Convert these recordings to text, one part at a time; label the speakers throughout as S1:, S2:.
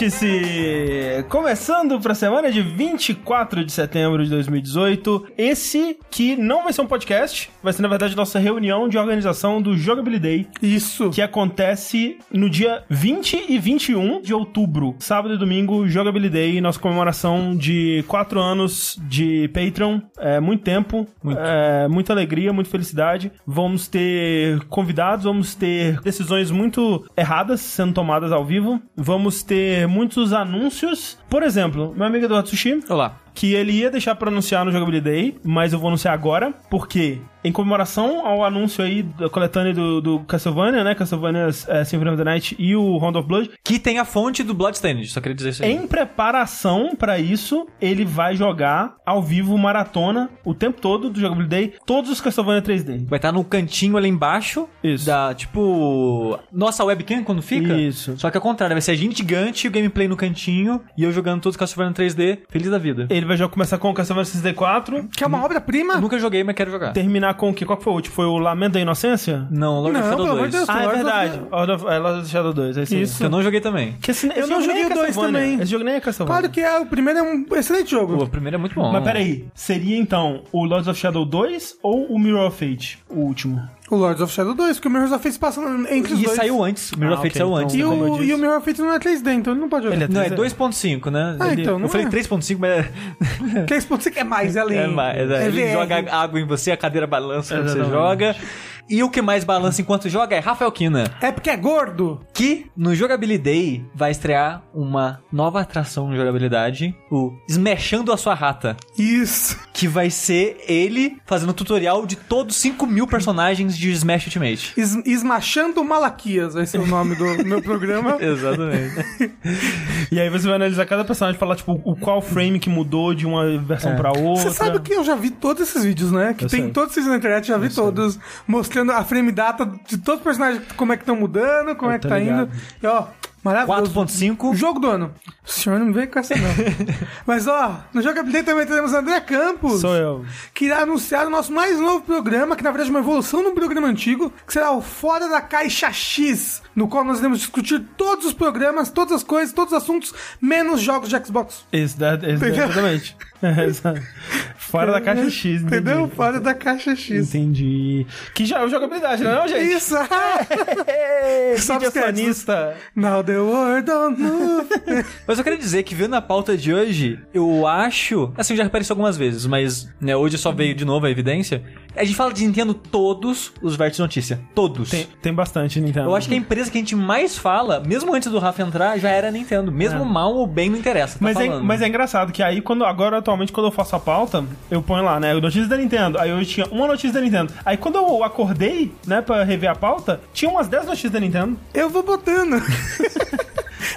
S1: Vértice! Começando para a semana de 24 de setembro de 2018, esse que não vai ser um podcast, vai ser na verdade nossa reunião de organização do Jogabilidade,
S2: Isso.
S1: que acontece no dia 20 e 21 de outubro, sábado e domingo, Jogabilidade, nossa comemoração de 4 anos de Patreon, é muito tempo,
S2: Muito.
S1: é, muita alegria, muita felicidade. Vamos ter convidados, vamos ter decisões muito erradas sendo tomadas ao vivo, vamos ter muitos anúncios. Por exemplo, meu amigo Eduardo Sushi,
S2: Olá.
S1: que ele ia deixar pra anunciar no Jogabilidade, mas eu vou anunciar agora, porque em comemoração ao anúncio aí da coletânea do, do Castlevania, né, Castlevania é, Symphony of the Night e o Round of Blood,
S2: Que tem a fonte do Bloodstained, só queria dizer isso aí.
S1: em preparação pra isso, ele vai jogar ao vivo maratona o tempo todo do Jogabilidade, todos os Castlevania 3D.
S2: Vai estar no cantinho ali embaixo.
S1: Isso.
S2: Da, tipo. Nossa webcam quando fica?
S1: Isso.
S2: Só que ao contrário, vai ser a gente gigante, o gameplay no cantinho e eu jogando todos os Castlevania 3D, feliz da vida.
S1: Ele vai já começar com o Castlevania 64,
S3: Que é uma
S2: Eu
S3: obra-prima?
S2: Nunca joguei, mas quero jogar.
S1: terminar com o que? Qual que foi o último? Foi o Lamento da Inocência?
S2: Não, Lord
S3: Não,
S2: of
S3: pelo
S2: Shadow
S3: amor
S2: 2.
S3: de Deus.
S1: Ah, é
S3: Lords of-
S1: verdade. Lord of, é, Lord of the Shadow 2, é isso. aí.
S2: Que eu não joguei também.
S1: Que esse- esse
S3: Eu
S1: jogo
S3: não
S1: nem
S3: joguei
S1: é
S3: o dois
S1: Castlevania.
S3: também.
S1: Esse jogo nem é Castlevania.
S3: Claro que é, o primeiro é um excelente
S2: Pô,
S3: jogo.
S2: o primeiro é muito bom.
S1: Mas peraí, seria então o Lords of Shadow 2 ou o Mirror of Fate, o último?
S3: O Lords of Shadow 2, que o Mirror's of Fate passa entre os
S2: E
S3: dois.
S2: saiu antes. O Mirror
S1: Ah,
S2: of Fate
S1: ok,
S2: saiu
S1: então-
S2: antes.
S3: E
S1: como eu
S3: o,
S1: disse.
S3: e o Mirror of Fate não é 3D, então ele não pode jogar.
S1: Ele é
S2: Não, é
S1: Mas
S2: 2.5, né?
S3: Ah,
S2: Ele-
S3: então,
S2: Eu
S3: não
S2: falei
S3: é.
S2: 3.5, mas... é-
S3: 3.5 é mais, é além.
S2: É, mas, é, ele
S3: VR.
S2: joga água em você, a cadeira balança quando você joga.
S1: Exatamente.
S2: E o que mais balança enquanto joga é Rafael Kina,
S3: É porque é gordo.
S2: que no Jogabilidade vai estrear uma nova atração no Jogabilidade, o Smashando a Sua Rata,
S3: Isso.
S2: que vai ser ele fazendo tutorial de todos 5 mil personagens de Smash Ultimate.
S3: Es Esmachando Malaquias vai ser o nome do meu programa.
S2: é Exatamente.
S1: E aí você vai analisar cada personagem e falar, tipo, o qual frame que mudou de uma versão pra outra.
S3: Você sabe que eu já vi todos esses vídeos, né? Que
S1: é. Eu
S3: tem
S1: sei.
S3: todos esses na internet, já vi todos. Mostrando a frame data de todos os personagens, como é que estão mudando, como
S1: Eu
S3: é que
S1: tô
S3: tá
S1: ligado.
S3: indo. E ó, maravilhoso.
S2: 4.5.
S3: O jogo do ano. O senhor não vem com essa, não. Mas, ó, no Jogo Update também teremos André Campos,
S1: Sou eu.
S3: que irá anunciar o nosso mais novo programa, que na verdade é uma evolução de um programa antigo, que será o Fora da Caixa X, no qual nós iremos discutir todos os programas, todas as coisas, todos os assuntos, menos jogos de Xbox.
S1: Esse, da, esse da,
S3: Entendeu?
S1: exatamente. É, exato. Fora da caixa X, entendi.
S3: Entendeu? Fora da Caixa X.
S1: Entendi. Que já é o jogabilidade, não é não, gente?
S3: Isso! ah!
S1: Ei,
S3: Sabe é os créditos.
S1: videofonista.
S3: Now the world don't move.
S2: Mas eu queria dizer que vendo na pauta de hoje, eu acho. Assim, eu já reparei isso algumas vezes, mas né, hoje só veio de novo a evidência. A gente fala de Nintendo todos os vértices de notícia. Todos.
S1: Tem, tem bastante, né, então. Nintendo.
S2: Eu acho que é a empresa que a gente mais fala, mesmo antes do Rafa entrar, já era a Nintendo. Mesmo mal ou bem, não interessa.
S1: É.
S2: Tá
S1: Mas é,
S2: falando.
S1: mas é engraçado que aí, quando agora, atualmente, quando eu faço a pauta, eu ponho lá, né? Notícias da Nintendo. Aí eu tinha uma notícia da Nintendo. Aí quando eu acordei, né, pra rever a pauta, tinha umas 10 notícias da Nintendo.
S3: Eu vou botando.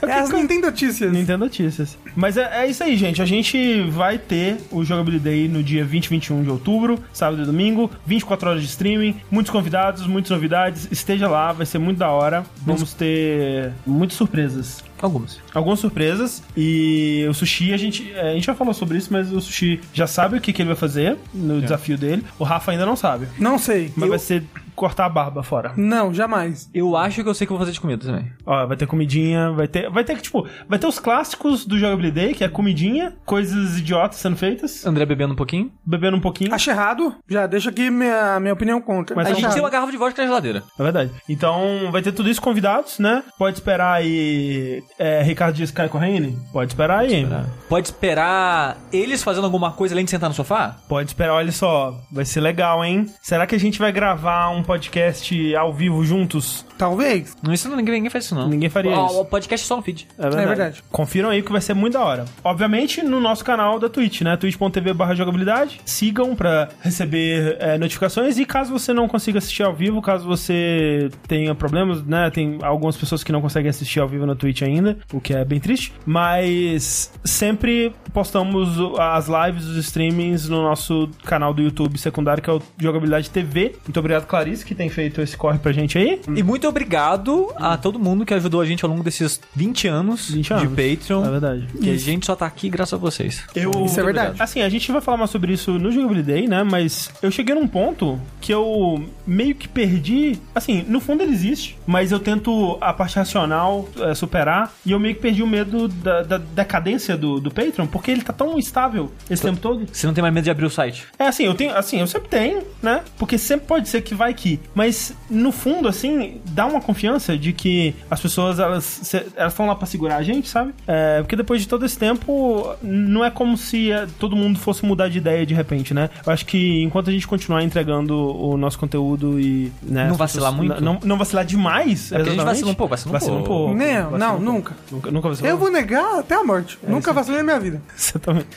S3: é as Nintendo Notícias.
S1: Nintendo Notícias. Mas é, é isso aí, gente. A gente vai ter o Jogabilidade no dia 20 e 21 de outubro, sábado e domingo, 24 horas de streaming, muitos convidados, muitas novidades. Esteja lá, vai ser muito da hora. Vamos ter muitas surpresas.
S2: Algumas.
S1: algumas surpresas e o Sushi, a gente, é, a gente já falou sobre isso, mas o Sushi já sabe o que, que ele vai fazer no desafio dele. O Rafa ainda não sabe,
S3: Não sei.
S1: mas vai ser cortar a barba fora.
S3: Não, jamais.
S2: Eu acho que eu sei o que eu vou fazer de comida também.
S1: Ó, vai ter comidinha, vai ter, vai ter que tipo, vai ter os clássicos do jogabilidade, que é comidinha, coisas idiotas sendo feitas,
S2: André bebendo um pouquinho.
S1: bebendo um pouquinho.
S3: Acho errado. Já deixa aqui minha, minha opinião contra.
S1: Mas
S2: A
S1: Tá
S3: Acho
S2: gente
S1: bom.
S2: tem uma
S3: errado.
S2: garrafa de vodka na geladeira.
S1: É verdade. Então, vai ter tudo isso convidados, né? Pode esperar aí. É, Ricardo Dias Caio Corraine? Pode esperar aí.
S2: Pode esperar eles fazendo alguma coisa além de sentar no sofá?
S1: Pode esperar, olha só, vai ser legal, hein? Será que a gente vai gravar um podcast ao vivo juntos?
S3: Talvez.
S2: Não, isso não, ninguém, ninguém faz isso, não.
S1: Ninguém faria
S2: Ó,
S1: isso.
S2: O podcast é só no feed.
S3: É verdade.
S1: Confiram aí que vai ser muito da hora. Obviamente, no nosso canal da Twitch, né? twitch.tv barra jogabilidade. Sigam pra receber é, notificações. E caso você não consiga assistir ao vivo, caso você tenha problemas, né? Tem algumas pessoas que não conseguem assistir ao vivo na Twitch ainda, o que é bem triste. Mas sempre postamos o- as lives, os streamings no nosso canal do YouTube secundário, que é o Jogabilidade TV. Muito obrigado, Clarice. Thaís, que tem feito esse corre pra gente aí.
S2: E muito obrigado a todo mundo que ajudou a gente ao longo desses 20 anos,
S1: 20 anos.
S2: de
S1: É
S2: Patreon.
S1: verdade.
S2: que a gente só tá aqui graças a vocês.
S1: Eu,
S3: Isso é verdade.
S1: Assim, a gente vai falar mais sobre isso no Jogabilidade, Day, né? Mas eu cheguei num ponto que eu meio que perdi. Assim, no fundo ele existe, mas eu tento a parte racional é, superar. E eu meio que perdi o medo da, da decadência do, do Patreon, porque ele tá tão estável esse
S3: Tá.
S1: tempo todo.
S2: Você não tem mais medo de abrir o site.
S1: É assim, eu tenho, assim, eu sempre tenho, né? Porque sempre pode ser que vai que. Mas no fundo, assim, dá uma confiança de que as pessoas elas se- elas estão lá pra segurar a gente, sabe? É, porque depois de todo esse tempo, não é como se é, todo mundo fosse mudar de ideia de repente, né? Eu acho que enquanto a gente continuar entregando o nosso conteúdo e, né,
S2: Não
S1: as
S2: vacilar
S1: pessoas-
S2: muito?
S1: não, não vacilar demais,
S2: porque a gente
S1: exatamente.
S2: vacila um pouco, vacila um pouco.
S1: pouco,
S3: Não,
S1: vacila
S3: não,
S1: um pouco.
S3: nunca.
S1: Nunca, nunca vacilou.
S3: Eu vou negar até a morte.
S1: É
S3: Nunca vacilei na minha vida.
S1: Exatamente.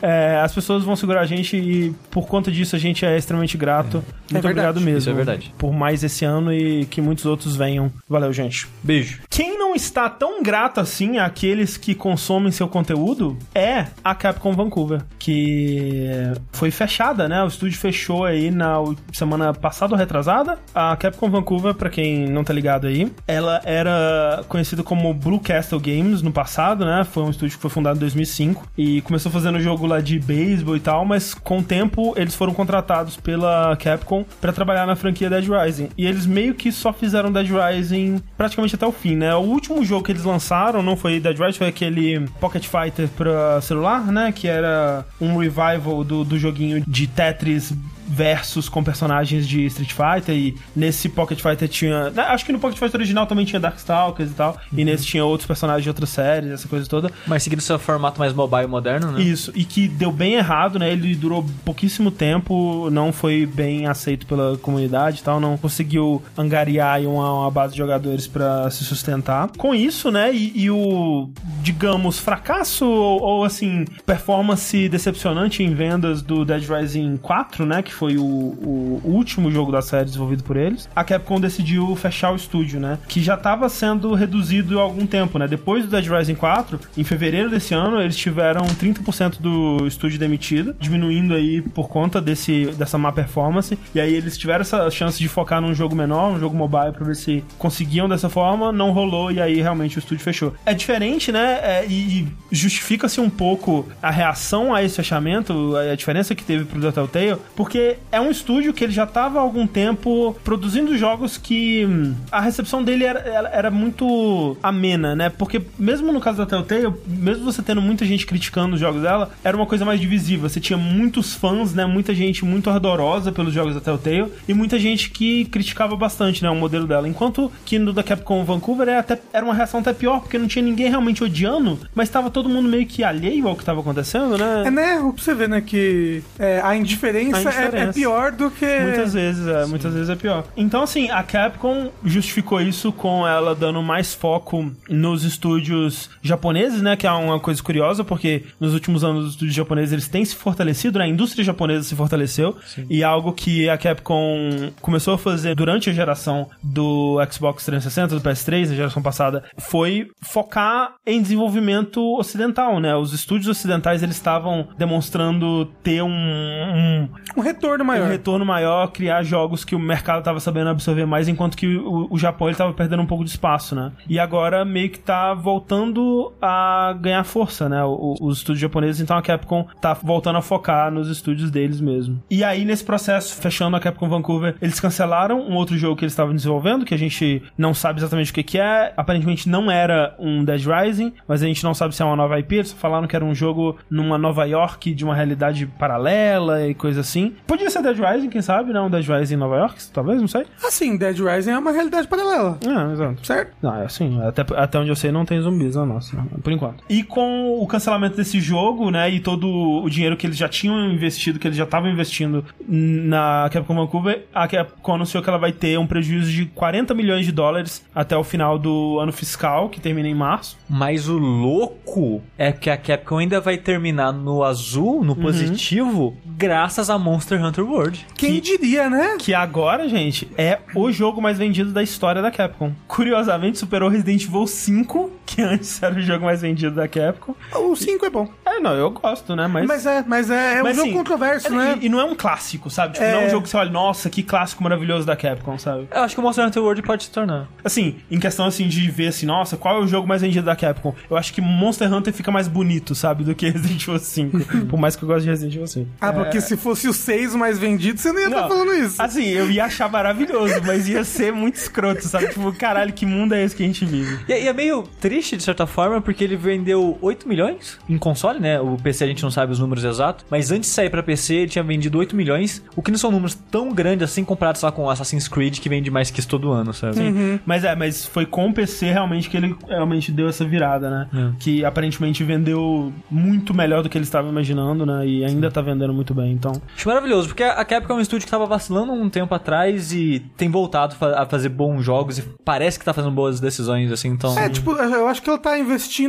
S1: É, as pessoas vão segurar a gente e por conta disso a gente é extremamente grato. Muito
S3: verdade.
S1: obrigado mesmo.
S2: Isso é verdade.
S1: Por mais esse ano e que muitos outros venham. Valeu, gente.
S2: Beijo.
S1: Quem não está tão grato assim àqueles que consomem seu conteúdo é a Capcom Vancouver, que foi fechada, né? O estúdio fechou aí na u- semana passada ou retrasada. A Capcom Vancouver, pra quem não tá ligado aí, ela era conhecida como Blue Castle Games no passado, né? Foi um estúdio que foi fundado em 2005 e começou fazendo jogo lá de beisebol e tal, mas com o tempo eles foram contratados pela Capcom pra trabalhar na franquia Dead Rising. E eles meio que só fizeram Dead Rising praticamente até o fim, né? O último jogo que eles lançaram não foi Dead Rising, foi aquele Pocket Fighter pra celular, né? Que era um revival do, do joguinho de Tetris versus com personagens de Street Fighter e nesse Pocket Fighter tinha né, acho que no Pocket Fighter original também tinha Darkstalkers e tal e nesse tinha outros personagens de outras séries essa coisa toda
S2: Mas seguindo seu formato mais mobile moderno, né?
S1: isso, e que deu bem errado, né? Ele durou pouquíssimo tempo, não foi bem aceito pela comunidade e tal, não conseguiu angariar aí uma, uma base de jogadores pra se sustentar. Com isso, né, e, e o, digamos, fracasso ou, ou, assim, performance decepcionante em vendas do Dead Rising 4, né, que foi o, o último jogo da série desenvolvido por eles, a Capcom decidiu fechar o estúdio, né, que já tava sendo reduzido há algum tempo, né? Depois do Dead Rising 4, em fevereiro desse ano, eles tiveram 30% do estúdio demitido, diminuindo aí por conta desse, dessa má performance. E aí eles tiveram essa chance de focar num jogo menor, um jogo mobile, pra ver se conseguiam dessa forma. Não rolou e aí realmente o estúdio fechou. É diferente, né? É, e e justifica-se um pouco a reação a esse fechamento, a a diferença que teve pro The Telltale, porque é um estúdio que ele já tava há algum tempo produzindo jogos que hum, a recepção dele era, era- era muito amena, né? Porque mesmo no caso da Telltale, mesmo você tendo muita gente criticando os jogos dela, era uma coisa mais divisiva. Você tinha muitos fãs, né? Muita gente muito ardorosa pelos jogos da Telltale e muita gente que criticava bastante, né? O modelo dela. Enquanto que no da Capcom Vancouver era, até, era uma reação até pior, porque não tinha ninguém realmente odiando, mas tava todo mundo meio que alheio ao que tava acontecendo, né?
S3: É, né? Pra você ver, né? Que é, a indiferença,
S1: A indiferença.
S3: É, é pior do que.
S1: Muitas vezes, é, muitas vezes é pior. Então, assim, a Capcom justificou isso com ela dando mais foco nos estúdios japoneses, né? Que é uma coisa curiosa, porque nos últimos anos os estúdios japoneses eles têm se fortalecido, né? A indústria japonesa se fortaleceu. E é algo que a Capcom começou a fazer durante a geração do Xbox 360, do PS3, na geração passada, foi focar em desenvolvimento ocidental, né? Os estúdios ocidentais eles estavam demonstrando ter um- um
S3: Um retorno
S1: um
S3: maior.
S1: retorno maior, criar jogos que o mercado tava sabendo absorver mais, enquanto que o, o Japão ele tava perdendo um pouco de espaço, né? E agora meio que tá voltando a ganhar força, né? O- o- os estúdios japoneses, então a Capcom tá voltando a focar nos estúdios deles mesmo. E aí nesse processo, fechando a Capcom Vancouver, eles cancelaram um outro jogo que eles estavam desenvolvendo, que a gente não sabe exatamente o que que é, aparentemente não era um Dead Rising, mas a gente não sabe se é uma nova IP, eles só falaram que era um jogo numa Nova York de uma realidade paralela e coisa assim. Podia ser Dead Rising, quem sabe, não? Dead Rising em Nova York, talvez, não sei.
S3: Assim, Dead Rising é uma realidade paralela,
S1: É, exato.
S3: certo?
S1: Não, é assim, até, até onde eu sei não tem zumbis na nossa, por enquanto. E com o cancelamento desse jogo, né, e todo o dinheiro que eles já tinham investido, que eles já estavam investindo na Capcom Vancouver, a Capcom anunciou que ela vai ter um prejuízo de 40 milhões de dólares até o final do ano fiscal, que termina em março.
S2: Mas o louco é que a Capcom ainda vai terminar no azul,
S1: Uhum.
S2: no positivo, graças a Monster Hunter World.
S3: Quem diria, né?
S1: Que agora, gente, é o jogo mais vendido da história da Capcom. Curiosamente, superou Resident Evil 5, que antes era o jogo mais vendido da Capcom.
S3: O 5 é bom.
S1: É, Ah, não, eu gosto, né? Mas.
S3: Mas é, mas é, é um
S1: mas,
S3: jogo
S1: assim,
S3: controverso,
S1: é-
S3: né?
S1: E, e não é um clássico, sabe? Tipo,
S3: É.
S1: não é um jogo que você olha, nossa, que clássico maravilhoso da Capcom, sabe?
S2: Eu acho que o Monster Hunter World pode se tornar.
S1: Assim, em questão assim de ver assim, nossa, qual é o jogo mais vendido da Capcom? Eu acho que Monster Hunter fica mais bonito, sabe, do que Resident Evil 5. por mais que eu goste de Resident Evil 5.
S3: Ah, porque se fosse o 6 mais vendido, você não ia estar
S1: É. Não,
S3: falando isso.
S1: Assim, eu ia achar maravilhoso, mas ia ser muito escroto, sabe? Tipo, caralho, que mundo é esse que a gente vive?
S2: E, e é meio triste, de certa forma, porque ele vendeu 8 milhões em console, né? O PC a gente não sabe os números exatos, mas antes de sair pra PC ele tinha vendido 8 milhões, o que não são números tão grandes assim comparados lá com Assassin's Creed, que vende mais que isso todo ano, sabe?
S1: Mas é, mas foi com o PC realmente que ele realmente deu essa virada, né? Que aparentemente vendeu muito melhor do que ele estava imaginando, né? E ainda tá vendendo muito bem, então.
S2: Acho maravilhoso, porque a Capcom é um estúdio que tava vacilando um tempo atrás e tem voltado fa- a fazer bons jogos e parece que tá fazendo boas decisões, assim, então...
S3: É, tipo, eu acho que ela tá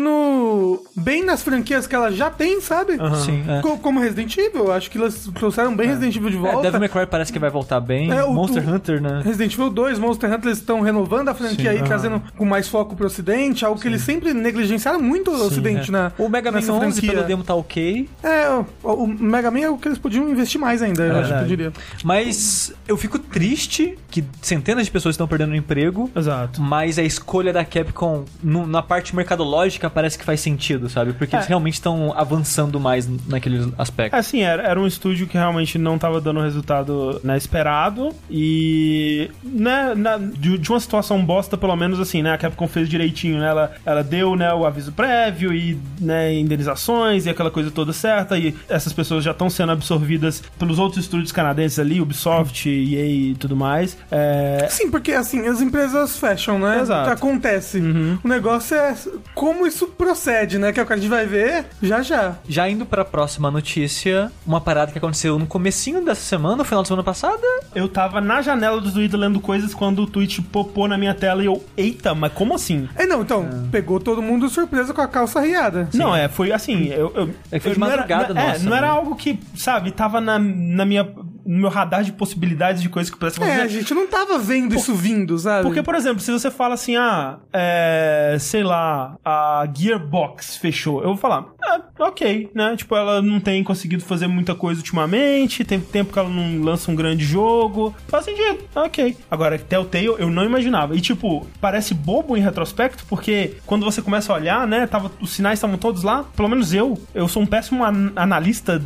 S3: investindo bem nas franquias que ela já tem, sabe?
S2: Sim, é.
S3: Co- Como Resident Evil, eu acho que elas trouxeram bem Resident Evil de
S2: É,
S3: volta.
S2: Devil May Cry parece que vai voltar bem.
S3: É, o-
S2: Monster
S3: o-
S2: Hunter, né?
S3: Resident Evil 2, Monster Hunter, eles estão renovando a franquia aí, trazendo com mais foco pro ocidente, algo que eles sempre negligenciaram muito o ocidente
S2: É.
S3: na
S2: O Mega Man
S3: nessa
S2: 11
S3: franquia.
S2: pelo demo tá ok,
S3: É, o, o Mega Man é o que eles podiam investir mais ainda,
S2: É
S3: eu acho que eu
S1: verdade.
S3: diria.
S2: mas eu fico triste que centenas de pessoas estão perdendo o emprego.
S1: Exato.
S2: Mas a escolha da Capcom no- na parte mercadológica parece que faz sentido, sabe? Porque eles realmente estão avançando mais naquele aspecto.
S1: Assim, era, era um estúdio que realmente não tava dando o resultado né, esperado. E. Né, na- de, de uma situação bosta, pelo menos assim, né? A Capcom fez direitinho, né? Ela, ela deu né, o aviso prévio e né, indenizações e aquela coisa toda certa. E essas pessoas já estão sendo absorvidas pelos outros estúdios canadenses ali, Ubisoft, EA e tudo mais. É,
S3: Sim, porque assim, as empresas fecham, né?
S1: Exato.
S3: Acontece.
S2: Uhum.
S3: O negócio é como isso procede, né? Que é o que a gente vai ver já já.
S2: Já indo pra próxima notícia, uma parada que aconteceu no comecinho dessa semana, no final da semana passada.
S1: eu tava na janela do Twitter lendo coisas quando o tweet popou na minha tela e eu, eita, mas como assim?
S3: É, não, então, pegou todo mundo de surpresa com a calça riada.
S1: Não, é, foi assim, eu... eu
S2: né? É que foi
S1: eu
S2: de
S1: não era-
S2: madrugada
S1: não- é,
S2: nossa,
S1: não
S2: né?
S1: era algo que, sabe, tava na, na minha, no meu radar de possibilidades de coisas que pudesse
S3: É,
S1: acontecer.
S3: a gente não tava vendo isso vindo, sabe?
S1: Porque, por exemplo, se você fala assim, ah, é, sei lá, a Gearbox fechou, eu vou falar, ah, ok, né? Tipo, ela não tem conseguido fazer muita coisa ultimamente, tem tempo que ela não lança um grande jogo, faz sentido, ok. Agora, Telltale, eu não imaginava. E, tipo, parece bobo em retrospecto, porque quando você começa a olhar, né, tava, os sinais estavam todos lá, pelo menos eu, eu sou um péssimo an- analista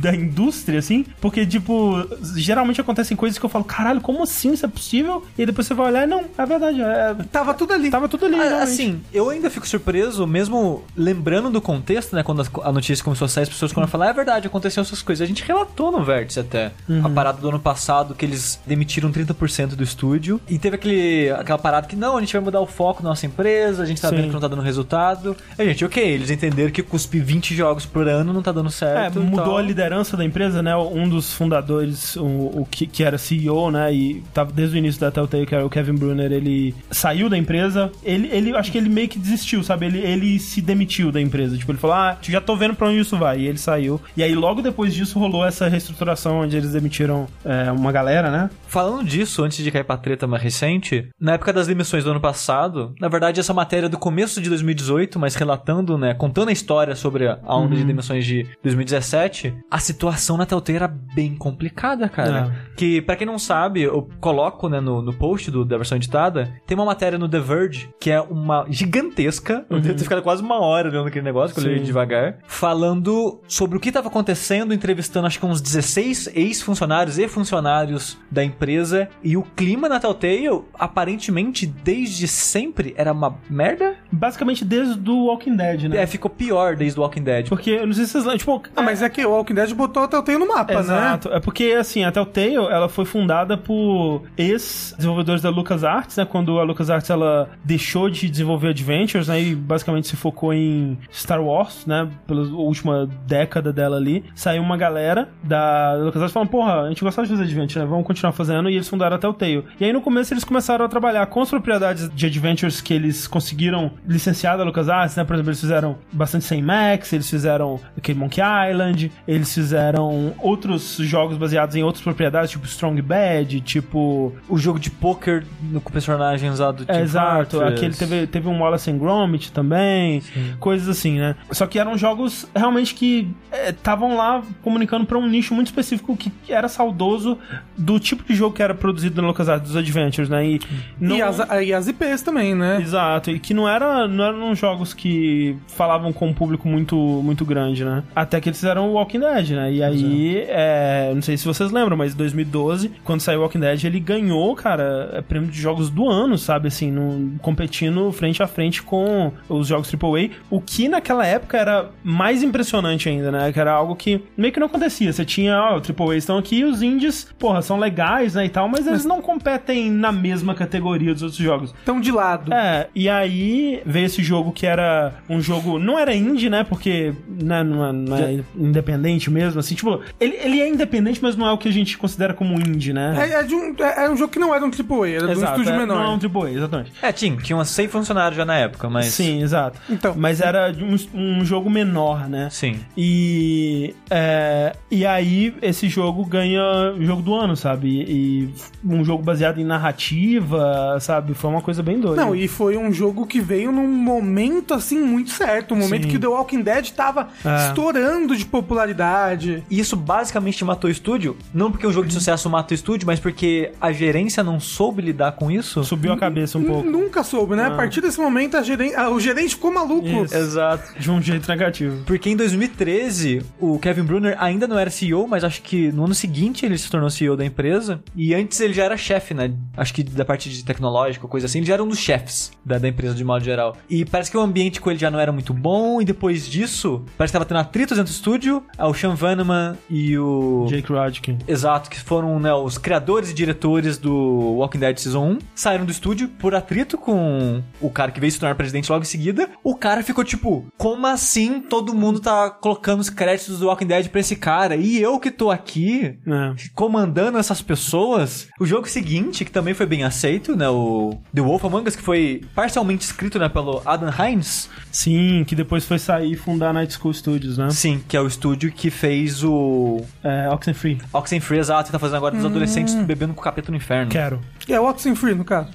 S1: da indústria, assim, porque, tipo, geralmente acontecem coisas que eu falo, caralho, como assim isso é possível? E aí depois você vai olhar, e não, é verdade, é-
S3: Tava tudo ali.
S1: tava tudo ali,
S2: Ah,
S1: realmente.
S2: Assim, eu ainda fico surpreso, mesmo lembrando do contexto, né? Quando as- a notícia começou a sair, as pessoas começaram a falar, "Ah, é verdade, aconteceu essas coisas. A gente relatou no Vértice até. A
S1: Uhum.
S2: parada do ano passado, que eles demitiram 30% do estúdio. E teve aquele, aquela parada que, não, a gente vai mudar o foco da nossa empresa, a gente tá
S1: Sim.
S2: vendo que não tá dando resultado. Aí, gente, ok, eles entenderam que cuspir 20 jogos por ano não tá dando
S1: É,
S2: certo. então
S1: mudou
S2: tal.
S1: a liderança da empresa, né? Um dos fundadores, o, o que, que era CEO, né? E tava desde o início da Telltale, que era o Kevin Brunner, ele saiu da empresa. Ele, ele acho que ele meio que desistiu, sabe? Ele, ele se demitiu da empresa. Tipo, ele falou, ah, já tô vendo pra onde isso vai. E ele saiu. E aí, logo depois disso, rolou essa reestruturação onde eles demitiram é, uma galera, né?
S2: Falando disso, antes de cair pra treta mais recente, na época das demissões do ano passado, na verdade essa matéria é do começo de 2018, mas relatando, né, contando a história sobre a a onda de demissões de 2017, a situação na Telltale era bem complicada, cara. Que, pra quem não sabe, eu coloco, né, no, no post do- da versão editada, tem uma matéria no The Verge, que é uma gigantesca, eu devo ter ficado quase uma hora olhando aquele negócio, que eu li
S1: Uhum. Sim.
S2: devagar, falando sobre o que estava acontecendo, entrevistando acho que uns 16 ex-funcionários e funcionários da empresa. E o clima na Telltale, aparentemente, desde sempre, era uma merda.
S1: Basicamente desde o Walking Dead, né?
S2: É, ficou pior desde o Walking Dead.
S1: Porque, eu não sei se vocês lembram, tipo...
S3: Ah, mas é que o Walking Dead botou a Telltale no mapa, né?
S1: Exato. É porque, assim, a Telltale, ela foi fundada por ex-desenvolvedores da LucasArts, né? Quando a LucasArts, ela deixou de desenvolver Adventures, né? E basicamente se focou em Star Wars, né? Pela última década dela ali. Saiu uma galera da LucasArts falando, porra, a gente gostava de fazer Adventures, né? Vamos continuar fazendo. E eles fundaram a Telltale. E aí, no começo, eles começaram a trabalhar com as propriedades de Adventures que eles conseguiram licenciado a LucasArts, né? Por exemplo, eles fizeram bastante Sam Max, eles fizeram aquele Monkey Island, eles fizeram outros jogos baseados em outras propriedades, tipo Strong Bad, tipo
S2: O jogo de poker no- com personagens lá do Tim
S1: é, exato,
S2: Fortress.
S1: aquele teve, teve um Wallace and Gromit também, coisas assim, né? Só que eram jogos realmente que estavam lá comunicando pra um nicho muito específico que era saudoso do tipo de jogo que era produzido no LucasArts dos Adventures, né? E, não- É.
S3: E, as, e as IPs também, né?
S1: Exato, e que não era não eram jogos que falavam com um público muito muito grande, né? Até que eles fizeram o Walking Dead, né? E aí, é, não sei se vocês lembram, mas em 2012, quando saiu o Walking Dead, ele ganhou, cara, é, prêmio de jogos do ano, sabe? Assim, num- competindo frente a frente com os jogos AAA, o que naquela época era mais impressionante ainda, né? Que era algo que meio que não acontecia. Você tinha, ó, o AAA estão aqui, os indies, porra, são legais, né, e tal, mas eles não competem na mesma categoria dos outros jogos.
S3: Estão de lado.
S1: É, e aí veio esse jogo que era um jogo. Não era indie, né? Porque né, não, é, não é independente mesmo, assim. Tipo, ele, ele é independente, mas não é o que a gente considera como indie, né?
S3: É, é de um, é, é um jogo que não era um AAA, era de um estúdio
S1: é,
S3: menor.
S1: Não, é um AAA, exatamente.
S2: É, tinha, tinha uns 100 funcionários já na época, mas...
S1: Sim, exato.
S3: Então.
S1: Mas era de um, um jogo menor, né?
S2: Sim.
S1: E, é, e aí esse jogo ganha o jogo do ano, sabe? E, e um jogo baseado em narrativa, sabe? Foi uma coisa bem doida.
S3: Não, e foi um jogo que veio num momento assim muito certo, um momento
S1: Sim.
S3: que o The Walking Dead tava
S1: É.
S3: estourando de popularidade.
S2: E isso basicamente matou o estúdio. Não porque um jogo de sucesso mata o estúdio, mas porque a gerência não soube lidar com isso.
S1: Subiu a cabeça um
S3: N-
S1: pouco. É.
S3: Nunca soube, né? A partir desse momento, a geren- ah, o gerente ficou maluco.
S1: Isso.
S2: Exato.
S1: De um jeito negativo.
S2: Porque em 2013, o Kevin Brunner ainda não era CEO, mas acho que no ano seguinte ele se tornou CEO da empresa. E antes ele já era chefe, né? Acho que da parte de tecnológico, coisa assim, ele já era um dos chefes da, da empresa de modo geral. E parece que o ambiente com ele já não era muito bom, e depois disso, parece que tava tendo atritos entre o estúdio, ah, o Sean Vanneman e o...
S1: Jake Rodkin.
S2: Exato, que foram né, os criadores e diretores do Walking Dead Season 1, saíram do estúdio por atrito com o cara que veio se tornar presidente logo em seguida. O cara ficou tipo, como assim todo mundo tá colocando os créditos do Walking Dead pra esse cara? E eu que tô aqui
S1: É.
S2: comandando essas pessoas. O jogo seguinte, que também foi bem aceito, né, o The Wolf Among Us, que foi parcialmente escrito né, pelo Adam Hines,
S1: Sim, que depois foi sair e fundar a Night School Studios, né?
S2: sim, que é o estúdio que fez o
S1: É, Oxenfree.
S2: Oxenfree, exato, que tá fazendo agora dos adolescentes bebendo com o capeta no inferno.
S1: Quero.
S3: É o Oxenfree, no caso.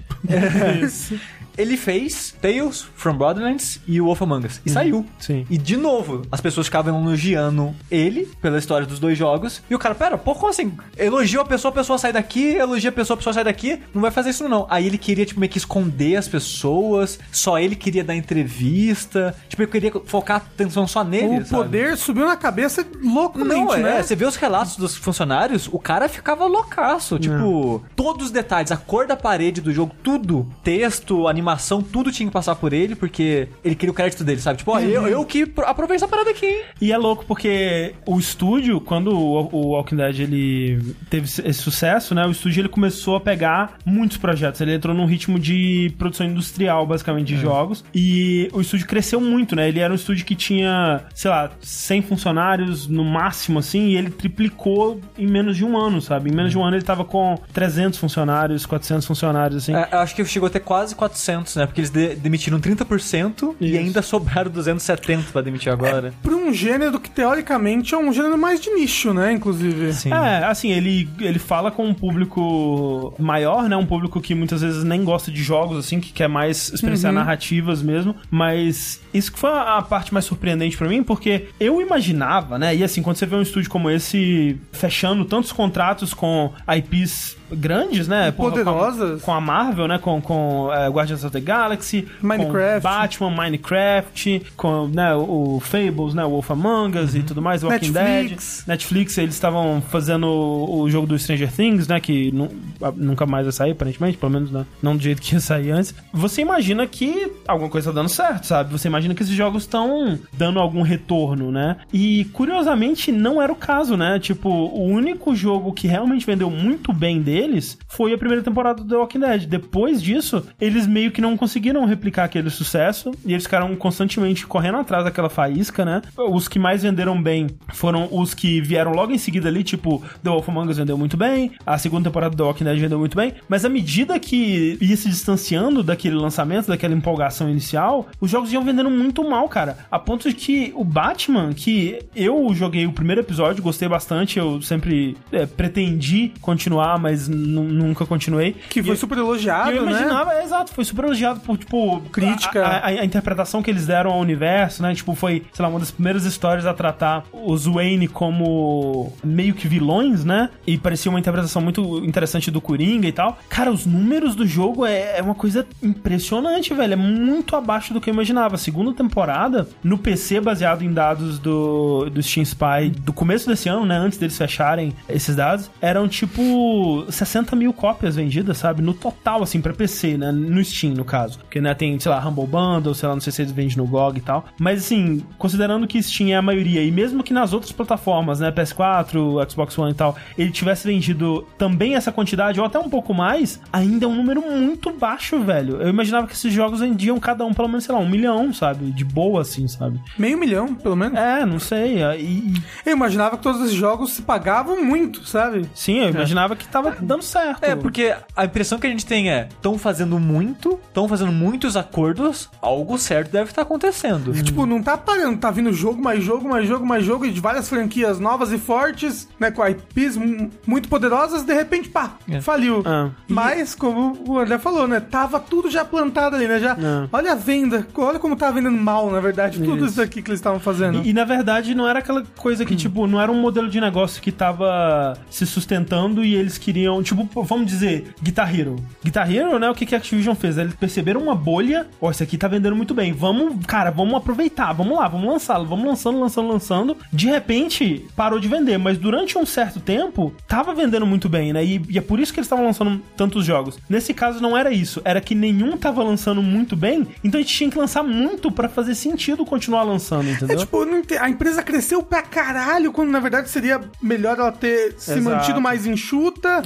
S2: Ele fez Tales from Borderlands e o Wolf Among Us.
S3: Uhum.
S2: E saiu.
S1: Sim.
S2: E de novo, as pessoas ficavam elogiando ele pela história dos dois jogos. E o cara, pera, pô, como assim? Elogia a pessoa, a pessoa sai daqui, elogia a pessoa, a pessoa sai daqui. Não vai fazer isso não. Aí ele queria, tipo, meio que esconder as pessoas. Só ele queria dar entrevista. Tipo, ele queria focar a atenção só nele.
S3: o
S2: sabe?
S3: poder subiu na cabeça loucamente,
S2: Não, é,
S3: né?
S2: você vê os relatos dos funcionários, o cara ficava loucaço. Tipo, todos os detalhes, a cor da parede do jogo, tudo, texto, animação, tudo tinha que passar por ele, porque ele queria o crédito dele, sabe? Tipo, ó, eu, eu que pro- aprovei essa parada aqui, hein?
S1: E é louco porque o estúdio, quando o o Walking Dead ele teve esse sucesso, né? O estúdio ele começou a pegar muitos projetos. Ele entrou num ritmo de produção industrial, basicamente, de jogos. E o estúdio cresceu muito, né? Ele era um estúdio que tinha, sei lá, 100 funcionários no máximo, assim, e ele triplicou em menos de um ano, sabe? Em menos de um ano ele tava com 300 funcionários, 400 funcionários, assim.
S2: É, eu acho que chegou até quase 400, né? Porque eles de- demitiram 30% e
S1: Isso.
S2: ainda sobraram 270 pra demitir agora.
S3: Pra um gênero que, teoricamente, é um gênero mais de nicho, né, inclusive.
S2: Sim.
S1: É, assim, ele, ele fala com um público maior, né? Um público que muitas vezes nem gosta de jogos, assim, que quer mais experienciar
S3: Uhum.
S1: narrativas mesmo. Mas isso que foi a parte mais surpreendente pra mim, porque eu imaginava, né? E assim, quando você vê um estúdio como esse fechando tantos contratos com IPs grandes, né? porra, com a-
S3: Poderosas.
S1: Com a Marvel, né? Com, com é, Guardians of the Galaxy,
S3: Minecraft.
S1: com Batman, Minecraft, com né, o Fables, né? Wolf Among Us
S3: Uhum.
S1: e tudo mais, Walking Dead.
S3: Netflix.
S1: Netflix, eles estavam fazendo o o jogo do Stranger Things, né? Que nu- a- nunca mais vai sair, aparentemente, pelo menos né, não do jeito que ia sair antes. Você imagina que alguma coisa tá dando certo, sabe? Você imagina que esses jogos estão dando algum retorno, né? E curiosamente não era o caso, né? Tipo, o único jogo que realmente vendeu muito bem deles foi a primeira temporada do The Walking Dead. Depois disso, eles meio que não conseguiram replicar aquele sucesso e eles ficaram constantemente correndo atrás daquela faísca, né? Os que mais venderam bem foram os que vieram logo em seguida ali, tipo, The Wolf Among Us vendeu muito bem, a segunda temporada do The Walking Dead vendeu muito bem, mas à medida que ia se distanciando daquele lançamento, daquela empolgação inicial, os jogos iam vendendo muito mal, cara. A ponto de que o Batman, que eu joguei o primeiro episódio, gostei bastante, eu sempre é, pretendi continuar, mas nu- nunca continuei.
S3: Que foi
S1: E-
S3: super
S1: e
S3: elogiado,
S1: eu
S3: né?
S1: imaginava, é, exato, foi super elogiado por, tipo,
S3: Crítica.
S1: A, a- a interpretação que eles deram ao universo, né? Tipo, foi, sei lá, uma das primeiras histórias a tratar os Wayne como meio que vilões, né? E parecia uma interpretação muito interessante do Coringa e tal. Cara, os números do jogo é, é uma coisa impressionante, velho. É muito abaixo do que eu imaginava. A segunda temporada, no PC, baseado em dados do, do Steam Spy do começo desse ano, né? Antes deles fecharem esses dados, eram tipo 60 mil cópias vendidas, sabe? No total, assim, pra PC, né? No Steam, no caso. Porque, né, tem, sei lá, Humble Bundle, sei lá, não sei se eles vendem no GOG e tal. Mas, assim, considerando que Steam é a maioria, e mesmo que nas outras plataformas, né, PS4, Xbox One e tal, ele tivesse vendido também essa quantidade, ou até um pouco mais, ainda é um número muito baixo, velho. Eu imaginava que esses jogos vendiam cada um, pelo menos, sei lá, um milhão, sabe? De boa, assim, sabe?
S3: Meio milhão, pelo menos.
S1: É, não sei. E, e-
S3: Eu imaginava que todos esses jogos se pagavam muito, sabe?
S1: sim, eu imaginava que tava dando certo.
S2: É, porque a impressão que a gente tem é: estão fazendo muito, estão fazendo muitos acordos, algo certo deve estar acontecendo.
S3: Tipo, não tá parando, tá vindo jogo, mais jogo, mais jogo, mais jogo, e de várias franquias novas e fortes, né, com IPs mu- muito poderosas, de repente, pá,
S2: É.
S3: faliu.
S1: Ah.
S3: Mas, como o André falou, né, tava tudo já plantado ali, né, já,
S1: Ah.
S3: olha a venda, olha como tá vendendo mal, na verdade, tudo
S1: Isso.
S3: isso aqui que eles estavam fazendo.
S1: E, e, na verdade não era aquela coisa
S3: Uhum.
S1: que, tipo, não era um modelo de negócio que tava se sustentando e eles queriam, tipo, pô, vamos dizer, Guitar Hero. Guitar Hero, né? O que, que a Activision fez? Eles perceberam uma bolha, ó, isso aqui tá vendendo muito bem. Vamos, cara, vamos aproveitar, vamos lá, vamos lançá-lo, vamos lançando, lançando, lançando. De repente, parou de vender, mas durante um certo tempo, tava vendendo muito bem, né? E, e é por isso que eles estavam lançando tantos jogos. Nesse caso, não era isso, era que nenhum tava lançando muito bem, então a gente tinha que lançar muito pra fazer sentido continuar lançando, entendeu?
S3: É tipo, eu não ente- a empresa cresceu pra caralho, quando na verdade seria melhor ela ter se
S1: Exato.
S3: mantido mais enxuta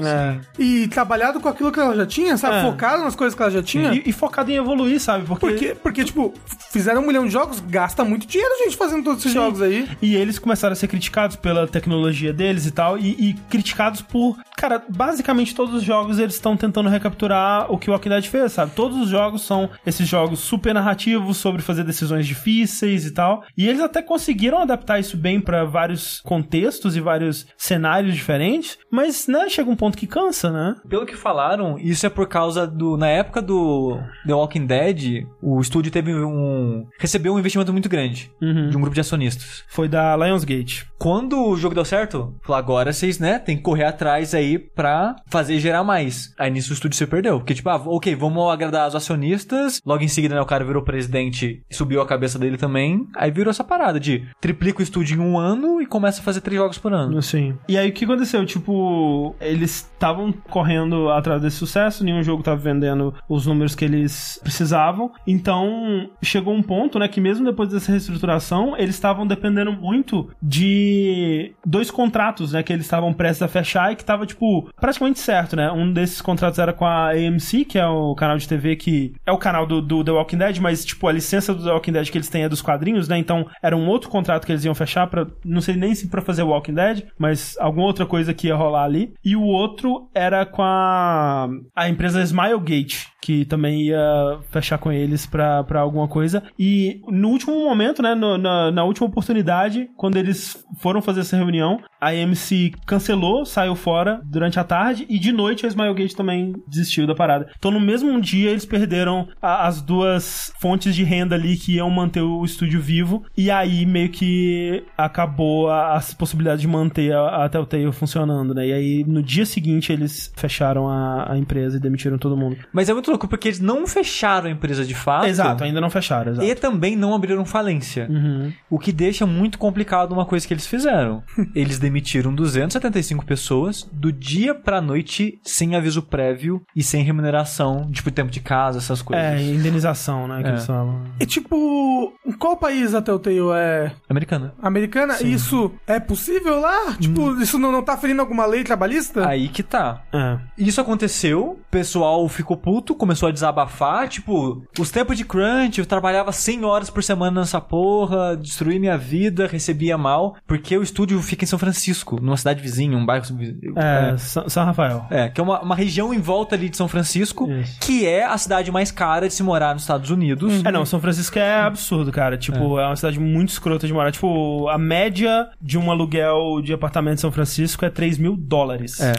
S3: e trabalhado com aquilo que ela já tinha, sabe?
S1: É.
S3: Focado nas coisas que ela já tinha.
S1: E, e focado em evoluir, sabe? Porque.
S3: Porque, porque, tipo, fizeram um milhão de jogos, gasta muito dinheiro, gente, fazendo todos esses
S1: Sim.
S3: jogos aí.
S1: E eles começaram a ser criticados pela tecnologia deles e tal, e, e criticados por. Cara, basicamente todos os jogos eles estão tentando recapturar o que o Walking Dead fez, sabe? Todos os jogos são esses jogos super narrativos sobre fazer decisões difíceis e tal. E eles até conseguiram adaptar isso bem pra vários contextos e vários cenários diferentes, mas, né, chega um ponto que cansa, né?
S2: Pelo que falaram, isso é por causa do. Na época do The Walking Dead, o estúdio teve um. recebeu um investimento muito grande
S1: Uhum.
S2: de um grupo de acionistas.
S1: Foi da Lionsgate.
S2: Quando o jogo deu certo, falou, agora vocês, né, tem que correr atrás aí pra fazer gerar mais. Aí nisso o estúdio se perdeu. Porque, tipo, ah, ok, vamos agradar os acionistas. Logo em seguida, né, o cara virou presidente e subiu a cabeça dele também. Aí virou essa parada de triplica o estúdio em um ano e começa a fazer três jogos por ano.
S1: Assim. E aí o que aconteceu? Tipo, eles estavam correndo atrás desse sucesso, nenhum jogo tava vendendo os números que eles precisavam. Então, chegou um ponto, né, que mesmo depois dessa reestruturação, eles estavam dependendo muito de dois contratos, né, que eles estavam prestes a fechar e que tava tipo praticamente certo, né? Um desses contratos era com a AMC, que é o canal de TV que é o canal do, do The Walking Dead, mas tipo a licença do The Walking Dead que eles têm é dos quadrinhos, né? Então era um outro contrato que eles iam fechar para não sei nem se pra fazer Walking Dead, mas alguma outra coisa que ia rolar ali. E o outro era com a a empresa Smilegate, que também ia fechar com eles pra pra alguma coisa. E no último momento, né, no- na, na última oportunidade, quando eles foram fazer essa reunião, a AMC cancelou, saiu fora durante a tarde e de noite a Smilegate também desistiu da parada. Então no mesmo dia eles perderam a- as duas fontes de renda ali que iam manter o estúdio vivo e aí meio que acabou a- as possibilidades de manter a, a Telltale funcionando, né? E aí no dia seguinte eles fecharam a, a empresa e demitiram todo mundo.
S2: Mas é muito louco, porque eles não fecharam a empresa de fato.
S1: exato, ainda não fecharam, exato.
S2: Ah, E também não abriram falência.
S1: Uhum.
S2: O que deixa muito complicado uma coisa que eles fizeram. Eles demitiram 275 pessoas do dia pra noite, sem aviso prévio e sem remuneração, tipo tempo de casa, essas coisas.
S1: É, indenização, né? Que
S2: É.
S1: eles falam.
S3: É tipo, Tipo, em qual país a Telltale é
S2: Americana.
S3: americana? Isso é possível lá? Tipo,
S1: Hum.
S3: isso não, não tá ferindo alguma lei trabalhista?
S2: Aí que tá.
S1: É.
S2: Isso aconteceu, o pessoal ficou puto, começou a desabafar, tipo, os tempos de crunch, eu trabalhava 100 horas por semana nessa porra, destruí minha vida, recebia mal, porque o estúdio fica em São Francisco, numa cidade vizinha, um bairro...
S1: É, Sa- São Rafael.
S2: É, que é uma, uma região em volta ali de São Francisco,
S1: Isso.
S2: que é a cidade mais cara de se morar nos Estados Unidos.
S1: É, não, São Francisco é absurdo, cara. Tipo, é. uma cidade muito escrota de morar. Tipo, a média de um aluguel de apartamento em São Francisco é 3 mil dólares.
S2: É.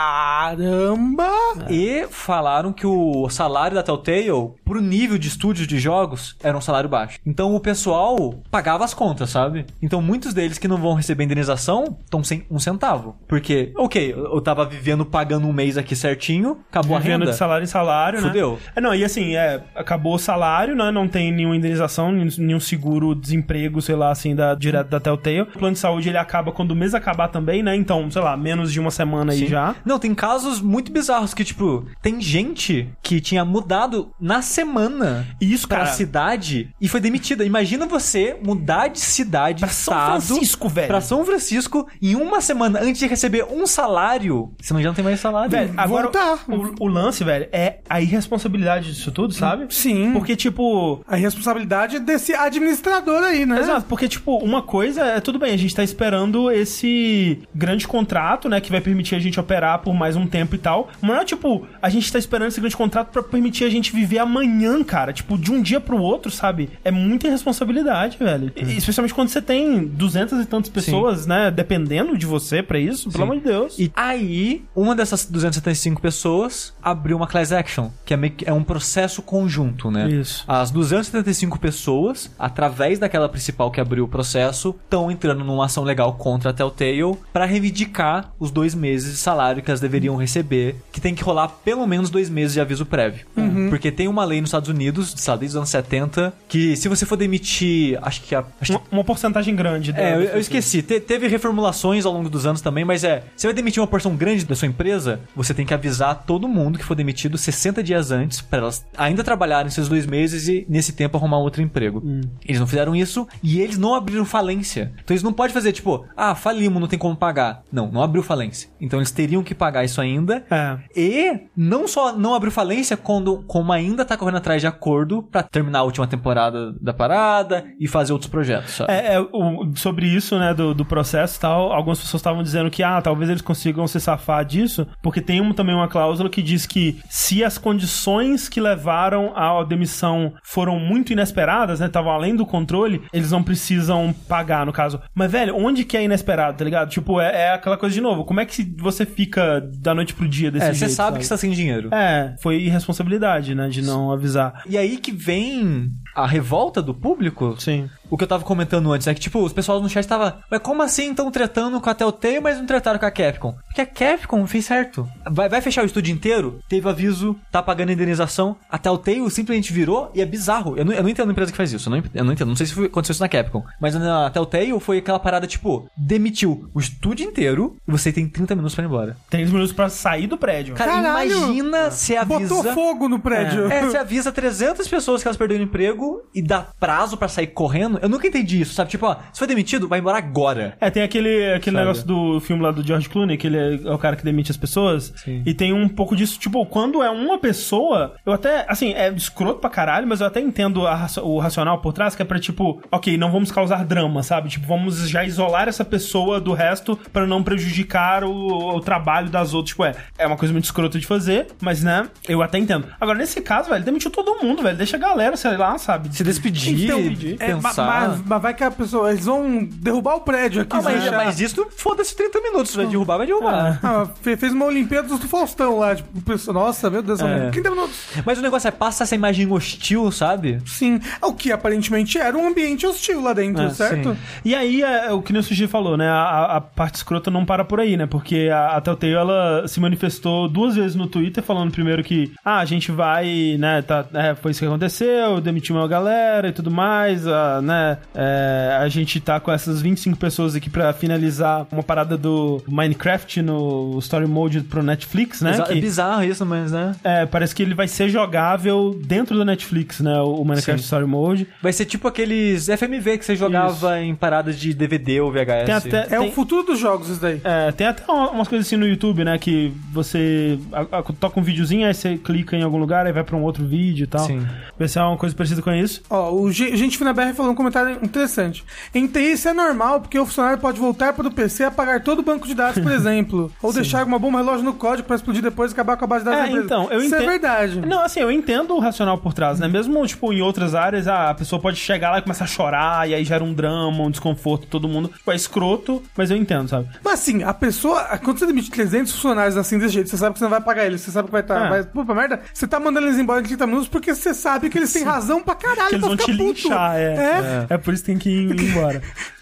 S3: Caramba!
S2: E falaram que o salário da Telltale, pro nível de estúdio de jogos, era um salário baixo. Então o pessoal pagava as contas, sabe? Então muitos deles que não vão receber indenização estão sem um centavo. Porque, ok, eu eu tava vivendo pagando um mês aqui certinho, acabou
S1: Vivendo
S2: a renda.
S1: Tipo, de salário em salário, né?
S2: Fudeu.
S1: É, não, e assim, é, acabou o salário, né? Não tem nenhuma indenização, nen- nenhum seguro, desemprego, sei lá, assim, da, direto da Telltale. O plano de saúde, ele acaba quando o mês acabar também, né? Então, sei lá, menos de uma semana aí
S2: Sim.
S1: já.
S2: Não, tem casos muito bizarros que, tipo, tem gente que tinha mudado na semana
S1: E isso,
S2: pra
S1: cara-
S2: cidade e foi demitida. Imagina você mudar de cidade,
S1: Pra São
S2: estado,
S1: Francisco, velho.
S2: Pra São Francisco em uma semana antes de receber um salário. Senão já não tem mais salário.
S1: Velho, agora
S3: Voltar.
S1: o, o lance, velho, é a irresponsabilidade disso tudo, sabe?
S3: Sim.
S1: Porque, tipo,
S3: A responsabilidade é desse administrador aí, né?
S1: Exato, porque, tipo, uma coisa é tudo bem, a gente tá esperando esse grande contrato, né? Que vai permitir a gente operar por mais um tempo e tal. Mas não é tipo, a gente tá esperando esse grande contrato pra permitir a gente viver amanhã, cara. Tipo, de um dia pro outro, sabe? É muita irresponsabilidade, velho.
S2: Uhum.
S1: E- Especialmente quando você tem duzentas e tantas pessoas, né? Dependendo de você pra isso, pelo amor de Deus.
S2: E aí, uma dessas 275 pessoas abriu uma class action, que é, meio que- é um processo conjunto, né?
S1: Isso.
S2: As 275 pessoas, através daquela principal que abriu o processo, estão entrando numa ação legal contra a Telltale pra reivindicar os dois meses de salário que elas deveriam receber, que tem que rolar pelo menos dois meses de aviso prévio. Uhum. Porque tem uma lei nos Estados Unidos, sei lá, desde os anos 70, que se você for demitir, acho que a, acho que
S1: Uma, uma porcentagem grande. da-
S2: é, eu,
S1: das
S2: eu
S1: pessoas.
S2: esqueci. Te- teve reformulações ao longo dos anos também, mas é. Você vai demitir uma porção grande da sua empresa, você tem que avisar todo mundo que foi demitido 60 dias antes, pra elas ainda trabalharem seus dois meses e, nesse tempo, arrumar outro emprego. Eles não fizeram isso e eles não abriram falência. Então eles não podem fazer, tipo, ah, falimos, não tem como pagar. Não, não abriu falência. Então eles teriam que pagar isso ainda.
S1: É.
S2: E não só não abriu falência, quando, como ainda tá correndo atrás de acordo pra terminar a última temporada da parada e fazer outros projetos, sabe?
S1: É, é, o- sobre isso, né, do, do processo e tal, algumas pessoas estavam dizendo que, ah, talvez eles consigam se safar disso, porque tem um- também uma cláusula que diz que se as condições que levaram à demissão foram muito inesperadas, né, estavam além do controle, eles não precisam pagar, no caso. Mas, velho, onde que é inesperado, tá ligado? Tipo, é, é aquela coisa de novo, como é que se- você fica da noite pro dia desse
S2: É,
S1: jeito?
S2: você sabe que você tá sem dinheiro.
S1: É, foi irresponsabilidade, né, de não avisar.
S2: E aí que vem a revolta do público.
S1: Sim.
S2: O que eu tava comentando antes é que, tipo, os pessoal no chat tava. Mas como assim tão tretando com a Telltale, mas não tretaram com a Capcom? Porque a Capcom fez certo. Vai, vai fechar o estúdio inteiro? Teve aviso, tá pagando indenização. A Telltale simplesmente virou e é bizarro. Eu não, eu não entendo a empresa que faz isso. Eu não, en- eu não entendo. Não sei se foi- aconteceu isso na Capcom. Mas na Telltale foi aquela parada, tipo, demitiu o estúdio inteiro e você tem 30 minutos pra ir embora.
S1: Três minutos pra sair do prédio.
S2: Cara,
S3: Caralho!
S2: imagina se avisa.
S3: Botou fogo no prédio.
S2: É, você avisa 300 pessoas que elas perderam o emprego e dá prazo pra sair correndo. Eu nunca entendi isso, sabe? Tipo, ó, se foi demitido, vai embora agora.
S1: É, tem aquele, aquele
S2: Sabe?
S1: negócio do filme lá do George Clooney, que ele é, é o cara que demite as pessoas.
S2: Sim.
S1: E tem um pouco disso, tipo, quando é uma pessoa, eu até, assim, é escroto pra caralho, mas eu até entendo a raci- o racional por trás, que é pra, tipo, ok, não vamos causar drama, sabe? Tipo, vamos já isolar essa pessoa do resto pra não prejudicar o, o trabalho das outras. Tipo, é, é uma coisa muito escrota de fazer, mas, né, eu até entendo. Agora, nesse caso, velho, demitiu todo mundo, velho. Deixa a galera, sei lá, sabe?
S2: Se despedir,
S1: Então,
S3: É, ma-
S2: pensar.
S3: mas, mas vai que a pessoa. Eles vão derrubar o prédio aqui.
S2: Ah, mas,
S3: já.
S2: mas isso, foda-se 30 minutos. Vai derrubar, vai derrubar.
S3: Ah, fe- fez uma Olimpíada do Faustão lá. Tipo, o pessoal, nossa, meu Deus,
S2: É.
S3: 30 minutos.
S1: Ah.
S2: Mas o negócio é, passa essa imagem hostil, sabe?
S3: Sim. é O que aparentemente era um ambiente hostil lá dentro,
S2: É,
S3: certo?
S2: sim.
S1: E aí, é, o que nem o Sushi falou, né? A, a parte escrota não para por aí, né? Porque a, a Telltale, ela se manifestou duas vezes no Twitter, falando primeiro que, ah, a gente vai, né? Tá, é, foi isso que aconteceu, demitiu a galera e tudo mais, a, né? é, a gente tá com essas 25 pessoas aqui pra finalizar uma parada do Minecraft no Story Mode pro Netflix, né?
S2: Exa- É
S1: Que-
S2: bizarro isso, mas, né?
S1: é, parece que ele vai ser jogável dentro do Netflix, né? O Minecraft
S2: Sim.
S1: Story Mode.
S2: Vai ser tipo aqueles FMV que você jogava em paradas de DVD ou VHS.
S1: Tem até,
S3: É
S1: tem-
S3: o futuro dos jogos isso daí.
S1: É, tem até um- umas coisas assim no YouTube, né? Que você a- a- toca um videozinho, aí você clica em algum lugar, aí vai pra um outro vídeo e tal.
S2: Sim.
S1: Vai ser uma coisa parecida com isso.
S3: Ó, o G- gente Fina BR falou um comentário interessante. Em TI isso é normal, porque o funcionário pode voltar para o PC e apagar todo o banco de dados, por exemplo. Ou deixar alguma bomba relógio no código para explodir depois e acabar com a base de dados
S1: É,
S3: da empresa.
S1: então, eu
S3: Isso é
S1: entendo-
S3: verdade.
S1: Não, assim, eu entendo o racional por trás, né? Mesmo, tipo, em outras áreas, ah, a pessoa pode chegar lá e começar a chorar, e aí gera um drama, um desconforto, todo mundo. Tipo, é escroto, mas eu entendo, sabe?
S3: Mas assim, a pessoa, quando você demite 300 funcionários assim desse jeito, você sabe que você não vai pagar eles, você sabe que vai estar.
S1: É.
S3: Vai, pô, pra merda, você tá mandando eles embora em 30 minutos porque você sabe que eles têm razão pra caralho,
S1: Que eles
S3: pra
S1: vão te
S3: ficar puto.
S1: linchar, é. É por isso que tem que ir embora.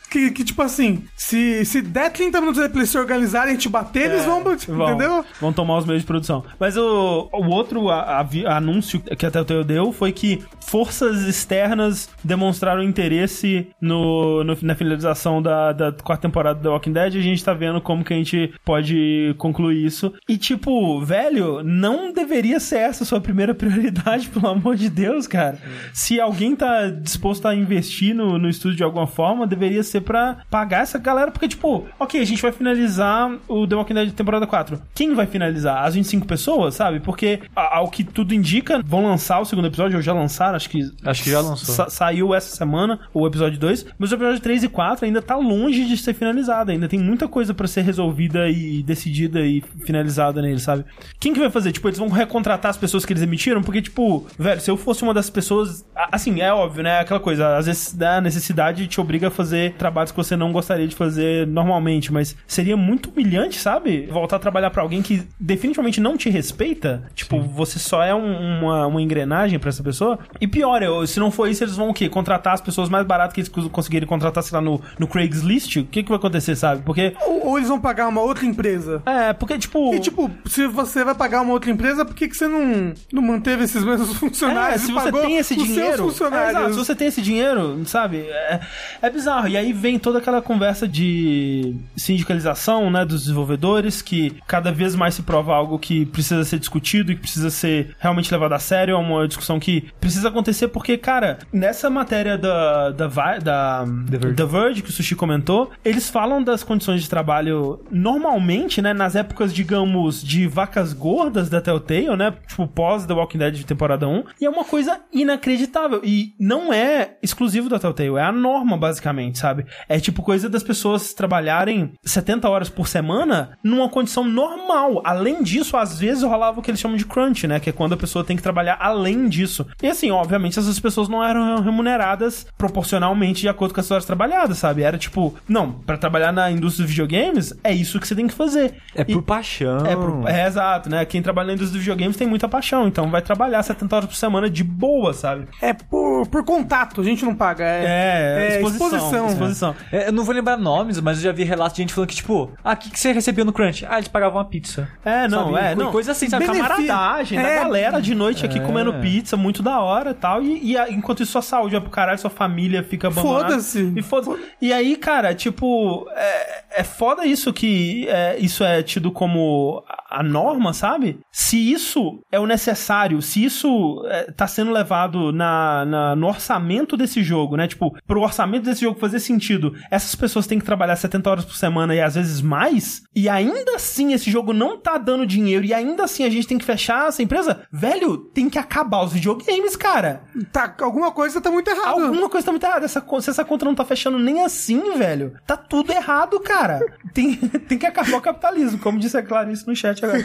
S3: Que, que, tipo assim, se, se der 30 minutos aí pra eles se organizarem e te bater,
S1: É,
S3: eles vão, Entendeu?
S1: Vão tomar os meios de produção. Mas o, o outro a- a vi- anúncio que a Telltale deu foi que forças externas demonstraram interesse no, no- na finalização da, da quarta temporada da Walking Dead e a gente tá vendo como que a gente pode concluir isso. E tipo, velho, não deveria ser essa a sua primeira prioridade, pelo amor de Deus, cara. Se alguém tá disposto a investir no, no estúdio de alguma forma, deveria ser pra pagar essa galera, porque tipo, ok, a gente vai finalizar o The Walking Dead temporada 4. Quem vai finalizar? As 25 pessoas, sabe? Porque a- ao que tudo indica, vão lançar o segundo episódio, ou já lançaram, acho que
S2: Acho que já lançou.
S1: Sa- saiu essa semana, o episódio 2, mas o episódio 3 e 4 ainda tá longe de ser finalizado, ainda tem muita coisa pra ser resolvida e decidida e finalizada nele, sabe? Quem que vai fazer? Tipo, eles vão recontratar as pessoas que eles emitiram? Porque, tipo, velho, se eu fosse uma das pessoas. a- Assim, é óbvio, né? Aquela coisa, às vezes né, a necessidade te obriga a fazer trabalhos que você não gostaria de fazer normalmente, mas seria muito humilhante, sabe? Voltar a trabalhar pra alguém que definitivamente não te respeita. Tipo, você só é um- uma, uma engrenagem pra essa pessoa. E pior, eu- se não for isso, eles vão o quê? Contratar as pessoas mais baratas que eles cons- conseguirem contratar, sei lá, no, no Craigslist? O que, que vai acontecer, sabe? Porque.
S3: Ou, ou eles vão pagar uma outra empresa.
S1: É, porque, tipo.
S3: E tipo, se você vai pagar uma outra empresa, por que, que você não, não manteve esses mesmos funcionários?
S1: É,
S3: e
S1: se você
S3: pagou
S1: tem esse
S3: os
S1: dinheiro.
S3: seus
S1: É, exato,
S3: funcionários.
S1: se você tem esse dinheiro, sabe? É, é bizarro. E aí vem toda aquela conversa de sindicalização, né, dos desenvolvedores, que cada vez mais se prova algo que precisa ser discutido e que precisa ser realmente levado a sério. É uma discussão que precisa acontecer, porque, cara, nessa matéria da, da, Vi- da
S2: The Verge.
S1: The Verge, que o Sushi comentou, eles falam das condições de trabalho normalmente, né? Nas épocas, digamos, de vacas gordas da Telltale, né? Tipo, pós The Walking Dead de temporada 1. E é uma coisa inacreditável. E não é exclusivo da Telltale, é a norma, basicamente, sabe? É tipo coisa das pessoas trabalharem 70 horas por semana numa condição normal. Além disso, às vezes rolava o que eles chamam de crunch, né? Que é quando a pessoa tem que trabalhar além disso. E assim, obviamente, essas pessoas não eram remuneradas proporcionalmente de acordo com as horas trabalhadas, sabe? Era tipo, não, pra trabalhar na indústria dos videogames, é isso que você tem que fazer.
S2: É
S1: E-
S2: por paixão.
S1: é, pro- é, exato, né? Quem trabalha na indústria dos videogames tem muita paixão, então vai trabalhar 70 horas por semana de boa, sabe?
S3: É por, por contato, a gente não paga.
S1: É,
S3: É, exposição.
S1: exposição. exposição.
S2: É, eu não vou lembrar nomes, mas eu já vi relatos de gente falando que, tipo, ah, o que, que você recebeu no Crunch? Ah, eles pagavam uma pizza.
S1: É, não,
S2: Sabe?
S1: é, não.
S2: Coisa assim, sabe?
S1: Benefício.
S2: Camarada.
S1: camaradagem, da
S3: É.
S1: galera de noite aqui
S2: É.
S1: comendo pizza, muito da hora e tal. E, e a- enquanto isso, sua saúde vai pro caralho, sua família fica abandonada.
S3: Foda-se.
S1: E foda E aí, cara, tipo, é, é foda isso que é, isso é tido como a- a norma, sabe? Se isso é o necessário, se isso é, tá sendo levado na, na- no orçamento desse jogo, né? Tipo, pro orçamento desse jogo fazer sentido, essas pessoas têm que trabalhar 70 horas por semana e às vezes mais, e ainda assim esse jogo não tá dando dinheiro, e ainda assim a gente tem que fechar essa empresa, velho, tem que acabar os videogames, cara.
S3: Tá, alguma coisa tá muito errada.
S1: Alguma coisa tá muito errada. Essa, con- se essa conta não tá fechando nem assim, velho, tá tudo errado, cara. Tem, tem que acabar o capitalismo, como disse a Clarice no chat agora.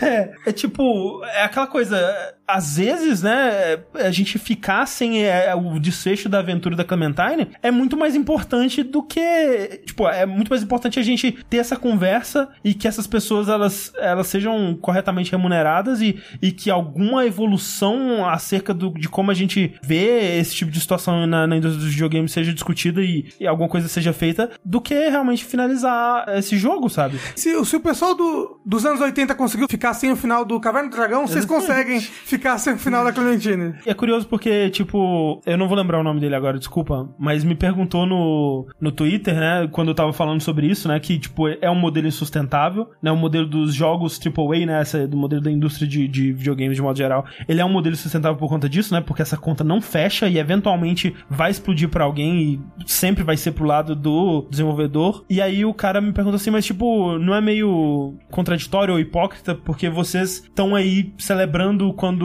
S1: É, é tipo, é aquela coisa. Às vezes, né, a gente ficar sem é, o desfecho da aventura da Clementine é muito mais importante do que. Tipo, é muito mais importante a gente ter essa conversa e que essas pessoas elas, elas sejam corretamente remuneradas e, e que alguma evolução a, acerca do, de como a gente vê esse tipo de situação na, na indústria dos videogames seja discutida e, e alguma coisa seja feita, do que realmente finalizar esse jogo, sabe?
S3: Se, se o pessoal do- dos anos 80 conseguiu ficar sem o final do Caverna do Dragão, vocês conseguem ficar sem o final da Clementine.
S1: E é curioso porque, tipo, eu não vou lembrar o nome dele agora, desculpa, mas me perguntou no, no Twitter, né, quando eu tava falando sobre isso, né, que, tipo, é um modelo insustentável, né, o modelo dos jogos AAA, né, essa, do modelo da indústria de, de videogames de modo geral, ele é um modelo sustentável por conta disso, né, porque essa conta não fecha e eventualmente vai explodir pra alguém e sempre vai ser pro lado do desenvolvedor. E aí o cara me perguntou assim, mas, tipo, não é meio contraditório ou hipócrita porque vocês estão aí celebrando quando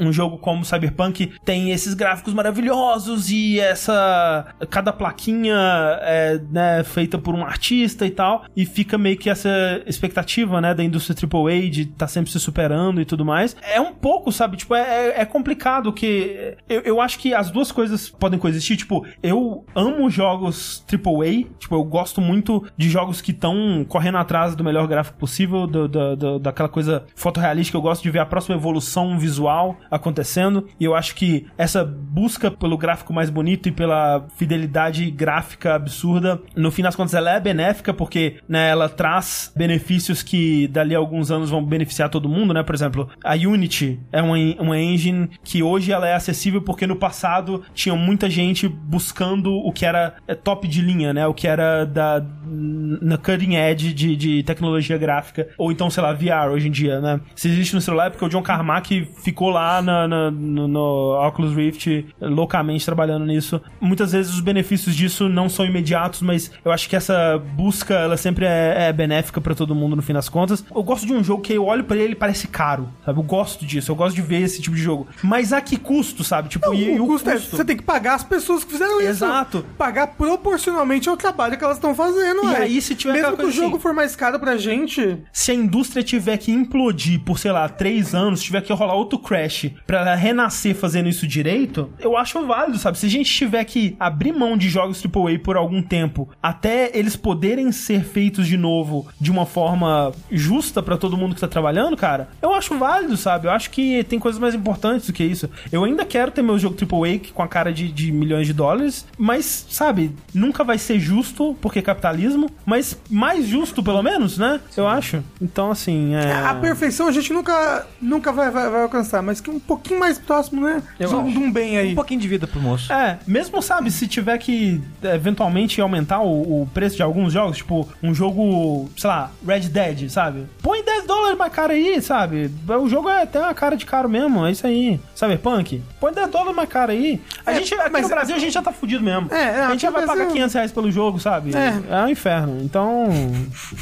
S1: um jogo como Cyberpunk tem esses gráficos maravilhosos e essa cada plaquinha é né, feita por um artista e tal e fica meio que essa expectativa né da indústria AAA de tá sempre se superando e tudo mais é um pouco sabe tipo é, é- é complicado que eu, eu acho que as duas coisas podem coexistir tipo eu amo jogos AAA tipo eu gosto muito de jogos que estão correndo atrás do melhor gráfico possível do, do- do- daquela coisa fotorrealística eu gosto de ver a próxima evolução visual acontecendo e eu acho que essa busca pelo gráfico mais bonito e pela fidelidade gráfica absurda, no fim das contas ela é benéfica porque, né, ela traz benefícios que dali a alguns anos vão beneficiar todo mundo, né? Por exemplo, a Unity é uma, en- uma engine que hoje ela é acessível porque no passado tinha muita gente buscando o que era é, top de linha, né? O que era da na cutting edge de, de tecnologia gráfica ou então, sei lá, VR hoje em dia, né? Se existe no celular é porque o John Carmack ficou lá na- na- no, no Oculus Rift eh, loucamente trabalhando nisso. Muitas vezes os benefícios disso não são imediatos, mas eu acho que essa busca, ela sempre é, é benéfica pra todo mundo no fim das contas. Eu gosto de um jogo que eu olho pra ele e ele parece caro, sabe? Eu gosto disso, eu gosto de ver esse tipo de jogo. Mas a que custo, sabe? Tipo, e, e
S3: o custo é, você tem que pagar as pessoas que fizeram isso.
S1: Exato.
S3: Pagar proporcionalmente ao trabalho que elas estão fazendo.
S1: E
S3: ué.
S1: aí, se tiver
S3: Mesmo
S1: aquela
S3: que o
S1: coisa
S3: jogo
S1: assim-
S3: for mais caro pra gente,
S1: se a indústria tiver que implodir por, sei lá, três anos, tiver que rolar outro crash pra ela renascer fazendo isso direito, eu acho válido, sabe? Se a gente tiver que abrir mão de jogos AAA por algum tempo, até eles poderem ser feitos de novo de uma forma justa pra todo mundo que tá trabalhando, cara, eu acho válido, sabe? Eu acho que tem coisas mais importantes do que isso. Eu ainda quero ter meu jogo AAA com a cara de, de milhões de dólares, mas, sabe, nunca vai ser justo, porque é capitalismo, mas mais justo, pelo menos, né? Eu acho. Então, assim, é...
S3: a perfeição a gente nunca, nunca vai, vai- vai alcançar. Mas que um pouquinho mais próximo, né?
S2: Eu
S3: de, um-
S2: acho.
S3: de um bem aí.
S2: Um pouquinho de vida pro moço.
S1: É, mesmo, sabe, se tiver que é, eventualmente aumentar o, o preço de alguns jogos, tipo, um jogo, sei lá, Red Dead, sabe? Põe 10 dólares mais caro aí, sabe? O jogo é até uma cara de caro mesmo, é isso aí. Cyberpunk, põe 10 dólares mais caro aí. A
S3: É,
S1: gente, aqui
S3: mas-
S1: no Brasil, a gente já tá fudido mesmo.
S3: É, é,
S1: a
S3: aqui
S1: gente já
S3: no
S1: vai
S3: Brasil-
S1: pagar 500 reais pelo jogo, sabe?
S3: É.
S1: é um inferno. Então,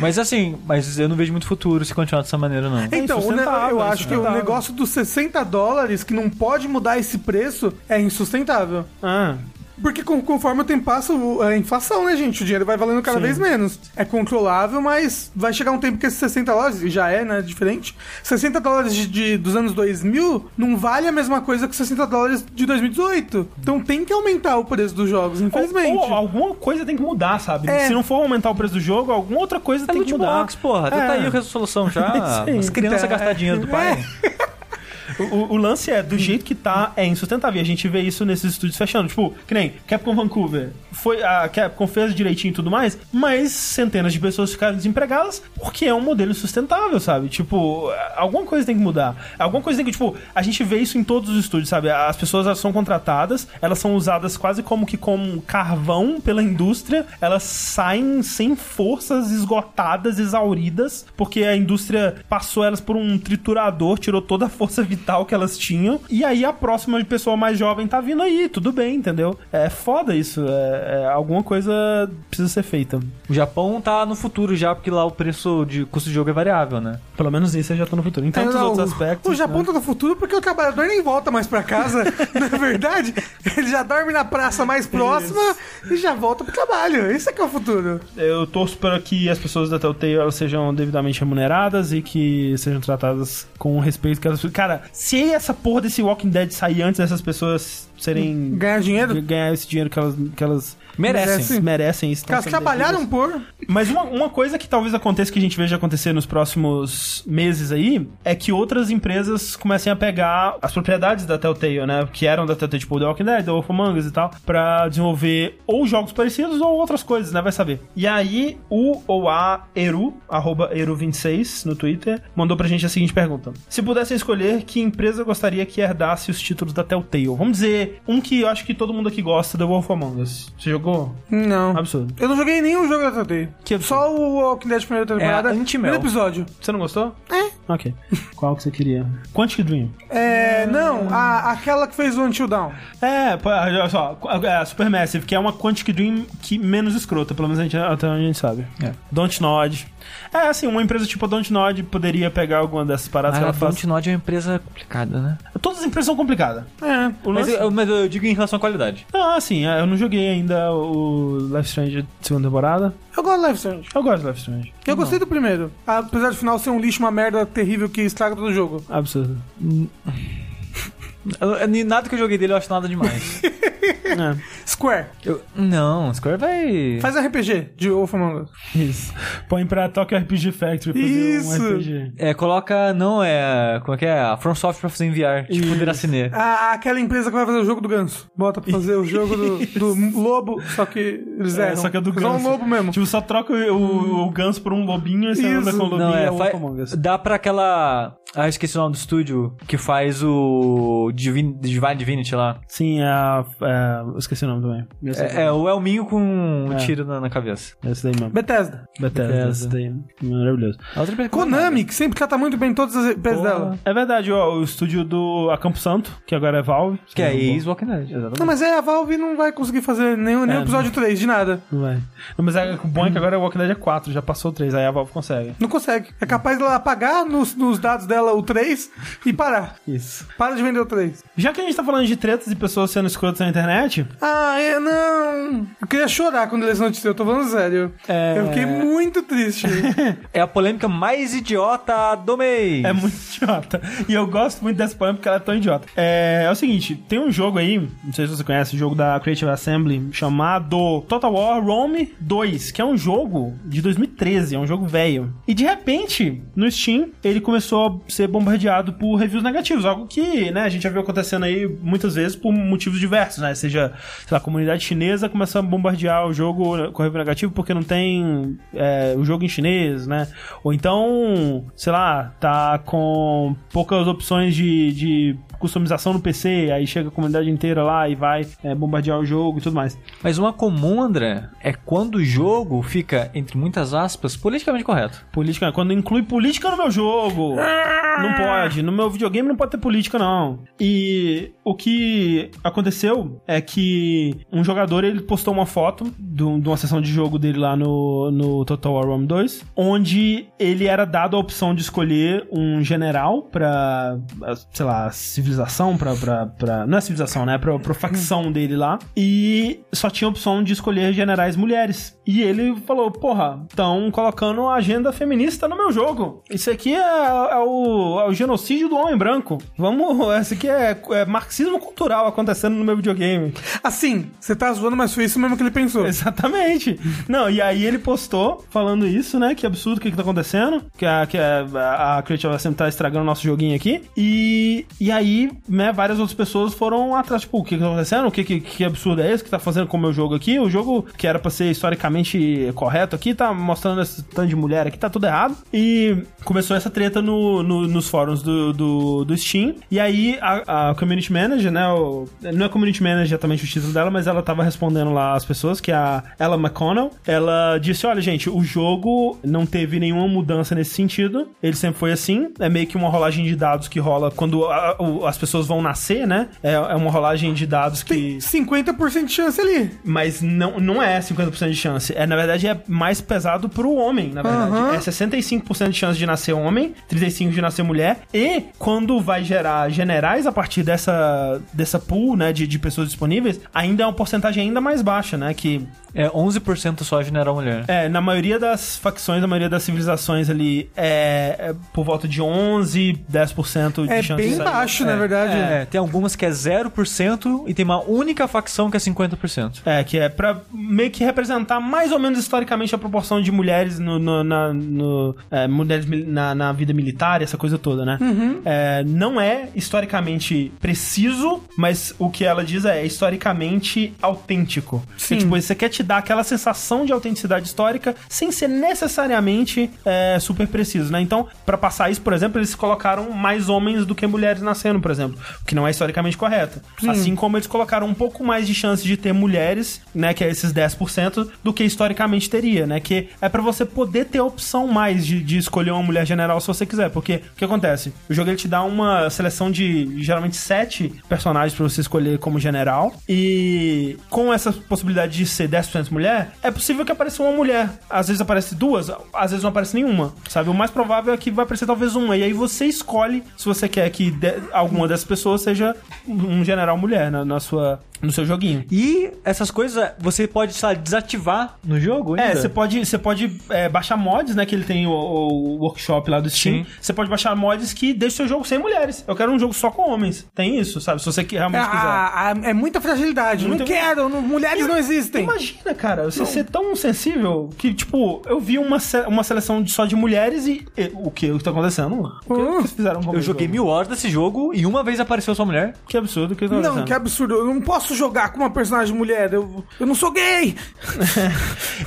S2: Mas assim, mas eu não vejo muito futuro se continuar dessa maneira, não.
S3: Então, o ne-
S1: insustentável,
S3: eu acho que o
S1: insustentável.
S3: negócio dos 60 dólares, que não pode mudar esse preço, é insustentável.
S1: ah,
S3: Porque com- conforme o tempo passa, o- a inflação, né, gente? O dinheiro vai valendo cada vez menos. É controlável, mas vai chegar um tempo que esses 60 dólares, e já é, né, diferente, 60 dólares de, de- dos anos 2000 não vale a mesma coisa que 60 dólares de 2018. Então tem que aumentar o preço dos jogos, infelizmente.
S1: ou, ou alguma coisa tem que mudar, sabe?
S3: É.
S1: Se não for aumentar o preço do jogo, alguma outra coisa
S2: É
S1: tem que
S2: loot
S1: mudar.
S2: box, porra.
S1: É.
S2: Tá aí a solução já.
S1: Sim.
S2: As crianças
S1: É.
S2: gastar dinheiro do pai.
S1: O- O, o lance é, do jeito que tá, é insustentável. E a gente vê isso nesses estúdios fechando. Tipo, que nem Capcom Vancouver. Foi, a Capcom fez direitinho e tudo mais, mas centenas de pessoas ficaram desempregadas porque é um modelo insustentável, sabe? Tipo, alguma coisa tem que mudar. Alguma coisa tem que, tipo, a gente vê isso em todos os estúdios, sabe? As pessoas elas são contratadas, elas são usadas quase como que como carvão pela indústria, elas saem sem forças, esgotadas, exauridas, porque a indústria passou elas por um triturador, tirou toda a força vital que elas tinham, e aí a próxima pessoa mais jovem tá vindo aí, tudo bem, entendeu? É foda isso, é, é- alguma coisa precisa ser feita.
S2: O Japão tá no futuro já, porque lá o preço de custo de jogo é variável, né?
S1: Pelo menos isso eu já tô no futuro. Em tantos
S3: É, não,
S1: outros
S3: o-
S1: aspectos.
S3: O Japão
S1: né?
S3: tá no futuro porque o trabalhador nem volta mais pra casa. na verdade, ele já dorme na praça mais próxima e já volta pro trabalho. Isso é que é o futuro.
S1: Eu torço para que as pessoas da Telltale elas sejam devidamente remuneradas e que sejam tratadas com o respeito que elas. Cara, se essa porra desse Walking Dead sair antes dessas pessoas serem.
S3: Ganhar dinheiro?
S1: ganhar esse dinheiro que elas, que elas
S2: Merecem.
S3: Merecem.
S1: merecem isso.
S3: Caras
S1: estão sendo
S3: trabalharam por.
S1: Mas uma, uma coisa que talvez aconteça, que a gente veja acontecer nos próximos meses aí, é que outras empresas comecem a pegar as propriedades da Telltale, né? Que eram da Telltale, tipo The Walking Dead, The Wolf Among Us e tal, pra desenvolver ou jogos parecidos ou outras coisas, né? Vai saber. E aí, o ou a Eru, arroba Eru26 no Twitter, mandou pra gente a seguinte pergunta. Se pudessem escolher, que empresa gostaria que herdasse os títulos da Telltale? Vamos dizer, um que eu acho que todo mundo aqui gosta, The Wolf Among Us. Você jogou?
S3: Não.
S1: Absurdo.
S3: Eu não joguei nenhum jogo da Telltale.
S1: Que
S3: Só o Walking Dead primeira temporada.
S2: É, anti-mel.
S3: primeiro episódio.
S1: Você não gostou? É. Ok. Qual que você queria? Quantic Dream.
S3: É, não, a- aquela que fez o Until Down.
S1: É, pô, olha só, é, a Supermassive, que é uma Quantic Dream que menos escrota, pelo menos a gente, até onde a gente sabe.
S2: É.
S1: Dontnod. É, assim, uma empresa tipo a Dontnod poderia pegar alguma dessas paradas que
S2: Ah, a
S1: ela faz.
S2: Dontnod é uma empresa complicada, né?
S1: Todas as empresas são complicadas.
S3: É.
S1: O
S2: Mas
S1: lance...
S2: eu, mas eu digo em relação à qualidade.
S1: Ah, sim, é, eu não joguei ainda o Life Strange segunda temporada.
S3: Eu gosto do Life Strange.
S1: Eu gosto de Life Strange.
S3: Eu gostei do primeiro. Apesar do final ser um lixo, uma merda terrível que estraga todo o jogo.
S1: Absurdo.
S2: Eu- eu- nada que eu joguei dele eu acho nada demais.
S1: é,
S3: Square,
S2: Eu- não, Square vai.
S3: faz RPG de Wolf Among Us.
S1: isso. Põe pra Tokyo RPG Factory fazer
S3: Isso.
S1: um RPG.
S2: É, coloca. Não é. Como é que é? A From Software pra fazer em VR. Tipo, Deracinê.
S3: A, aquela empresa que vai fazer o jogo do ganso. Bota pra fazer o jogo do, do lobo, só que eles
S1: É,
S3: erram.
S1: só que é do
S3: Só
S1: ganso.
S3: um lobo mesmo. Hum.
S1: Tipo, só troca o, o, o ganso por um lobinho e você anda
S3: Isso.
S1: com o lobinho
S2: Não,
S1: e
S2: é.
S1: o
S2: fa-
S1: Among Us.
S2: Dá pra aquela. Ah, eu esqueci o nome do estúdio. Que faz o. Divin- Divine Divinity lá.
S1: Sim, é a. é, eu esqueci o nome também. Esse
S2: É, é, o Elminho com um
S1: É.
S2: tiro na, na cabeça.
S1: Esse daí mesmo.
S3: Bethesda.
S1: Bethesda. Esse daí. Maravilhoso.
S2: A outra empresa-
S3: Konami, que sempre trata muito bem todas as empresas
S2: Porra.
S3: dela.
S1: É verdade, ó, o estúdio do A Campo Santo, que agora é Valve.
S2: Que é
S1: Não,
S2: ex Walking Dead.
S3: Não, mas aí a Valve não vai conseguir fazer nenhum, nenhum
S1: É,
S3: episódio 3 de nada.
S1: Não vai. Não, mas é, o bom é que agora o Walking Dead é 4, já passou 3, aí a Valve consegue.
S3: Não consegue. É capaz dela apagar nos, nos dados dela o 3 e parar.
S1: Isso.
S3: Para de vender o 3.
S1: Já que a gente tá falando de tretas e pessoas sendo escrotas na internet,
S3: Ah, eu não. Eu queria chorar quando eles noticiaram, eu tô falando sério.
S1: É.
S3: Eu fiquei muito triste.
S2: É a polêmica mais idiota do mês.
S1: É muito idiota. E eu gosto muito dessa polêmica porque ela é tão idiota. É, é o seguinte, tem um jogo aí, não sei se você conhece, um jogo da Creative Assembly, chamado Total War Rome 2, que é um jogo de 2013, é um jogo velho. E de repente, no Steam, ele começou a ser bombardeado por reviews negativos, algo que, né, a gente já viu acontecendo aí muitas vezes por motivos diversos, né? Seja, sei lá, a comunidade chinesa começa a bombardear o jogo com review negativo porque não tem é, o jogo em chinês, né? Ou então, sei lá, tá com poucas opções de, de customização no PC, aí chega a comunidade inteira lá e vai é, bombardear o jogo e tudo mais.
S2: Mas uma comum, André, é quando o jogo fica, entre muitas aspas, politicamente correto.
S1: Política, quando inclui política no meu jogo. Não pode. No meu videogame não pode ter política, não. E o que aconteceu é que um jogador ele postou uma foto de um- de uma sessão de jogo dele lá no, no Total War Rome 2, onde ele era dado a opção de escolher um general pra, sei lá, civilização, pra. pra, pra não é civilização, né? Pra, pra facção dele lá. E só tinha a opção de escolher generais mulheres. E ele falou: porra, estão colocando a agenda feminista no meu jogo. Isso aqui é, é o, é o genocídio do homem branco. Vamos, isso aqui é, é marxismo cultural acontecendo no meu videogame.
S3: Assim, você tá zoando, mas foi isso mesmo que ele pensou.
S1: Exatamente. Não, e aí ele postou falando isso, né? Que absurdo, o que, que tá acontecendo? Que a, que a, a Creative Assembly tá estragando o nosso joguinho aqui. E, e aí, né, várias outras pessoas foram atrás, tipo, o que, que tá acontecendo? O que, que, que absurdo é esse que tá fazendo com o meu jogo aqui? O jogo que era pra ser historicamente correto aqui, tá mostrando esse tanto de mulher aqui, tá tudo errado. E começou essa treta no, no- nos fóruns do, do, do Steam. E aí a, a community manager, né? o- não é community manager exatamente o título dela, mas ela tava respondendo lá as pessoas, que é a Ella McConnell. Ela disse: Olha, gente, o jogo não teve nenhuma mudança nesse sentido. Ele sempre foi assim. É meio que uma rolagem de dados que rola quando a- o- as pessoas vão nascer, né? É, é uma rolagem de dados que.
S3: Tem 50% de chance ali.
S1: Mas não, não é 50% de chance. É, na verdade, é mais pesado pro homem, na verdade.
S3: Aham.
S1: É 65% de chance de nascer homem, 35% de nascer mulher. E quando vai gerar generais a partir dessa, dessa pool, né, de, de pessoas disponíveis, ainda é uma porcentagem ainda mais baixa, né? Que
S2: É 11% só general mulher.
S1: É, na maioria das facções, na maioria das civilizações ali, é, é por volta de 11, 10% de
S3: É
S1: chance de
S3: bem
S1: sair.
S3: baixo, na verdade.
S2: É, tem algumas que é 0% e tem uma única facção que é 50%.
S1: É, que é pra meio que representar mais ou menos historicamente a proporção de mulheres no, no- na, no- é, mulheres mil- na, na vida militar, essa coisa toda, né? É, não é historicamente preciso, mas o que ela diz é, historicamente autêntico. Sim. tipo, você quer te dar aquela sensação de autenticidade histórica sem ser necessariamente é, super preciso, né? Então, pra passar isso, por exemplo, eles colocaram mais homens do que mulheres nascendo, por exemplo, o que não é historicamente correto. Assim como eles colocaram um pouco mais de chance de ter mulheres, né, que é esses 10%, do que historicamente teria, né? Que é pra você poder ter a opção mais de, de escolher uma mulher general se você quiser, porque o que acontece? O jogo ele te dá uma seleção de geralmente sete personagens pra você escolher como general e com essa possibilidade de ser 10% mulher, é possível que apareça uma mulher. Às vezes aparece duas, às vezes não aparece nenhuma, sabe? O mais provável é que vai aparecer talvez uma e aí você escolhe se você quer que de- alguma dessas pessoas seja um general mulher na, na sua no seu joguinho.
S2: E essas coisas você pode, sei lá, desativar no jogo ainda.
S1: É, você pode, você pode é, baixar mods, né? Que ele tem o, o workshop lá do Steam.
S2: Sim.
S1: Você pode baixar mods que deixam seu jogo sem mulheres. Eu quero um jogo só com homens. Tem isso, sabe? Se você que- realmente quiser.
S3: Ah, ah, é muita fragilidade.
S1: Muita-
S3: Não quero, não- mulheres não existem.
S1: Imagina, cara, você ser tão sensível que, tipo, eu vi uma, se- uma seleção de- só de mulheres e. e- o que? O que tá acontecendo? O que,
S3: Hum.
S1: vocês fizeram com o
S2: Eu joguei
S1: jogo?
S2: mil horas desse jogo e uma vez apareceu sua mulher.
S1: Que absurdo, o que tá acontecendo?
S3: Não, que absurdo. Eu não posso jogar com uma personagem mulher. Eu, eu não sou gay.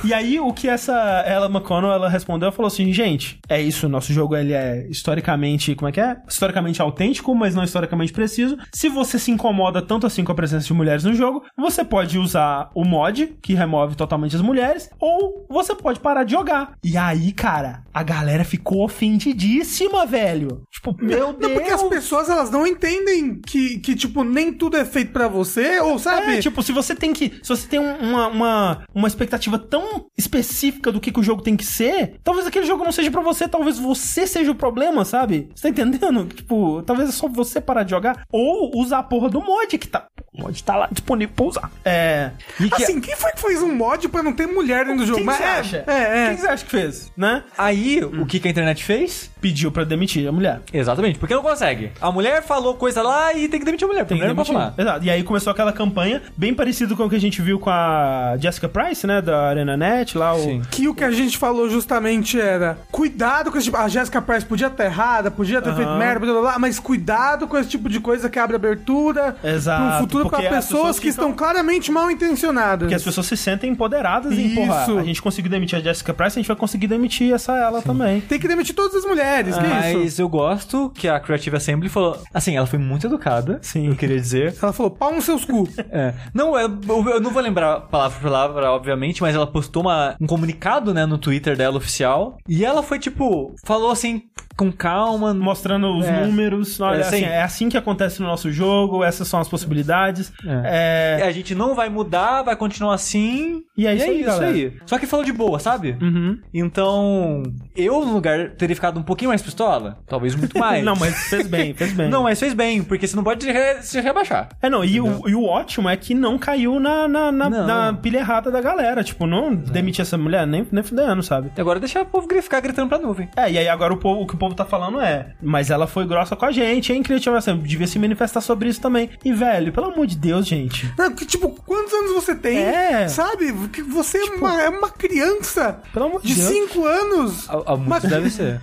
S1: E aí, o que essa ela McConnell ela respondeu, ela falou assim, gente, é isso, nosso jogo ele é historicamente, como é que é? Historicamente autêntico, mas não historicamente preciso. Se você se incomoda tanto assim com a presença de mulheres no jogo, você pode usar o mod, que remove totalmente as mulheres, ou você pode parar de jogar. E aí, cara, a galera ficou ofendidíssima, velho. Tipo, meu
S3: Não,
S1: Deus.
S3: porque as pessoas, elas não entendem que, que, tipo, nem tudo é feito pra você, ou sabe?
S1: É, tipo, se você tem que. Se você tem um- uma, uma, uma expectativa tão específica do que, que o jogo tem que ser, talvez aquele jogo não seja pra você, talvez você seja o problema, sabe? Você tá entendendo? Tipo, talvez é só você parar de jogar. Ou usar a porra do mod que tá. O mod tá lá disponível pra usar. É.
S2: E que-
S3: Assim, quem foi que fez um mod pra não ter mulher dentro do jogo?
S1: Quem
S3: Mas
S1: você
S3: é,
S1: acha?
S3: É, é.
S1: Quem você acha que fez? Né?
S2: Aí, o que, que a internet fez?
S1: Pediu pra demitir a mulher.
S2: Exatamente, porque não consegue. A mulher falou coisa lá e tem que demitir a mulher. Tem
S1: Tem que
S2: mulher não pode falar.
S1: demitir. Exato. E aí começou aquela campanha bem parecida com o que a gente viu com a Jessica Price, né? Da Arena Net, lá o.
S2: Sim.
S3: Que o que a gente falou justamente era cuidado com esse tipo. A Jéssica Price podia estar errada, podia ter feito merda, blá, blá, blá, mas cuidado com esse tipo de coisa que abre abertura
S1: Exato,
S3: pro futuro pra
S1: porque as
S3: pessoas,
S1: pessoas
S3: que
S1: ficam-
S3: estão claramente mal intencionadas.
S1: Porque as pessoas se sentem empoderadas em,
S3: Isso.
S1: porra, a gente conseguiu demitir a Jessica Price, a gente vai conseguir demitir essa ela também.
S3: Tem que demitir todas as mulheres, que é isso?
S2: Mas eu gosto que a Creative Assembly falou. Assim, ela foi muito educada.
S1: Sim.
S2: Eu queria dizer.
S3: Ela falou, pau nos seus cu.
S2: É. Não, eu, eu- eu não vou lembrar palavra por palavra, obviamente, mas ela postou uma- um comunicado, né, no Twitter dela oficial. E ela foi tipo. Falou assim, com calma.
S1: Mostrando os
S2: É.
S1: números, olha,
S2: É,
S1: assim,
S2: sim.
S1: é assim que acontece no nosso jogo, essas são as possibilidades. É.
S2: A gente não vai mudar, vai continuar assim.
S1: E é isso aí, galera. Hum.
S2: Só que falou de boa, sabe?
S1: É, uhum.
S2: Então, eu no lugar teria ficado um pouquinho mais pistola? Talvez muito mais.
S1: Não, mas fez bem, fez bem.
S2: Não, é mas fez bem, porque você não pode re- se rebaixar.
S1: É, não, e o, e o ótimo é que não caiu na, na, na,
S2: Não. É.
S1: na pilha errada da galera. Tipo, não demitir essa mulher nem, nem fudendo, sabe?
S2: E Agora deixa o povo gri- ficar gritando pra nuvem.
S1: É, e aí agora o, povo- o que o povo tá falando é, mas ela foi grossa com a gente, hein, Creative Assembly? Devia se manifestar sobre isso também. E, velho, pelo amor de Deus, gente.
S3: Não, que, tipo, quantos anos você tem?
S1: É. Tipo,
S3: Sabe? Que você é, uma, é uma criança
S1: Pelo amor de
S3: de
S1: Deus.
S3: 5 anos.
S2: A,
S3: Uma-
S2: deve ser.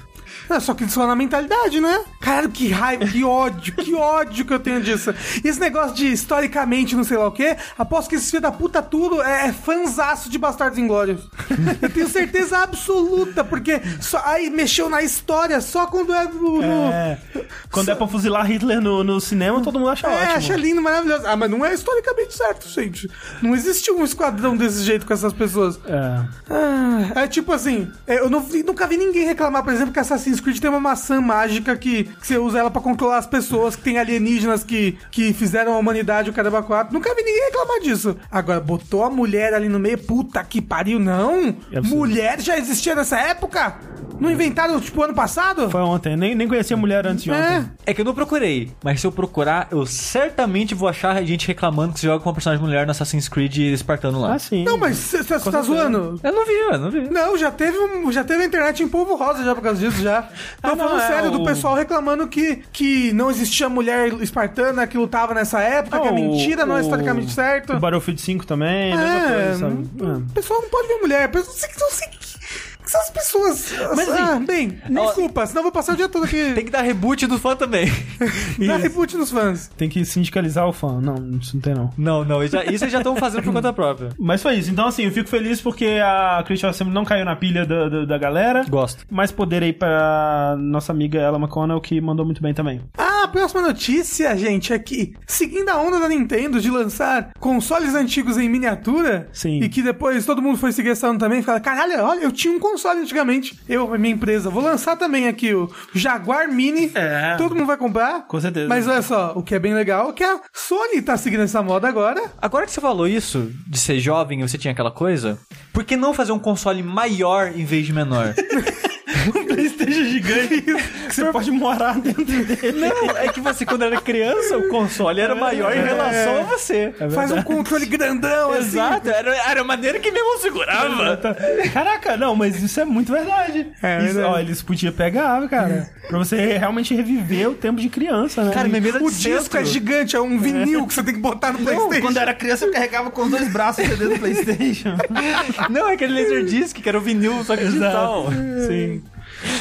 S3: É, só que isso é na mentalidade, né? Caralho, que raiva, que ódio, que ódio que eu tenho disso. E esse negócio de historicamente não sei lá o quê, aposto que esse filho da puta tudo é, é fanzaço de Bastardos Inglórios. eu tenho certeza absoluta, porque só, aí mexeu na história só quando é no... no-
S1: É. Quando é pra fuzilar Hitler no, no cinema, todo mundo acha
S3: É,
S1: ótimo.
S3: acha lindo, maravilhoso. Ah, mas não é historicamente certo, gente. Não existe um esquadrão desse jeito com essas pessoas.
S1: É.
S3: Ah, É tipo assim, é, eu não vi- nunca vi ninguém reclamar, por exemplo, que Assassin's Creed tem uma maçã mágica que, que você usa ela pra controlar as pessoas, que tem alienígenas que, que fizeram a humanidade o caramba quatro. Nunca vi ninguém reclamar disso. Agora, botou a mulher ali no meio, puta que pariu, não?
S1: É absurdo.
S3: mulher já existia nessa época? Não inventaram, tipo, ano passado?
S1: Foi ontem, nem, nem conheci a mulher antes de
S3: É.
S1: ontem.
S2: É que eu não procurei, mas se eu procurar, eu certamente vou achar a gente reclamando que você joga com uma personagem mulher no Assassin's Creed espartano lá.
S1: Ah, sim.
S3: Não, mas você tá
S2: Com certeza.
S3: zoando?
S2: Eu não vi, eu não vi.
S3: Não, já teve, um- já teve a internet em polvo rosa já por causa disso, já. Tô
S1: Ah, não,
S3: falando
S1: é
S3: sério do
S1: o-
S3: pessoal reclamando que, que não existia mulher espartana que lutava nessa época, que é mentira, não é historicamente certo.
S1: O Battlefield 5 também, é, mesma
S3: É,
S1: coisa, sabe? Ah.
S3: não- o pessoal não pode ver mulher. Eu sei que não sei que que são as pessoas.
S2: Mas,
S3: ah,
S2: assim,
S3: bem, me
S2: ó-
S3: desculpa, senão eu vou passar o dia todo aqui.
S2: Tem que dar reboot do fã também.
S3: Dá reboot nos fãs.
S1: É. Tem que sindicalizar o fã. Não, isso não tem não.
S2: Não, não, isso já- isso eles já estão fazendo por conta própria.
S1: Mas foi isso. Então, assim, eu fico feliz porque a Christian Assembly não caiu na pilha da, da, da galera.
S2: Gosto.
S1: Mais poder aí pra nossa amiga Ella McConnell, que mandou muito bem também.
S3: Ah, a próxima notícia, gente, é que, seguindo a onda da Nintendo de lançar consoles antigos em miniatura,
S1: Sim.
S3: e que depois todo mundo foi seguir essa onda também, fala, caralho, olha, eu tinha um console antigamente, eu, minha empresa, vou lançar também aqui o Jaguar Mini,
S1: É.
S3: todo mundo vai comprar.
S1: Com certeza.
S3: Mas olha só, o que é bem legal é que a Sony tá seguindo essa moda agora,
S2: Agora que você falou isso, de ser jovem e você tinha aquela coisa, por que não fazer um console maior em vez de menor?
S1: Um Playstation gigante que você pode morar dentro dele.
S2: não, é que você, quando era criança, o console era maior
S1: É.
S2: em relação a você.
S3: faz um controle grandão, assim.
S2: É. Exato, era, era a maneira que minha mão segurava.
S1: Caraca, não, mas isso é muito verdade.
S3: É
S1: isso,
S3: verdade.
S1: Ó, eles podiam pegar, cara. Pra você realmente reviver o tempo de criança, né?
S2: Cara, minha mesa de
S3: O disco
S2: centro-
S3: é gigante, é um vinil que você tem que botar no
S1: Não,
S3: Playstation.
S1: quando eu era criança, eu carregava com os dois braços o CD do Playstation.
S2: Não, é aquele Laserdisc, que era o vinil, só que digital.
S1: Sim.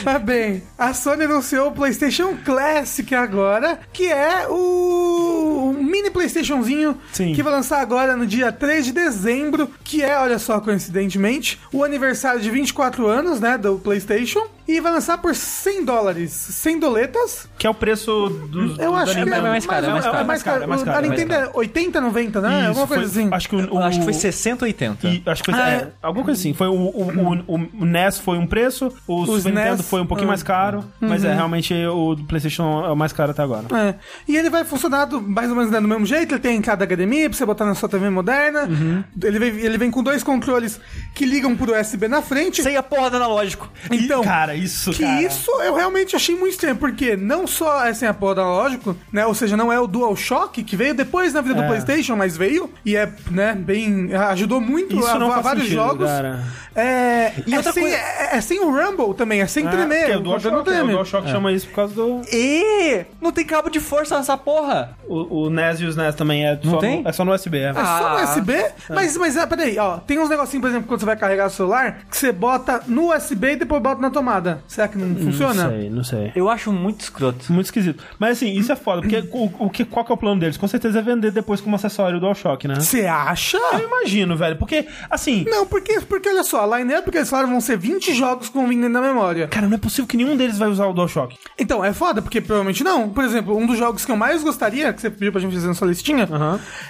S3: Tá bem, a Sony anunciou o PlayStation Classic agora, que é o o mini PlayStationzinho
S1: Sim.
S3: que vai lançar agora no dia 3 de dezembro, que é, olha só, coincidentemente, o aniversário de 24 anos, né, do PlayStation, e vai lançar por 100 dólares, 100 doletas.
S1: Que é o preço dos.
S3: Eu
S1: da
S3: acho que
S1: Nintendo.
S2: é mais caro, é mais caro,
S3: é mais caro.
S1: é mais caro,
S3: A
S1: é mais
S3: Nintendo é 80, 90, né?
S1: Isso,
S3: Alguma coisa
S1: foi-
S3: assim.
S1: Acho que, o,
S2: Eu acho que foi
S1: o-
S2: 60 ou 80.
S1: E acho que foi.
S3: Ah,
S1: é,
S3: é.
S1: alguma coisa assim. Foi o, o, o, o NES foi um preço, o Super Nintendo
S3: NES,
S1: foi um pouquinho
S3: ah.
S1: mais caro, mas é realmente o do PlayStation é o mais caro até agora.
S3: É. E ele vai funcionar do- mais ou menos né, do mesmo jeito. Ele tem entrada HDMI pra você botar na sua TV moderna.
S1: Uhum.
S3: Ele, vem, ele vem com dois controles que ligam por USB na frente.
S2: Sem a porra do analógico.
S3: Então,
S1: Ih, cara, isso,
S3: que
S1: cara.
S3: isso eu realmente achei muito estranho, porque não só é sem apoio analógico, né? Ou seja, não é o DualShock que veio depois na vida do
S1: É.
S3: PlayStation, mas veio e é, né, bem. ajudou muito
S1: Isso
S3: a,
S1: não
S3: a
S1: faz
S3: vários
S1: sentido,
S3: jogos.
S1: cara.
S3: É,
S2: E
S3: é
S2: outra
S3: sem,
S2: coisa-
S3: é- é sem o Rumble também, é sem
S1: Ah,
S3: tremer.
S1: porque o
S3: o
S1: DualShock,
S3: controle não
S1: o
S3: treme.
S1: DualShock
S3: É.
S1: chama isso por causa do.
S2: E não tem cabo de força nessa porra.
S1: O, o NES e os NES também é, só,
S2: tem?
S1: No, é só no USB. É.
S3: É só no
S2: Ah.
S3: USB? Mas, mas ah, peraí, ó. Tem uns negocinhos, por exemplo, quando você vai carregar o celular, que você bota no USB e depois bota na tomada. Será que não, funciona?
S1: Não sei, não sei.
S2: Eu acho muito escroto.
S1: Muito esquisito. Mas assim, isso é foda, porque o, o que, qual que é o plano deles? Com certeza é vender depois como acessório o DualShock, né?
S3: Você acha?
S1: Eu imagino, velho, porque, assim,
S3: Não, porque, porque olha só, a lineup que eles falaram vão ser 20 jogos que vão vir dentro da memória.
S1: cara, não é possível que nenhum deles vai usar o DualShock.
S3: Então, é foda, porque provavelmente não. Por exemplo, um dos jogos que eu mais gostaria, que você pediu pra gente fazer na sua listinha,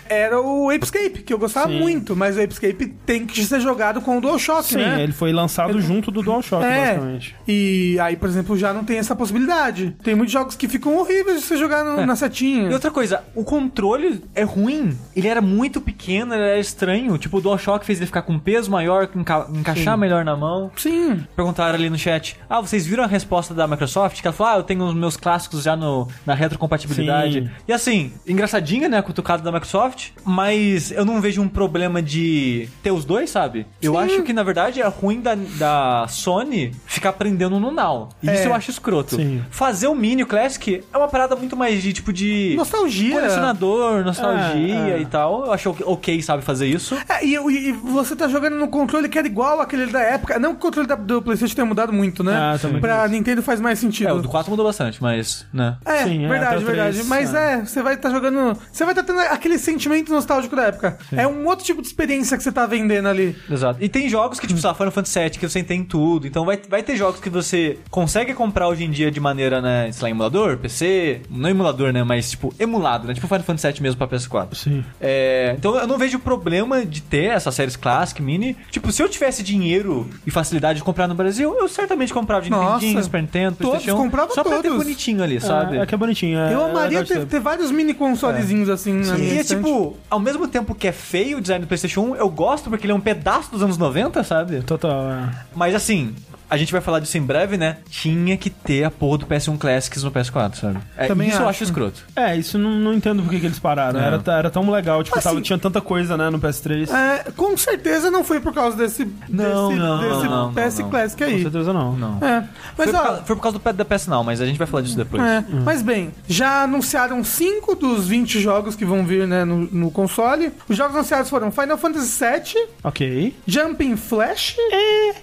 S3: era o Apescape, que eu gostava muito, mas o Apescape tem que ser jogado com o DualShock,
S1: Sim,
S3: né?
S1: ele É. foi lançado junto do DualShock, basicamente.
S3: É, E aí, por exemplo, já não tem essa possibilidade. Tem muitos jogos que ficam horríveis de você jogar
S1: É.
S3: no- na setinha.
S2: E outra coisa, o controle é ruim. Ele era muito pequeno, ele era estranho. Tipo, o DualShock fez ele ficar com um peso maior, enca- encaixar melhor na mão.
S3: Sim.
S2: Perguntaram ali no chat: Ah, vocês viram a resposta da Microsoft? Que ela falou: Ah, eu tenho os meus clássicos já no, na retrocompatibilidade.
S1: Sim.
S2: E assim, engraçadinha, né? A cutucada da Microsoft. Mas eu não vejo um problema de ter os dois, sabe? Eu acho que na verdade é ruim da, da Sony ficar prendendo no Now. E Isso eu acho escroto.
S1: É. Sim.
S2: Fazer o Mini o Classic é uma parada muito mais de tipo de.
S3: Nostalgia.
S2: Colecionador, nostalgia
S1: É, é.
S2: e tal. Eu acho ok, sabe, fazer isso.
S3: É, e, e- e você tá jogando no controle que era igual aquele da época. Não que o controle da- do PlayStation tenha mudado muito, né?
S1: Ah, também
S3: pra Nintendo faz mais sentido.
S2: É, o do 4 mudou bastante, mas. né?
S3: É,
S1: Sim, é, até
S3: verdade,
S1: o
S3: verdade.
S1: três,
S3: Mas
S1: é.
S3: é, você vai estar jogando. Você vai estar tendo aquele sentimento nostálgico da época. É um outro tipo de experiência que você tá vendendo ali.
S2: Exato. E tem jogos que, tipo, sei lá, Final Fantasy VII, que você tem tudo. Então vai, vai ter jogos que você consegue comprar hoje em dia de maneira, né, sei lá, emulador, PC... Não emulador, né, mas, tipo, emulado, né? Tipo Final Fantasy VII mesmo pra PS4.
S1: Sim.
S2: É, então eu não vejo problema de ter essas séries Classic, Mini. Tipo, se eu tivesse dinheiro e facilidade de comprar no Brasil, eu certamente comprava de
S3: Nossa.
S2: Nintendinho, Super Nintendo,
S3: Todos,
S2: PlayStation... um,
S3: comprava
S2: só pra ter
S3: todos.
S2: bonitinho ali, sabe?
S1: É, é que é bonitinho. é-
S3: Eu amaria
S1: é
S3: ter,
S1: legal de
S3: ter vários mini consolezinhos assim. na minha
S2: E é
S3: estante.
S2: tipo, ao mesmo tempo que é um feio o design do PlayStation 1, eu gosto porque ele é um pedaço dos anos 90, sabe?
S1: Total, é.
S2: Mas assim, a gente vai falar disso em breve, né? Tinha que ter a porra do PS1 Classics no PS4, sabe? É,
S3: Também
S2: isso eu
S3: acho.
S2: acho escroto.
S1: É, isso não, não entendo por que que eles pararam.
S2: É.
S1: Era, t- era tão legal, tipo,
S3: Assim-
S1: tava, tinha tanta coisa, né, no PS3.
S3: É, com certeza não foi por causa desse,
S2: Não,
S3: desse,
S2: não,
S3: desse
S2: não, não,
S3: PS
S2: não.
S3: Classic
S1: Com
S3: aí.
S1: certeza não.
S2: Não.
S3: É,
S2: foi,
S3: mas ó,
S2: por causa, foi por causa do pé da PS Now, mas a gente vai falar disso depois.
S3: É, Mas bem, já anunciaram 5 dos 20 jogos que vão vir né, no, no console. Os jogos anunciados foram Final Fantasy VII,
S1: Ok.
S3: Jumping Flash,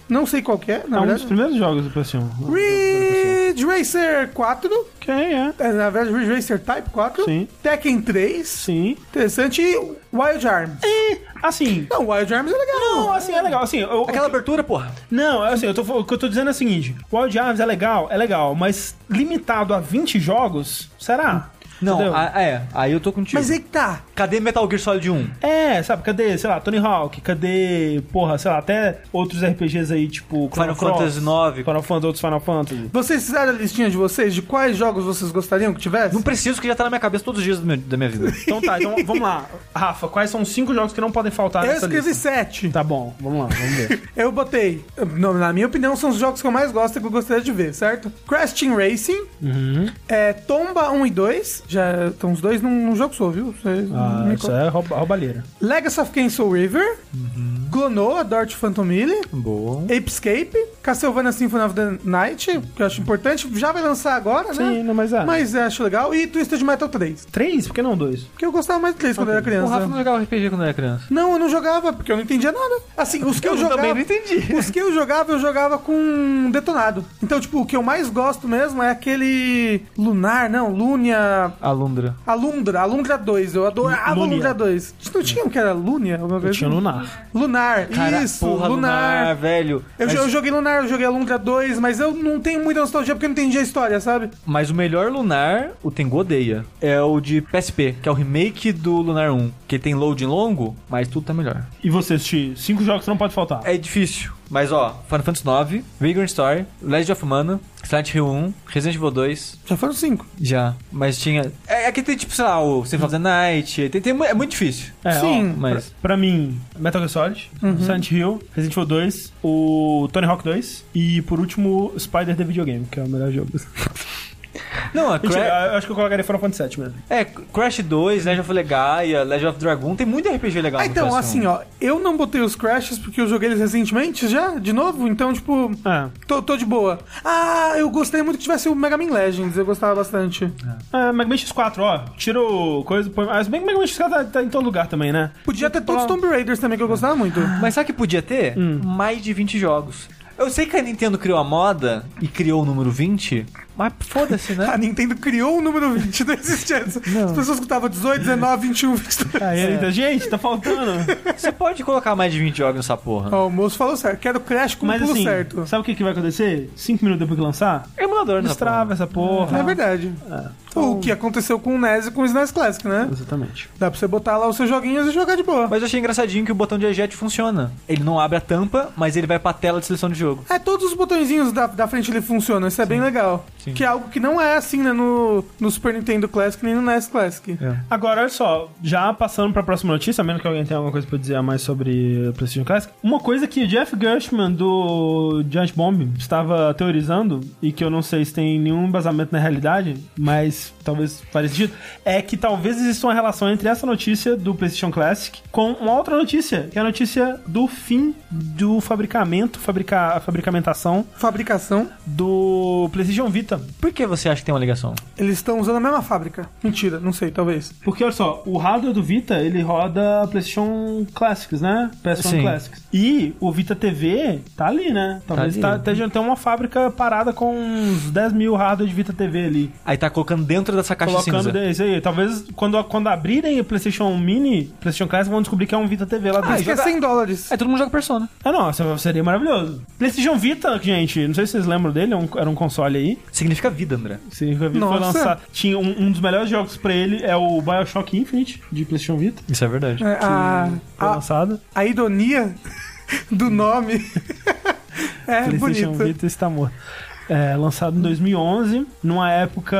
S3: não sei qual que é, na
S1: é um dos
S3: verdade.
S1: primeiros jogos do PS1.
S2: né,
S3: Ridge Racer 4,
S1: Ok, é.
S3: é, na verdade Ridge Racer Type 4,
S1: Sim.
S3: Tekken 3,
S1: Sim.
S3: interessante, e Wild Arms.
S1: E, assim...
S3: Não, Wild Arms é legal.
S1: Não, assim, é legal. Assim, eu-
S2: Aquela abertura, porra.
S1: Não, é assim, eu tô, o que eu tô dizendo é o seguinte: Wild Arms é legal, é legal, mas limitado a 20 jogos, será?
S2: Não,
S1: Entendeu?
S2: a- é, aí eu tô contigo.
S3: Mas aí que tá,
S2: Cadê Metal Gear Solid 1?
S1: É, sabe, cadê, sei lá, Tony Hawk, cadê, porra, sei lá, até outros RPGs aí, tipo
S2: Final
S1: Chrono Cross,
S2: Fantasy IX?
S1: Final Fantasy, outros Final Fantasy.
S3: vocês fizeram a listinha de vocês, de quais jogos vocês gostariam que tivesse?
S2: Não preciso, que já tá na minha cabeça todos os dias do meu- da minha vida.
S1: Então tá, então vamos lá. Rafa, quais são os cinco jogos que não podem faltar
S3: Eu
S1: nessa
S3: escrevi
S1: lista?
S3: 7.
S1: Tá bom, vamos lá, vamos ver.
S3: Eu botei, no- na minha opinião, são os jogos que eu mais gosto e que eu gostaria de ver, certo? Crash Team Racing,
S1: Uhum.
S3: é, Tomba 1 e 2, já estão os dois num, num jogo só, viu? Vocês
S1: Ah,
S3: não me
S1: isso
S3: contam.
S1: é Uhum. rouba, roubalheira.
S3: Legacy of Kain Soul River, Glonoa, Dort Phantom Melee,
S2: Bom.
S3: Apescape, Castlevania Symphony of the Night, que eu acho importante, já vai lançar agora,
S1: Sim,
S3: né?
S1: não, mas é.
S3: Mas eu acho legal, e Twisted Metal 3,
S1: Três? Por que não dois?
S3: que eu gostava mais do 3 quando eu era
S2: O
S3: criança.
S2: Rafa não jogava RPG quando era criança.
S3: Não, eu não jogava, porque eu não entendia nada. Assim, os que eu,
S2: Eu
S3: jogava.
S2: também não entendi.
S3: Os que eu jogava, eu jogava com detonado. Então, tipo, o que eu mais gosto mesmo é aquele. Lunar, não, Lunia.
S2: Alundra.
S3: Alundra, Alundra 2, eu adorava
S1: Lunia.
S3: Alundra 2. A gente não tinha um que era Lunia? Alguma coisa?
S1: Tinha
S3: assim?
S1: Lunar.
S3: Lunar,
S2: Cara,
S3: isso,
S2: porra,
S3: Lunar.
S2: lunar. velho.
S3: Eu,
S2: mas,
S3: jo- eu joguei Lunar, eu joguei Alundra 2, mas eu não tenho muita nostalgia porque eu não entendi a história, sabe?
S2: mas o melhor Lunar, o Tengu odeia, é o de PSP, que é o remake do Lunar 1. Que tem loading longo, mas tudo tá melhor.
S1: E você, Ti? Cinco jogos que não pode faltar.
S2: É difícil, mas ó, Final Fantasy IX, Vagrant Story, Legend of Mana, Silent Hill 1, Resident Evil 2,
S3: Já foram cinco.
S2: já, mas tinha... É, é que tem tipo, sei lá, o Symphony of the Night, tem, tem mu- é muito difícil.
S1: É, ó, Uhum.
S3: Sim,
S2: mas-
S1: Pra, pra mim, Metal Gear Solid, Silent Hill, Resident Evil 2, o Tony Hawk 2 e, por último, Spider The Videogame, que é o melhor jogo.
S2: Não, a
S1: Mentira,
S2: Cra
S1: eu acho que eu colocaria Final Fantasy VII mesmo.
S2: é, Crash 2, Legend of Legaia, Legend of Dragon, tem muito RPG legal
S3: Ah,
S2: no
S3: então,
S2: PS1.
S3: assim, ó, eu não botei os crashes porque eu joguei eles recentemente já, de novo, então, tipo.
S1: É.
S3: Tô, tô de boa. Ah, eu gostei muito que tivesse o Mega Man Legends, eu gostava bastante.
S1: Ah, Mega Man X4, ó. Tira o coisa, põe. Ah, se bem que Mega Man X4 tá, tá em todo lugar também, né?
S3: Podia ter todos os Tomb Raiders também, que eu gostava muito.
S2: Mas sabe o que podia ter? Mais de 20 jogos. Eu sei que a Nintendo criou a moda e criou o número 20, mas foda-se,
S3: A
S2: né?
S3: Nintendo criou o número 20, não É. existia antes. As pessoas escutavam 18, 19, 21, 22.
S1: Aí ele tá, gente, tá faltando.
S2: Você pode colocar mais de 20 jogos nessa porra.
S3: Ó, o moço falou certo, quero Crash com o
S1: Mas
S3: pulo
S1: assim,
S3: certo.
S1: sabe o que, que vai acontecer? Cinco minutos depois que lançar?
S2: Emulador nessa
S1: Destrava essa porra.
S3: É verdade.
S1: É.
S3: O que aconteceu com o NES e com o SNES Classic, né?
S1: Exatamente.
S3: Dá pra você botar lá os seus joguinhos e jogar de boa.
S2: Mas eu achei engraçadinho que o botão de eject funciona. Ele não abre a tampa, mas ele vai pra tela de seleção de jogo.
S3: É, todos os botõezinhos da, da frente ele funcionam, isso é bem legal.
S2: Sim.
S3: Que é algo que não é assim, né, no, no Super Nintendo Classic nem no NES Classic.
S1: É. Agora, olha só, já passando pra próxima notícia, a menos que alguém tenha alguma coisa pra dizer a mais sobre Precision Classic. Uma coisa que o Jeff Gershman do Giant Bomb estava teorizando, e que eu não sei se tem nenhum embasamento na realidade, mas talvez faria sentido, é que talvez exista uma relação entre essa notícia do PlayStation Classic com uma outra notícia, que é a notícia do fim do fabricamento, fabrica, fabricamentação
S3: Fabricação,
S1: do PlayStation Vita.
S2: Por que você acha que tem uma ligação?
S3: eles estão usando a mesma fábrica. Mentira, não sei, talvez.
S1: Porque olha só, o hardware do Vita ele roda PlayStation Classics, né? PS1
S2: Sim.
S1: Classics. E o Vita TV tá ali, né? Talvez
S2: ali.
S1: tá esteja tem uma fábrica parada com uns 10 mil hardware de Vita TV ali.
S2: Aí tá colocando dentro dessa caixa
S1: colocando
S2: cinza.
S1: isso aí. Talvez quando, quando abrirem o PlayStation Mini, PlayStation Classic, vão descobrir que é um Vita TV lá
S3: Ah,
S1: dentro.
S3: isso é 100 dólares.
S2: Aí todo mundo joga Persona.
S1: Ah, não, isso seria maravilhoso. PlayStation Vita, gente, não sei se vocês lembram dele, é um- era um console aí.
S2: Significa vida, André.
S1: Sim, eu vi, foi
S3: Nossa.
S1: lançar. Tinha um, um dos melhores jogos pra ele é o BioShock Infinite de PlayStation Vita.
S2: Isso é verdade.
S3: É, a,
S2: Ah.
S1: Foi
S3: a,
S1: lançado.
S3: a ironia do nome é
S1: PlayStation
S3: bonita.
S1: Vita está morto. É, lançado em 2011, numa época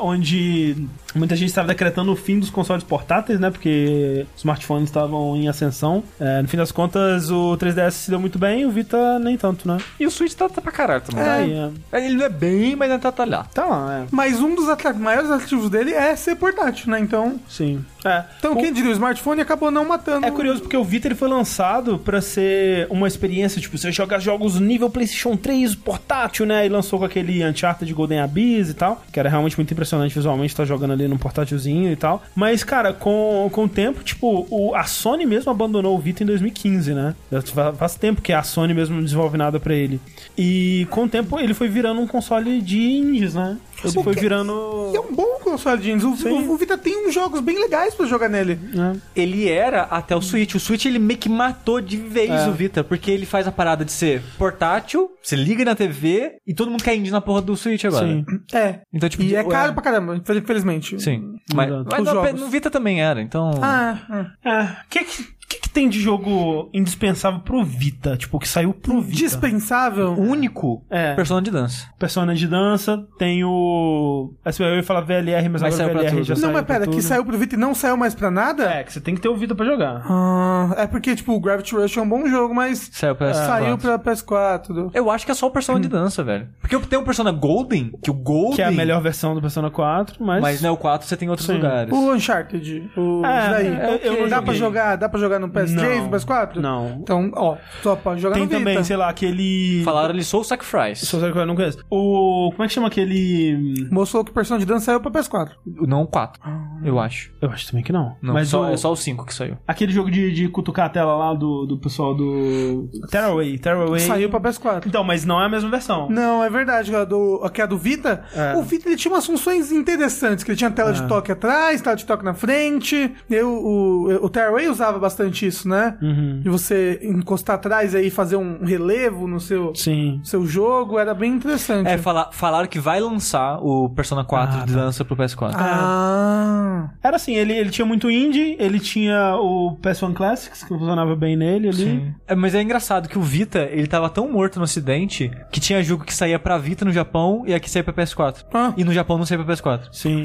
S1: onde Muita gente estava decretando o fim dos consoles portáteis, né? Porque os smartphones estavam em ascensão. É, no fim das contas, o 3DS se deu muito bem, o Vita nem tanto, né?
S2: E o Switch tá, tá pra caralho também.
S1: Tá aí, é.
S2: Ele não é bem, mas ainda tá talhado.
S1: Tá lá, é.
S3: Mas um dos atra- maiores atrativos dele é ser portátil, né? Então,
S1: Sim. É.
S3: então
S1: Com-
S3: quem diria, o smartphone acabou não matando.
S1: É curioso porque o Vita ele foi lançado pra ser uma experiência, tipo, você jogar jogos nível PlayStation 3 portátil, né? E lançou com aquele Uncharted Golden Abyss e tal, que era realmente muito impressionante visualmente estar jogando ali num portátilzinho e tal. Mas, cara, com, com o tempo, tipo, o, a Sony mesmo abandonou o Vita em 2015, né? Já fa- Faz tempo que a Sony mesmo não desenvolve nada pra ele. E com o tempo ele foi virando um console de indies, né? Ele
S3: Pô,
S1: foi
S3: que-
S1: virando.
S3: E é um bom console jeans. O,
S1: Sim.
S3: o- o Vita tem uns jogos bem legais pra jogar nele.
S1: né?
S2: Ele era até o Switch. O Switch ele meio que matou de vez
S1: É.
S2: o Vita, porque ele faz a parada de ser portátil, você liga na TV e todo mundo cai indo na porra do Switch agora.
S1: Sim.
S3: É.
S2: Então, tipo,
S3: E é
S2: de-
S3: caro pra caramba, infel- infelizmente.
S2: Sim. Mas,
S1: né? Exato.
S2: mas
S3: Os
S2: no,
S3: jogos.
S2: no Vita também era, então.
S3: Ah, é.
S1: É, que que, que que tem de jogo indispensável pro Vita? Tipo, que saiu pro Vita.
S3: dispensável.
S2: O único
S1: É.
S2: personagem de dança.
S1: Persona de dança, tem o... assim, Eu ia falar VLR, mas,
S2: Mas
S1: agora
S2: saiu pra
S1: VLR
S2: tudo.
S1: já
S3: não,
S1: saiu
S3: mas
S1: pra
S3: pera,
S1: tudo.
S3: que saiu pro Vita e não saiu mais pra nada?
S1: É, que você tem que ter o Vita pra jogar.
S3: Ah, é porque, tipo, o Gravity Rush é um bom jogo, mas
S2: Saiu
S1: É,
S2: pra PS4.
S3: saiu pra PS4. do-
S2: Eu acho que é só o personagem de dança, velho. Porque tem o Persona Golden, que o Golden.
S1: Hum. Que é a melhor versão do Persona 4, mas...
S2: Mas né, o 4 você tem em outros
S1: Sim.
S2: lugares.
S3: O Uncharted. O...
S1: É,
S3: isso daí.
S1: é, eu
S3: Ok,
S1: não
S3: dá pra
S1: joguei.
S3: jogar, dá pra jogar no PS3,
S1: Não,
S3: no PS4?
S1: não.
S3: Então, ó, só pra jogar
S1: Tem
S3: no Vita.
S1: também, sei lá, aquele...
S2: Falaram ali Soul Sacrifice.
S1: Só sabe que eu não conheço. O... Como é que chama aquele...
S3: O moço falou que o personagem de dança saiu pra PS4.
S2: Não o 4, eu acho.
S1: Eu acho também que não.
S2: Não,
S1: Ah. mas
S2: só,
S1: o-
S2: é só o 5 que saiu.
S1: Aquele jogo de, de cutucar a tela lá do, do pessoal do... Tearaway, Tearaway.
S3: Saiu pra PS4.
S1: Então, mas não é a mesma versão.
S3: Não, é verdade, a, do, a que é a do Vita.
S1: É.
S3: O Vita ele tinha umas funções interessantes, que ele tinha tela de toque atrás, tela de toque na frente. Eu, o, o Tearaway usava bastante isso, né?
S1: Uhum.
S3: De você encostar atrás e aí fazer um relevo no seu,
S1: Sim.
S3: seu jogo, era bem interessante.
S2: É, fala- falaram que vai lançar o Persona 4
S1: Ah,
S2: de
S1: tá.
S2: dança pro PS4.
S3: Ah.
S1: Era assim, ele, ele tinha muito indie, ele tinha o PS1 Classics, que funcionava bem nele ali.
S2: É, mas é engraçado que o Vita, ele tava tão morto no ocidente que tinha jogo que saía pra Vita no Japão e aqui saía pra PS4.
S1: é.
S3: Ah.
S2: E no Japão não saía pra PS4.
S1: Sim.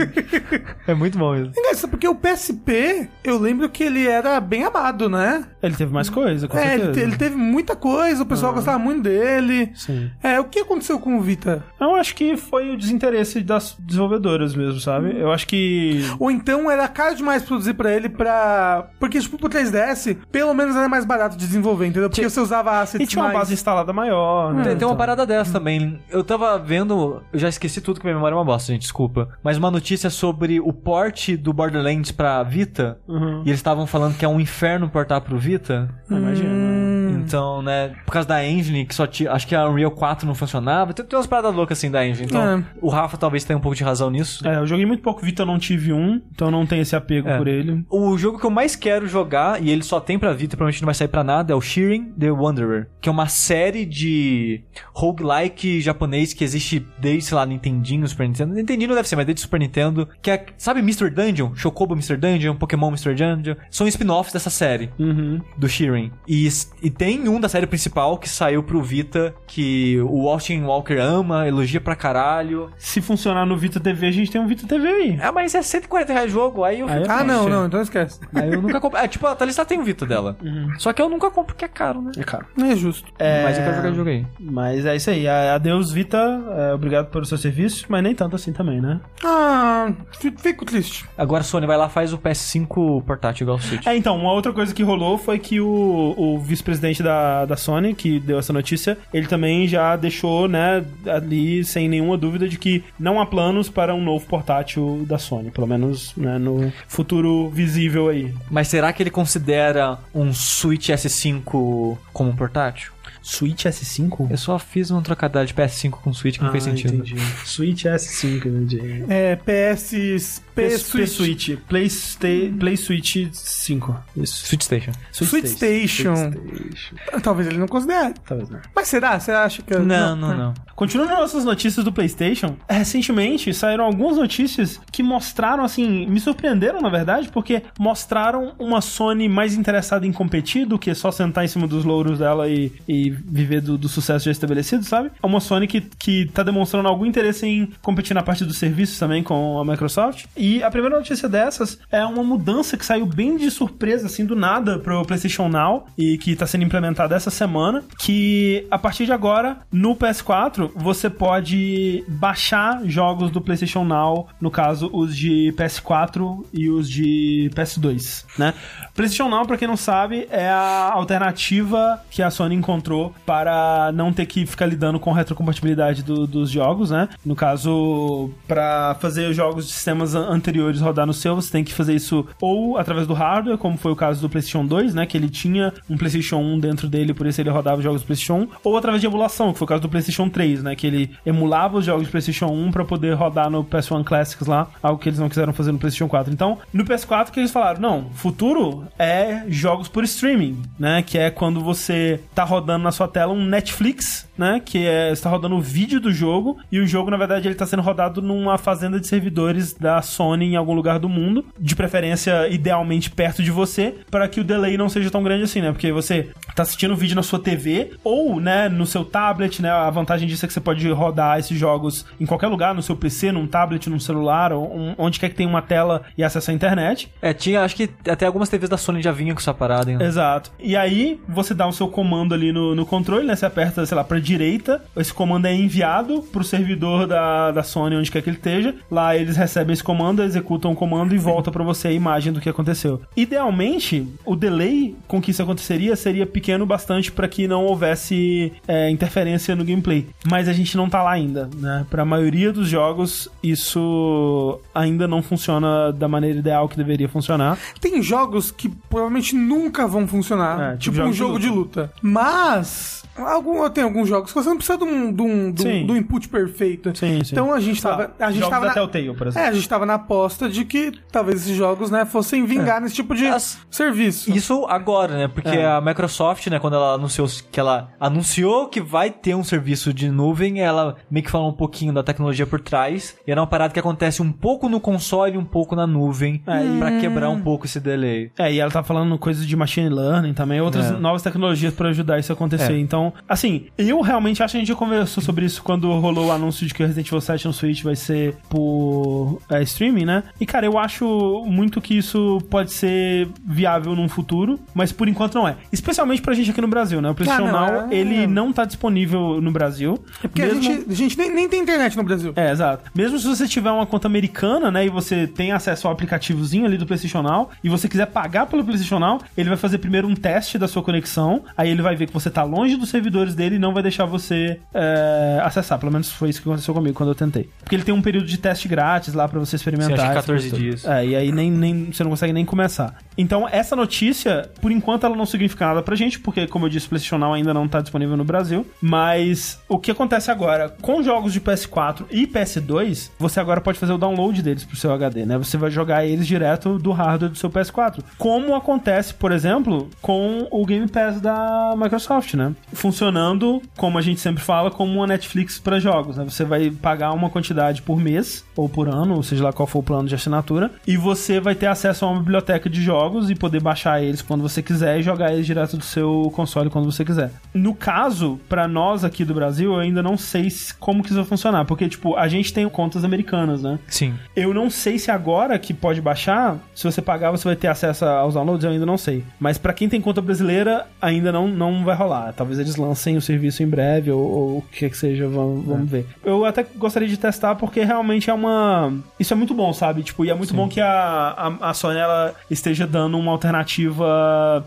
S2: É muito bom isso.
S3: Engraçado, porque o PSP, eu lembro que ele era bem amado, né?
S1: ele teve mais coisa, com
S3: É, ele,
S1: certeza. Ah.
S3: te- ele teve muita coisa, o pessoal gostava muito dele.
S1: Sim. Então,
S3: É, o que aconteceu com o Vita?
S1: Eu acho que foi o desinteresse das desenvolvedoras mesmo, sabe? Eu acho que.
S3: Ou então era caro demais produzir pra ele pra. Porque, tipo, pro 3DS, pelo menos era mais barato de desenvolver, entendeu? Porque você usava assets
S1: E tinha uma
S3: mais-
S1: base instalada maior, né?
S2: Tem, tem uma
S1: Então-
S2: parada dessa também. Eu tava vendo. Eu já esqueci tudo que minha memória é uma bosta, gente, desculpa. Mas uma notícia sobre o porte do Borderlands pra Vita.
S1: Uhum.
S2: E eles estavam falando que é um inferno portar pro Vita.
S1: Ah, Imagina.
S3: Hum.
S2: Então, né, por causa da engine, que só tinha. Acho que a Unreal 4 não funcionava. Tem, tem umas paradas loucas assim da engine. Então,
S3: É.
S2: o Rafa talvez tenha um pouco de razão nisso.
S1: É, eu joguei muito pouco Vita, eu não tive um, então eu não tenho esse apego
S2: É.
S1: por ele.
S2: O jogo que eu mais quero jogar, e ele só tem pra Vita e provavelmente não vai sair pra nada, é o Shearing the Wanderer, que é uma série de roguelike japonês que existe desde, sei lá, Nintendinho, Super Nintendo. Nintendinho não deve ser, mas desde Super Nintendo. Que é, sabe Mr. Dungeon? Chocobo Mr. Dungeon, Pokémon Mr. Dungeon? São spin-offs dessa série.
S1: Uhum.
S2: do Sheeran. E, e tem um da série principal que saiu pro Vita, que o Austin Walker ama, elogia pra caralho.
S1: Se funcionar no Vita TV, a gente tem um Vita TV aí.
S2: Ah, mas é 140 reais o jogo, aí eu,
S1: Aí
S2: fico-
S1: é
S3: Ah, não,
S1: Sim.
S3: não, então esquece.
S2: aí eu nunca compro. É, tipo, a Thalissa tem o Vita dela. Só que eu nunca compro porque é caro, né?
S1: Uhum. É caro.
S3: Não é justo.
S2: Mas eu quero jogar esse jogo aí.
S1: Mas é isso aí. A- Adeus, Vita. É, obrigado pelo seu serviço, mas nem tanto assim também, né?
S3: Ah, fi- fico triste.
S2: Agora Sony vai lá faz o PS5 portátil igual o Switch.
S1: É, então, uma outra coisa que rolou foi que o, o vice-presidente da, da Sony, que deu essa notícia, ele também já deixou, né, ali sem nenhuma dúvida de que não há planos para um novo portátil da Sony, pelo menos né, no futuro visível aí.
S2: Mas será que ele considera um Switch S5 como um portátil?
S1: Switch S5?
S2: Eu só fiz um trocadilho de PS5 com Switch que não fez
S1: Ah,
S2: sentido.
S1: Switch né, S5, entendi.
S3: É, PS.
S1: P
S3: PS
S1: Switch,
S3: Switch.
S1: Switch. Play, Sta- Play Switch 5. Isso.
S2: Switch Station.
S3: Switch Station.
S1: Station.
S3: Talvez ele não considere.
S1: Talvez não.
S3: Mas será? Você acha que. tá.
S2: Não,
S3: né?
S2: não, não.
S1: Continuando as nossas notícias do PlayStation, é, recentemente saíram algumas notícias que mostraram, assim, me surpreenderam na verdade, porque mostraram uma Sony mais interessada em competir do que só sentar em cima dos louros dela e, e viver do, do sucesso já estabelecido, sabe? É uma Sony que, que tá demonstrando algum interesse em competir na parte dos serviços também com a Microsoft. E E a primeira notícia dessas é uma mudança que saiu bem de surpresa, assim, do nada, pro PlayStation Now e que tá sendo implementada essa semana. Que a partir de agora, no PS4, você pode baixar jogos do PlayStation Now, no caso, os de PS4 e os de PS2, né? PlayStation Now, pra quem não sabe, é a alternativa que a Sony encontrou para não ter que ficar lidando com a retrocompatibilidade do- dos jogos, né? No caso, para fazer os jogos de sistemas an- anteriores rodar no seu, você tem que fazer isso ou através do hardware, como foi o caso do PlayStation 2, né? Que ele tinha um PlayStation 1 dentro dele, por isso ele rodava os jogos do PlayStation 1, ou através de emulação, que foi o caso do PlayStation 3, né? Que ele emulava os jogos do PlayStation 1 para poder rodar no PS1 Classics lá, algo que eles não quiseram fazer no PlayStation 4. Então, no PS4 que eles falaram, não, futuro é jogos por streaming, né? Que é quando você tá rodando na sua tela um Netflix, né? Que é, está rodando o vídeo do jogo e o jogo, na verdade, ele tá sendo rodado numa fazenda de servidores da Sony em algum lugar do mundo, de preferência, idealmente perto de você, para que o delay não seja tão grande assim, né? Porque você tá assistindo o vídeo na sua TV ou, né, no seu tablet, né? A vantagem disso é que você pode rodar esses jogos em qualquer lugar, no seu PC, num tablet, num celular, ou um- onde quer que tenha uma tela e acesso à internet.
S2: É, tinha, acho que até algumas TVs da Sony já vinham com essa parada, hein?
S1: Exato. E aí, você dá o seu comando ali no, no controle, né? Você aperta, sei lá, pra direita. Esse comando é enviado pro servidor da, da Sony, onde quer que ele esteja. Lá eles recebem esse comando, executam o comando e volta pra você a imagem do que aconteceu. Idealmente, o delay com que isso aconteceria seria pequeno bastante pra que não houvesse é, interferência no gameplay. Mas a gente não tá lá ainda, né? Pra maioria dos jogos, isso ainda não funciona da maneira ideal que deveria funcionar.
S3: Tem jogos que provavelmente nunca vão funcionar,
S1: É,
S3: tipo,
S1: tipo
S3: um
S1: jogo
S3: jogo de
S1: de
S3: luta. Mas algum, eu tenho alguns jogos que você não precisa de um, de um, de um-
S1: Sim.
S3: de um input perfeito.
S1: Sim, sim.
S3: Então a gente tava, a gente
S1: Jogos
S3: tava
S1: da
S3: na,
S1: Telltale, por exemplo.
S3: é, a gente tava na aposta de que talvez esses jogos, né, fossem
S1: É.
S3: vingar nesse tipo de
S2: As-
S3: serviço.
S2: Isso agora, né? Porque a Microsoft, né, quando ela anunciou que ela anunciou que vai ter um serviço de nuvem, ela meio que falou um pouquinho da tecnologia por trás. E era uma parada que acontece um pouco no console, um pouco na nuvem, pra quebrar um pouco esse delay.
S1: É, e ela tá falando coisas de machine learning também,
S3: É.
S1: outras novas tecnologias pra ajudar isso a acontecer.
S2: É.
S1: Então, assim, eu realmente acho que a gente já conversou sobre isso quando rolou o anúncio de que Resident Evil 7 no Switch vai ser por é, streaming, né? E, cara, eu acho muito que isso pode ser viável num futuro, mas por enquanto não é. Especialmente pra gente aqui no Brasil, né? O PlayStation
S3: Ah, não,
S1: Now,
S3: é-
S1: ele não tá disponível no Brasil. É
S3: Porque a gente, a gente nem, nem tem internet no Brasil.
S1: é, exato. Mesmo se você tiver uma conta americana, né, e você tem acesso ao aplicativozinho ali do PlayStation Now, e você quiser pagar pelo PlayStation Now, ele vai fazer primeiro um teste da sua conexão, aí ele vai ver que você tá longe dos servidores dele e não vai deixar você é, acessar. Pelo menos foi isso que aconteceu comigo quando eu tentei. Porque ele tem um período de teste grátis lá pra você experimentar.
S2: Sim, acho que
S1: essa
S2: 14
S1: coisa toda.
S2: dias.
S1: É, e aí nem, nem, você não consegue nem começar. Então, essa notícia, por enquanto, ela não significa nada pra gente, porque, como eu disse, o PlayStation Now ainda não tá disponível no Brasil. Mas o que acontece agora, com jogos de PS4 e PS2, você agora pode fazer o download deles pro seu HD, né? Você vai jogar eles direto do hardware do seu PS4. Como acontece, por exemplo, com o Game Pass da Microsoft, né? Funcionando, como a gente sempre fala, como uma Netflix pra jogos, né? Você vai pagar uma quantidade por mês ou por ano, ou seja lá qual for o plano de assinatura, e você vai ter acesso a uma biblioteca de jogos e poder baixar eles quando você quiser e jogar eles direto do seu console quando você quiser. No caso, pra nós aqui do Brasil, eu ainda não sei se- como que isso vai funcionar, porque tipo, a gente tem contas americanas, né?
S2: Sim.
S1: Eu não sei se agora que pode baixar, se você pagar você vai ter acesso aos downloads, eu ainda não sei. Mas pra quem tem conta brasileira, ainda não, não vai rolar. Talvez eles lancem o serviço em breve ou, ou o que quer que seja, vamos, vamos ver. Eu até gostaria de testar porque realmente é uma. Isso é muito bom, sabe? Tipo, e é muito bom que a, a, a Sony ela esteja dando uma alternativa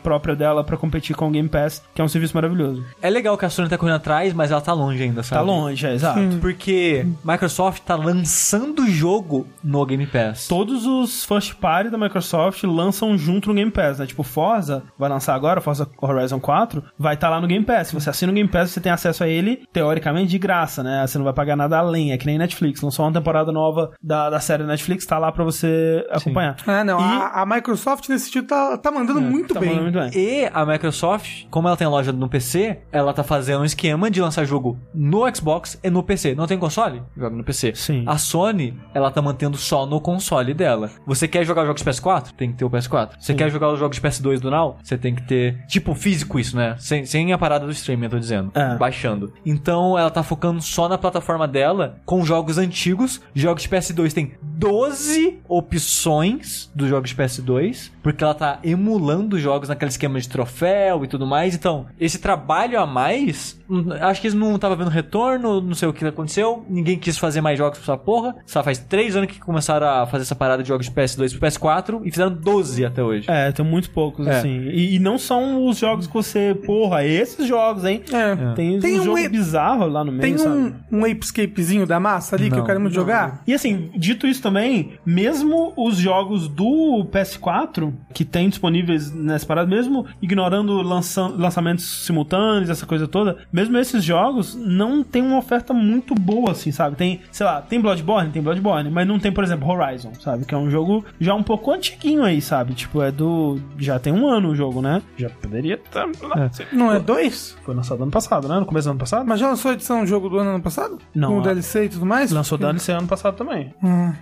S1: própria dela pra competir com o Game Pass, que é um serviço maravilhoso.
S2: É legal que a Sony tá correndo atrás, mas ela tá longe ainda, sabe?
S1: Tá longe, é, exato.
S2: Porque Microsoft tá lançando o jogo no Game Pass.
S1: todos os first party da Microsoft lançam junto no Game Pass, né? Tipo, Forza vai lançar agora, Forza Horizon 4, vai estar lá no Game Pass. Se você assina o Game Pass, você tem acesso a ele, teoricamente, de graça, né? Você não vai pagar nada além, é que nem Netflix. Lançou uma temporada nova da, da série Netflix, tá lá pra você acompanhar.
S3: Ah, não.
S1: E-
S3: A, a Microsoft nesse sentido tá, tá mandando muito
S1: Tá
S3: bem.
S1: mandando muito bem.
S2: E a Microsoft, como ela tem a loja no PC, ela tá fazendo um esquema de lançar jogo no Xbox e no PC. Não tem console? Joga no PC.
S1: Sim.
S2: A Sony, ela tá mantendo só no console dela. Você quer jogar jogos de PS4? Tem que ter o PS4. Você quer jogar os jogos de PS2 do Now? Você tem que ter, tipo, físico isso, né? Sem, sem a parada do streaming, eu tô dizendo.
S1: É.
S2: baixando. Então ela tá focando só na plataforma dela com jogos antigos. Jogos de PS2 tem 12 opções dos jogos de PS2, porque ela tá emulando os jogos naquele esquema de troféu e tudo mais. Então, esse trabalho a mais, hum, acho que eles não tava vendo retorno, não sei o que aconteceu. Ninguém quis fazer mais jogos pra essa porra. Só faz 3 anos que começaram a fazer essa parada de jogos de PS2 pro PS4 e fizeram 12 até hoje.
S1: É, tem muitos poucos,
S2: É.
S1: assim. E, e não são os jogos que você. Porra, esses jogos, hein?
S3: É.
S1: Tem,
S3: Tem
S1: um,
S3: um
S1: jogo
S3: e-
S1: bizarro lá no meio,
S3: Tem
S1: sabe?
S3: um, um apescapezinho da massa ali que eu
S2: Não,
S3: quero muito jogar?
S1: E assim, dito isso também, mesmo os jogos do PS4 que tem disponíveis nessa parada, mesmo ignorando lança- lançamentos simultâneos, essa coisa toda, mesmo esses jogos não tem uma oferta muito boa, assim, sabe? Tem, sei lá, tem Bloodborne, tem Bloodborne, mas não tem, por exemplo, Horizon, sabe? Que é um jogo já um pouco antiguinho aí, sabe? Tipo, é do. Já tem um ano o jogo, né? Já poderia estar.
S3: Não é dois?
S1: Foi lançado ano passado, né? No começo do ano passado?
S3: Mas já lançou a edição do jogo do ano, ano passado?
S1: Não,
S3: Com o
S1: a-
S3: DLC e tudo mais?
S1: Lançou DLC ano passado também.
S3: Hum.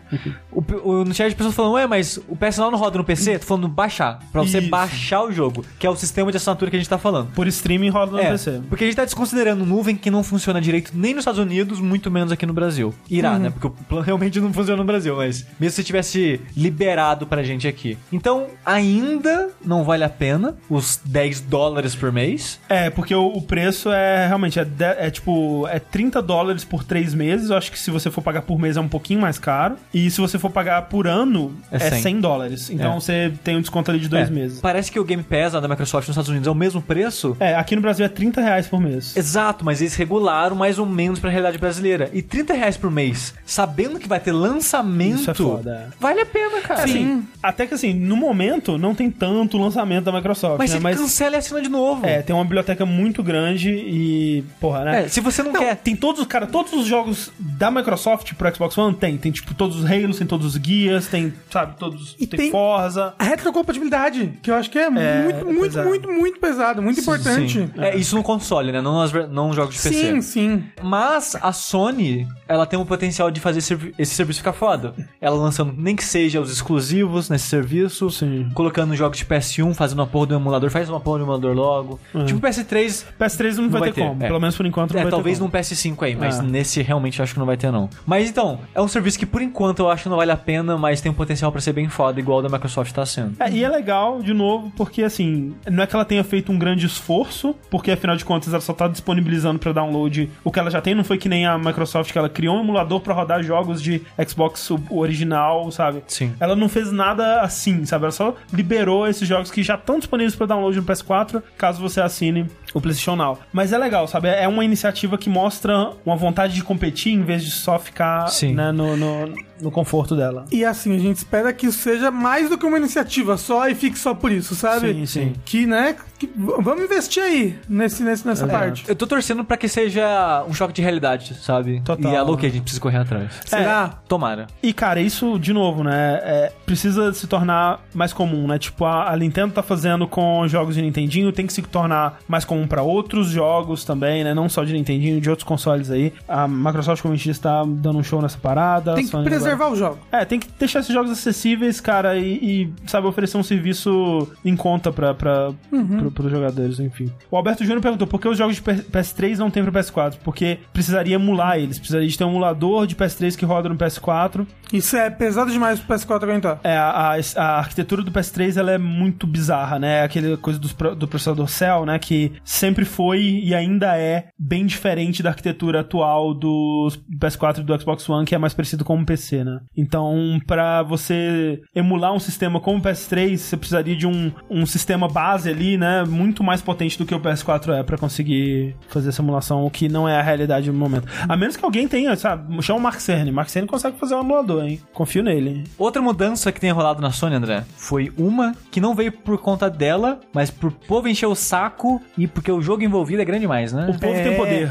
S2: O, o, no chat as pessoas falando, ué, mas o PS não roda no PC? Tô falando baixar. Pra você
S1: Isso.
S2: baixar o jogo, que é o sistema de assinatura que a gente tá falando.
S1: Por streaming roda no
S2: É,
S1: PC.
S2: porque a gente tá desconsiderando nuvem que não funciona direito nem nos Estados Unidos, muito menos aqui no Brasil. Irá,
S1: Uhum.
S2: né? Porque o plano realmente não funciona no Brasil, mas mesmo se tivesse liberado pra gente aqui. Então, ainda não vale a pena os 10 dólares por mês.
S1: É, porque o, o preço é realmente, é, de- é tipo, é 30 dólares por 3 meses. Eu acho que se você for pagar por mês é um pouquinho mais caro. E se você for pagar por ano,
S2: É
S1: é
S2: 100.
S1: 100, dólares. Então
S2: É.
S1: você tem um desconto ali de dois
S2: É,
S1: meses.
S2: Parece que o Game Pass lá da Microsoft nos Estados Unidos é o mesmo preço,
S1: É, aqui no Brasil é 30 reais por mês.
S2: Exato, mas eles regularam mais ou menos pra realidade brasileira. E 30 reais por mês, sabendo que vai ter lançamento,
S1: Isso é foda.
S2: vale a pena, cara.
S1: Assim, até que assim, no momento não tem tanto lançamento da Microsoft,
S2: Mas
S1: né?
S2: você cancela e assina de novo.
S1: é, tem uma biblioteca muito grande e, porra, né?
S2: É, se você não,
S1: Não,
S2: quer.
S1: tem todos, os- cara, todos os jogos da Microsoft pro Xbox One tem. Tem, tipo, todos os Halos, tem todos os guias, tem, sabe, todos.
S3: E
S1: tem
S3: tem-
S1: Forza.
S3: A retrocompatibilidade, que eu acho que é, muito, muito,
S1: pesado.
S3: muito, muito pesado, muito importante.
S2: Sim. É, isso no console, né? Não nos não nos jogos de PC.
S3: Sim, sim.
S2: Mas a Sony, ela tem o potencial de fazer esse servi- esse serviço ficar foda. Ela lançando nem que seja os exclusivos nesse serviço,
S1: Sim.
S2: colocando jogos de PS1, fazendo uma porra do emulador, faz uma porra do emulador logo.
S1: Uhum.
S2: Tipo PS3,
S1: PS3 não, vai, ter, como.
S2: é.
S1: Pelo menos por enquanto não
S2: É,
S1: vai
S2: talvez
S1: ter
S2: num
S1: como.
S2: PS5 aí, mas
S1: Ah.
S2: nesse realmente eu acho que não vai ter não. Mas então, é um serviço que por enquanto eu acho que não vale a pena, mas tem um potencial pra ser bem foda, igual o da Microsoft tá sendo.
S1: É, e é legal, de novo, porque assim, não é que ela tenha feito um grande esforço, porque afinal de contas ela só tá disponibilizando pra download o que ela já tem, não foi que nem a Microsoft que ela criou um emulador pra rodar jogos de Xbox o- o original, sabe?
S2: Sim.
S1: Ela não fez nada assim, sabe? Ela só liberou esses jogos que já estão disponíveis pra download no PS4, caso você assine o PlayStation Now. Mas é legal, sabe? É uma iniciativa que mostra uma vontade de competir em vez de só ficar
S2: Sim.
S1: né, no, no, no conforto dela.
S3: E assim, a gente espera que isso seja mais do que uma iniciativa só e fique só por isso, sabe?
S1: Sim, sim.
S3: Que, né? que- v- vamos investir aí nesse, nesse, nessa parte.
S2: Eu tô torcendo pra que seja um choque de realidade, sabe?
S1: Total.
S2: E é louco que a gente precisa correr atrás. É,
S3: Será?
S2: Tomara.
S1: E, cara, isso, de novo, né? é, precisa se tornar mais comum, né? Tipo, a, a Nintendo tá fazendo com jogos de Nintendinho, tem que se tornar mais comum pra outros jogos também, né? Não só de Nintendinho, de outros consoles aí. A Microsoft, como a gente disse, tá dando um show nessa parada.
S3: Tem
S1: a
S3: que
S1: Sony agora-
S3: preservar o jogo.
S1: É, tem que deixar esses jogos acessíveis, cara, e, e, sabe, oferecer um serviço em conta pra, pra,
S3: Uhum.
S1: pro- pros jogadores, enfim. O Alberto Júnior perguntou por que os jogos de P- PS3 não tem pra PS4? Porque precisaria emular eles, precisaria de ter um emulador de PS3 que roda no PS4.
S3: Isso é pesado demais pro PS4 aguentar.
S1: É, a, a- a arquitetura do PS3 ela é muito bizarra, né? Aquela coisa dos pro- do, processador Cell, né? Que sempre foi e ainda é bem diferente da arquitetura atual do PS4 e do Xbox One, que é mais parecido com o PC, né? Então, pra você emular um sistema como o PS3, você precisaria de um, um sistema base ali, né? Muito mais potente do que o PS4 é pra conseguir fazer essa emulação, o que não é a realidade no momento. A menos que alguém tenha, sabe? Chama o Mark Cerny. Mark Cerny consegue fazer um emulador, hein? Confio nele.
S2: Outra mudança que tem rolado na Sony, André, foi uma que não veio por conta dela, mas por povo encher o saco e porque o jogo envolvido é grande demais, né? É,
S1: O povo tem poder.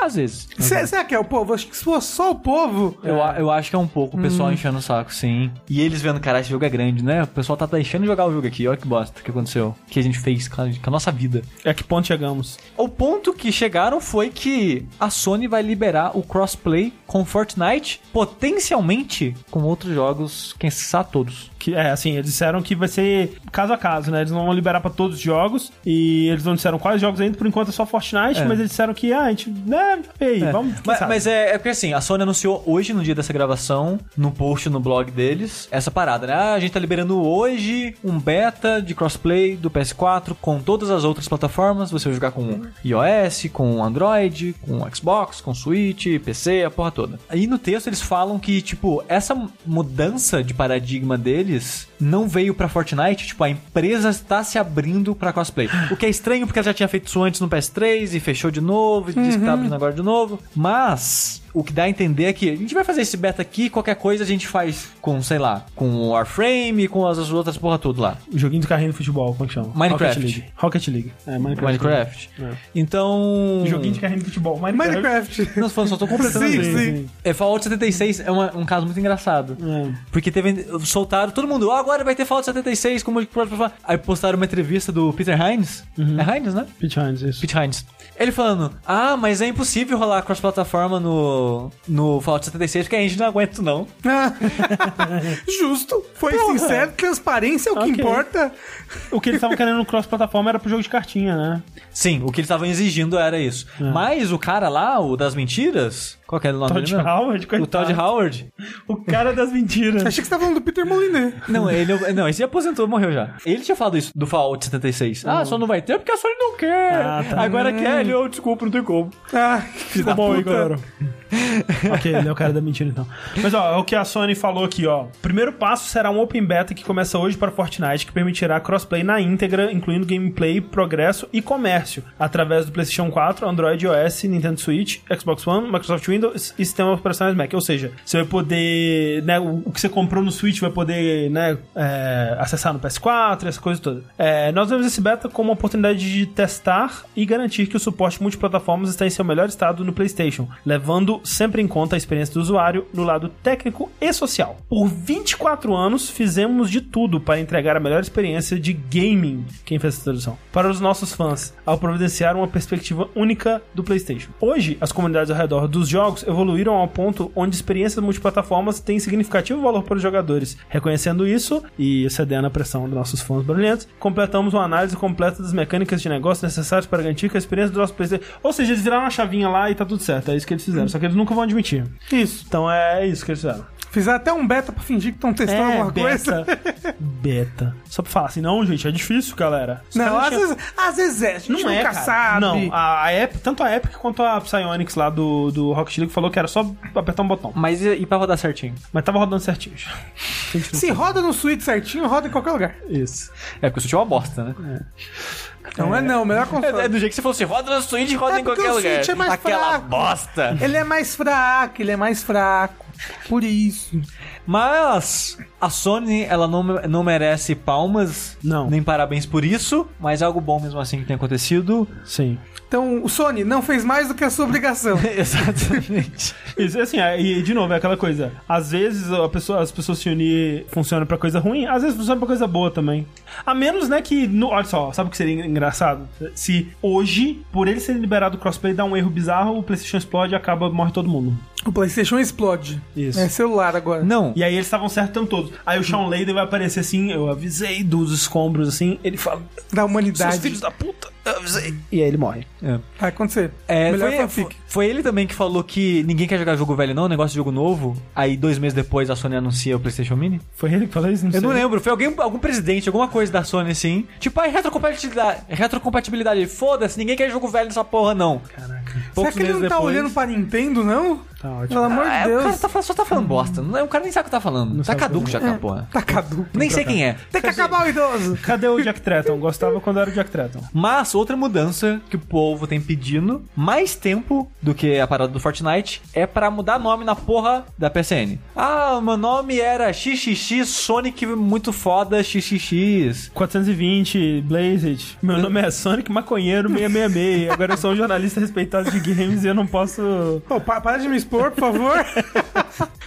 S2: Às vezes.
S3: Se- Será que é o povo? Acho que se fosse só o povo.
S2: Eu, a- eu acho que é um pouco o pessoal enchendo o saco, sim. E eles vendo, cara, esse jogo é grande, né? O pessoal tá deixando de jogar o jogo aqui. Olha que bosta que aconteceu. Que a gente fez com a, com a nossa vida.
S1: A É que ponto chegamos?
S2: O ponto que chegaram foi que a Sony vai liberar o crossplay com Fortnite, potencialmente com outros jogos, quem sabe todos.
S1: Que, é, assim, eles disseram que vai ser caso a caso, né? Eles não vão liberar pra todos os jogos e eles não disseram quais vários jogos ainda, por enquanto é só Fortnite, mas eles disseram que, ah, a gente, né, ei, vamos. quem
S2: Mas,
S1: sabe?
S2: mas é, é porque assim, a Sony anunciou hoje, no dia dessa gravação, no post no blog deles, essa parada, né? Ah, a gente tá liberando hoje um beta de crossplay do PS4 com todas as outras plataformas. Você vai jogar com iOS, com Android, com Xbox, com Switch, PC, a porra toda. Aí no texto eles falam que, tipo, essa mudança de paradigma deles não veio pra Fortnite, tipo, a empresa está se abrindo pra cosplay. O que é estranho porque ela já tinha feito isso antes no PS3 e fechou de novo, e disse que tá abrindo agora de novo. Mas o que dá a entender é que a gente vai fazer esse beta aqui, qualquer coisa a gente faz com, sei lá, com Warframe, com as outras porra tudo lá.
S1: O joguinho do carrinho do futebol, como é que chama?
S2: Minecraft.
S1: Rocket League. Rocket League. É, Minecraft.
S2: Minecraft.
S1: É.
S2: Então.
S1: Joguinho de carrinho de futebol. Minecraft.
S3: Minecraft.
S2: Não, só só tô completando.
S3: Sim,
S2: isso.
S3: sim.
S2: É, Fallout 76 é uma- um caso muito engraçado.
S1: É.
S2: Porque teve. Soltaram todo mundo, ó, agora vai ter Fallout 76, como. Aí postaram uma entrevista do Peter Hines.
S1: Uhum.
S2: É Hines, né?
S1: Pitch Hines, isso.
S2: Pete Hines. Ele falando, ah, mas é impossível rolar cross-plataforma no, no Fallout 76, porque a gente não aguenta isso não.
S3: Ah. Justo. Foi sincero, transparência é o que
S1: Ok.
S3: importa.
S1: O que eles estavam querendo no cross-plataforma era pro jogo de cartinha, né?
S2: Sim, o que eles estavam exigindo era isso.
S1: É.
S2: Mas o cara lá, o das mentiras, qual que é o nome
S1: Todd
S2: dele mesmo?
S1: Howard,
S2: O Todd
S1: coitado.
S2: Howard.
S1: O cara das mentiras.
S3: Achei que você tava falando do Peter Molyneux.
S2: Não, ele não, esse aposentou, morreu já. Ele tinha falado isso do Fallout 76. Ah, só não vai ter porque a Sony não quer.
S1: Uhum. Ah, tá.
S2: Agora quer, ele, oh, desculpa, não tem como.
S3: Ah,
S1: Ficou bom, Igor. ok, ele é o cara da mentira, então. Mas, ó, é o que a Sony falou aqui, ó. Primeiro passo será um Open Beta que começa hoje para Fortnite, que permitirá crossplay na íntegra, incluindo gameplay, progresso e comércio, através do PlayStation 4, Android, iOS, Nintendo Switch, Xbox One, Microsoft Windows e sistema operacional Mac. Ou seja, você vai poder, né, o o que você comprou no Switch vai poder, né, é, acessar no PS4, essa coisa toda. É, nós vemos esse beta como uma oportunidade de testar e garantir que o suporte multiplataformas está em seu melhor estado no PlayStation, levando sempre em conta a experiência do usuário no lado técnico e social. Por 24 anos, fizemos de tudo para entregar a melhor experiência de gaming, quem fez essa tradução, para os nossos fãs, ao providenciar uma perspectiva única do PlayStation. Hoje, as comunidades ao redor dos jogos evoluíram ao ponto onde experiências multiplataformas têm significativo valor para os jogadores. Reconhecendo isso e cedendo à pressão dos nossos fãs barulhentos, completamos uma análise completa das mecânicas de negócio necessárias para garantir que a experiência do nosso PlayStation. Ou seja, eles viraram uma chavinha lá e tá tudo certo. É isso que eles fizeram, só que eles nunca vão admitir.
S3: Isso.
S1: Então é isso que eles fizeram.
S3: Fizeram até um beta pra fingir que estão testando
S1: é,
S3: tá alguma coisa.
S1: beta. beta. Só pra falar assim, não, gente, é difícil, galera. Os
S3: Não,
S1: caras
S3: às
S1: tinham-
S3: vezes, às vezes é. A gente
S1: não é,
S3: nunca
S1: cara.
S3: sabe.
S1: Não, ah, a, a Epic, tanto a Epic quanto a Psyonix lá do, do Rocket League falou que era só apertar um botão.
S2: Mas e, e pra rodar certinho?
S1: Mas tava rodando certinho.
S3: Se roda no Switch certinho, roda em qualquer lugar.
S1: Isso.
S2: É porque o Switch é uma bosta, né?
S3: Não é, não, o melhor console.
S2: É, é do jeito que você falou, você roda no Switch, roda
S3: É
S2: em qualquer
S3: porque o
S2: lugar.
S3: Switch é mais
S2: Aquela
S3: fraco.
S2: bosta.
S3: Ele é mais fraco, ele é mais fraco. Por isso.
S2: Mas a Sony, ela não, não merece palmas,
S1: Não.
S2: nem parabéns por isso, mas é algo bom mesmo assim que tem acontecido.
S1: Sim.
S3: Então, o Sony não fez mais do que a sua obrigação.
S2: Exatamente.
S1: Isso, assim, é, e de novo, é aquela coisa. Às vezes a pessoa, as pessoas se unir funciona pra coisa ruim, às vezes funciona pra coisa boa também. A menos, né, que. no- olha só, sabe o que seria engraçado? Se hoje, por ele ser liberado o crossplay, dá um erro bizarro, o PlayStation explode e acaba, morre todo mundo.
S3: O PlayStation explode.
S1: Isso.
S3: É celular agora.
S2: Não,
S1: E aí eles estavam certos o tempo todo. Aí o Sean Layden vai aparecer assim, eu avisei dos escombros, assim, ele fala,
S3: Da
S1: seus
S3: humanidade.
S1: filhos da puta, eu avisei. E aí ele morre.
S3: Vai acontecer.
S2: É,
S3: melhor
S2: foi,
S3: fanfic.
S2: foi- foi ele também que falou que ninguém quer jogar jogo velho, não, negócio de jogo novo. Aí dois meses depois a Sony anuncia o PlayStation Mini.
S1: Foi ele que falou isso?
S2: Eu não lembro, foi alguém, algum presidente, alguma coisa da Sony assim. Tipo, ai, retrocompatibilidade. Retrocompatibilidade, foda-se, ninguém quer jogo velho nessa porra, não.
S1: Caraca,
S3: Será
S2: Poucos
S3: que ele não
S2: meses
S3: tá
S2: depois-
S3: olhando pra Nintendo, não?
S1: tá
S3: Pelo
S1: ótimo.
S3: amor de
S2: Ah, O cara
S3: Deus.
S2: tá falando- só tá falando bosta. Não, é- o cara nem sabe o que tá falando. tá
S1: sabe
S2: caduco
S1: o que
S2: já aquela porra.
S3: Tá caduco.
S2: Nem sei quem é.
S3: Tem que acabar o idoso.
S1: Cadê o Jack Tretton? Gostava quando era o Jack Tretton.
S2: Mas outra mudança que o povo tem pedindo mais tempo do que a parada do Fortnite é pra mudar nome na porra da PSN. Ah, meu nome era XXX Sonic muito foda XXX.
S1: 420, Blazed. Meu nome é Sonic Maconheiro 666. Agora eu sou um jornalista respeitado de games e eu não posso.
S3: Pô, pa- para de me expor, por favor.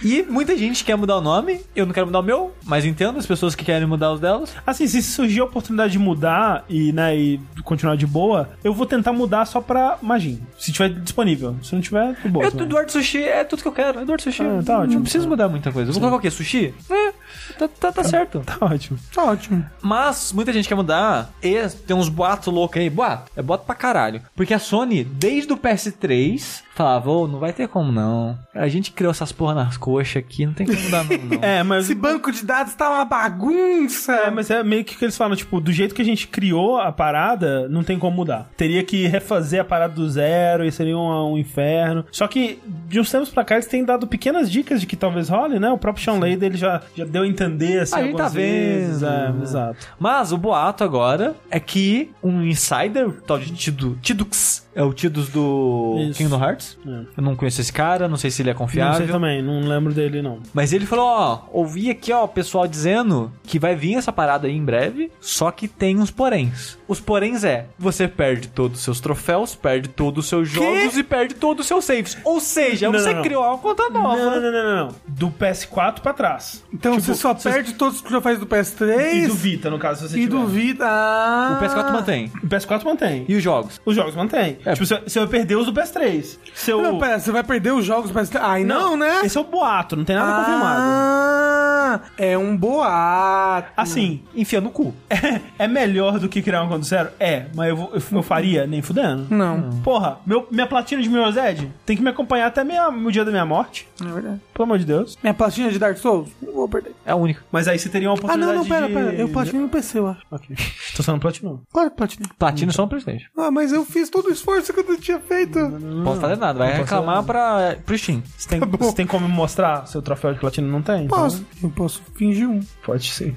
S2: E muita gente quer mudar o nome, eu não quero mudar o meu, mas entendo as pessoas que querem mudar os delas.
S1: Assim, se surgir a oportunidade de mudar e, né, e continuar de boa, eu vou tentar mudar só pra Magin. Se tiver disponível. Se não tiver, tudo bom.
S2: Eu, Eduardo Sushi é tudo que eu quero, Eduardo Sushi.
S1: Ah, tá
S2: não
S1: ótimo.
S2: preciso mudar muita coisa. Eu Vou colocar o quê? Sushi? É. Tá, tá, tá certo.
S1: Tá ótimo.
S3: Tá ótimo.
S2: Mas muita gente quer mudar e tem uns boatos loucos aí. Boato, é boato pra caralho. Porque a Sony, desde o PS3, falava, ô, não vai ter como não. A gente criou essas porra nas coxas aqui, não tem como mudar não, não.
S1: É, mas.
S3: Esse banco de dados tá uma bagunça.
S1: É, mas é meio que o que eles falam, tipo, do jeito que a gente criou a parada, não tem como mudar. Teria que refazer a parada do zero e seria um, um inferno. Só que, de uns tempos pra cá, eles têm dado pequenas dicas de que talvez role, né? O próprio Sean Lade, ele já, já deu a entender, assim,
S2: A gente
S1: algumas
S2: tá vendo,
S1: vezes. É,
S2: né?
S1: exato.
S2: Mas o boato agora é que um insider, o tal de Tidu, Tidux, é o Tidus do
S1: Isso.
S2: Kingdom Hearts. Eu não conheço esse cara, não sei se ele é
S1: Não sei
S2: confiável.
S1: É, também, não lembro dele, não.
S2: Mas ele falou, ó, ouvi aqui, ó, o pessoal dizendo que vai vir essa parada aí em breve, só que tem uns poréns. Os poréns é, você perde todos os seus troféus, perde todos os seus jogos e perde todos os seus saves. Ou seja,
S1: Não,
S2: você
S1: não, não.
S2: criou uma conta nova.
S1: Não, não, não, não, não. Do PS4 pra trás.
S3: Então
S1: Tipo,
S3: você só
S1: você-
S3: perde todos os troféus do
S1: E do
S3: PS3
S1: Vita, no caso, se você
S3: e
S1: tiver.
S3: do Vita. Ah,
S2: O PS4 mantém.
S1: O PS4 mantém.
S2: E os jogos?
S1: Os jogos mantém.
S2: É.
S1: Tipo, se eu- se eu perder os do PS3. Se eu...
S3: Não, pera, você vai perder os jogos do PS3. Ai, não, né?
S1: Esse é o boato, não tem nada confirmado.
S3: ah, é um boato.
S1: Assim,
S2: Enfia no cu.
S1: é, é melhor do que criar um conto zero? É, mas eu, vou- eu, eu faria nem fudendo.
S3: Não,
S1: Porra, meu, minha platina de Mirror's Edge tem que me acompanhar até minha, o dia da minha morte.
S3: não é verdade.
S1: Pelo amor de Deus.
S3: Minha platina é de Dark Souls? Não vou perder.
S2: É a única.
S1: Mas aí você teria uma
S3: Ah,
S1: oportunidade
S3: não, não, pera,
S1: de...
S3: pera. Eu platinei no PC, eu acho.
S1: Ok. Tô sendo platinou.
S3: Claro que platinei.
S2: Platina só no Playstation.
S3: Ah, mas eu fiz todo o esforço que eu não tinha feito.
S2: Não posso fazer nada, vai
S1: Hum. não posso
S2: reclamar
S1: fazer
S2: pra, pro Steam.
S1: Você tem,
S3: Tá bom.
S1: você tem como me mostrar seu troféu de platina? Não tem? então-
S3: Posso. Eu posso fingir um.
S1: Pode ser.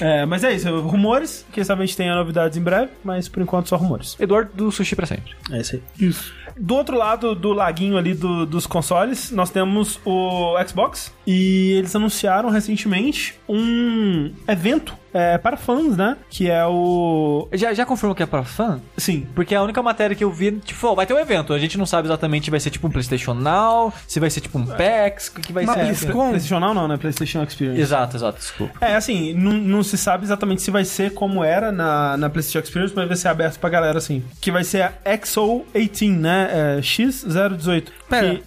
S1: É, mas é isso, rumores, que talvez tenha novidades em breve, mas por enquanto só rumores.
S2: Eduardo do Sushi pra sempre.
S1: É isso aí.
S3: Isso.
S1: Do outro lado do laguinho ali do- dos consoles, nós temos o Xbox. E eles anunciaram recentemente um evento é, para fãs, né? Que é o.
S2: Já, já confirmou que é pra fã?
S1: Sim.
S2: Porque é a única matéria que eu vi, tipo, ó, vai ter um evento. A gente não sabe exatamente se vai ser tipo um PlayStation Now, se vai ser tipo um PAX, o que que vai
S3: Uma
S2: ser.
S3: BlizzCon. Com-
S1: é, PlayStation Now não, né? PlayStation Experience.
S2: Exato, exato, desculpa.
S1: É, assim, não, não se sabe exatamente se vai ser como era na, na PlayStation Experience, mas vai ser aberto pra galera, assim. Que vai ser a XO18, né? É, X018. Que-
S3: Pera,
S1: é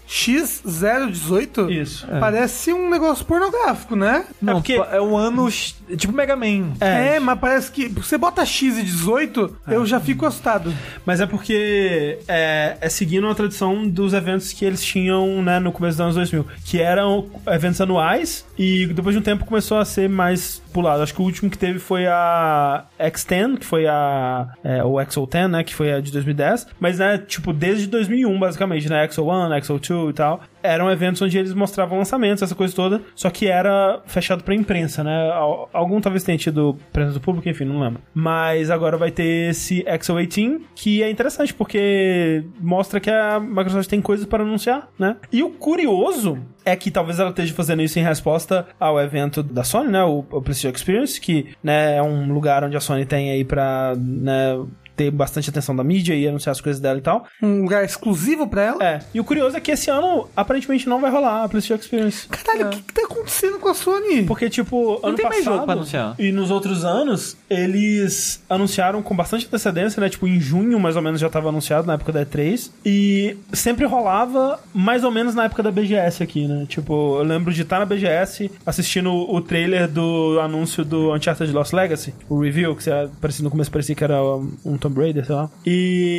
S3: X018?
S1: Isso.
S3: Parece um negócio pornográfico, né?
S2: Não,
S1: porque-
S2: pa- é um ano x- tipo Mega Man.
S1: É.
S3: É, mas parece que. Você bota X e 18, eu já fico assustado.
S1: Mas é porque é, é seguindo a tradição dos eventos que eles tinham né, no começo dos anos 2000, que eram eventos anuais e depois de um tempo começou a ser mais pulado. Acho que o último que teve foi a X10, que foi a. É, ou XO10, né? Que foi a de 2010. Mas, né, tipo, desde 2001, basicamente, né? XO1, XO2 e tal. Eram eventos onde eles mostravam lançamentos, essa coisa toda, só que era fechado pra imprensa, né? Al- Algum talvez tenha tido presença do público, enfim, não lembro. Mas agora vai ter esse XO18, que é interessante, porque mostra que a Microsoft tem coisas para anunciar, né? E o curioso é que talvez ela esteja fazendo isso em resposta ao evento da Sony, né? O, o PlayStation Experience, que né, é um lugar onde a Sony tem aí pra, né, ter bastante atenção da mídia e anunciar as coisas dela e tal.
S3: Um lugar exclusivo pra ela.
S1: É, e o curioso é que esse ano aparentemente não vai rolar a PlayStation Experience.
S3: Caralho, o que, que tá acontecendo com a Sony?
S1: Porque, tipo, ano
S2: tem
S1: passado.
S2: mais jogo pra anunciar.
S1: E nos outros anos, eles anunciaram com bastante antecedência, né? Tipo, em junho, mais ou menos, já tava anunciado na época da E3. E sempre rolava mais ou menos na época da BGS aqui, né? Tipo, eu lembro de estar na BGS assistindo o trailer do anúncio do Uncharted Lost Legacy, o review, que você- parecia, no começo parecia que era um um Tomb Raider, sei lá.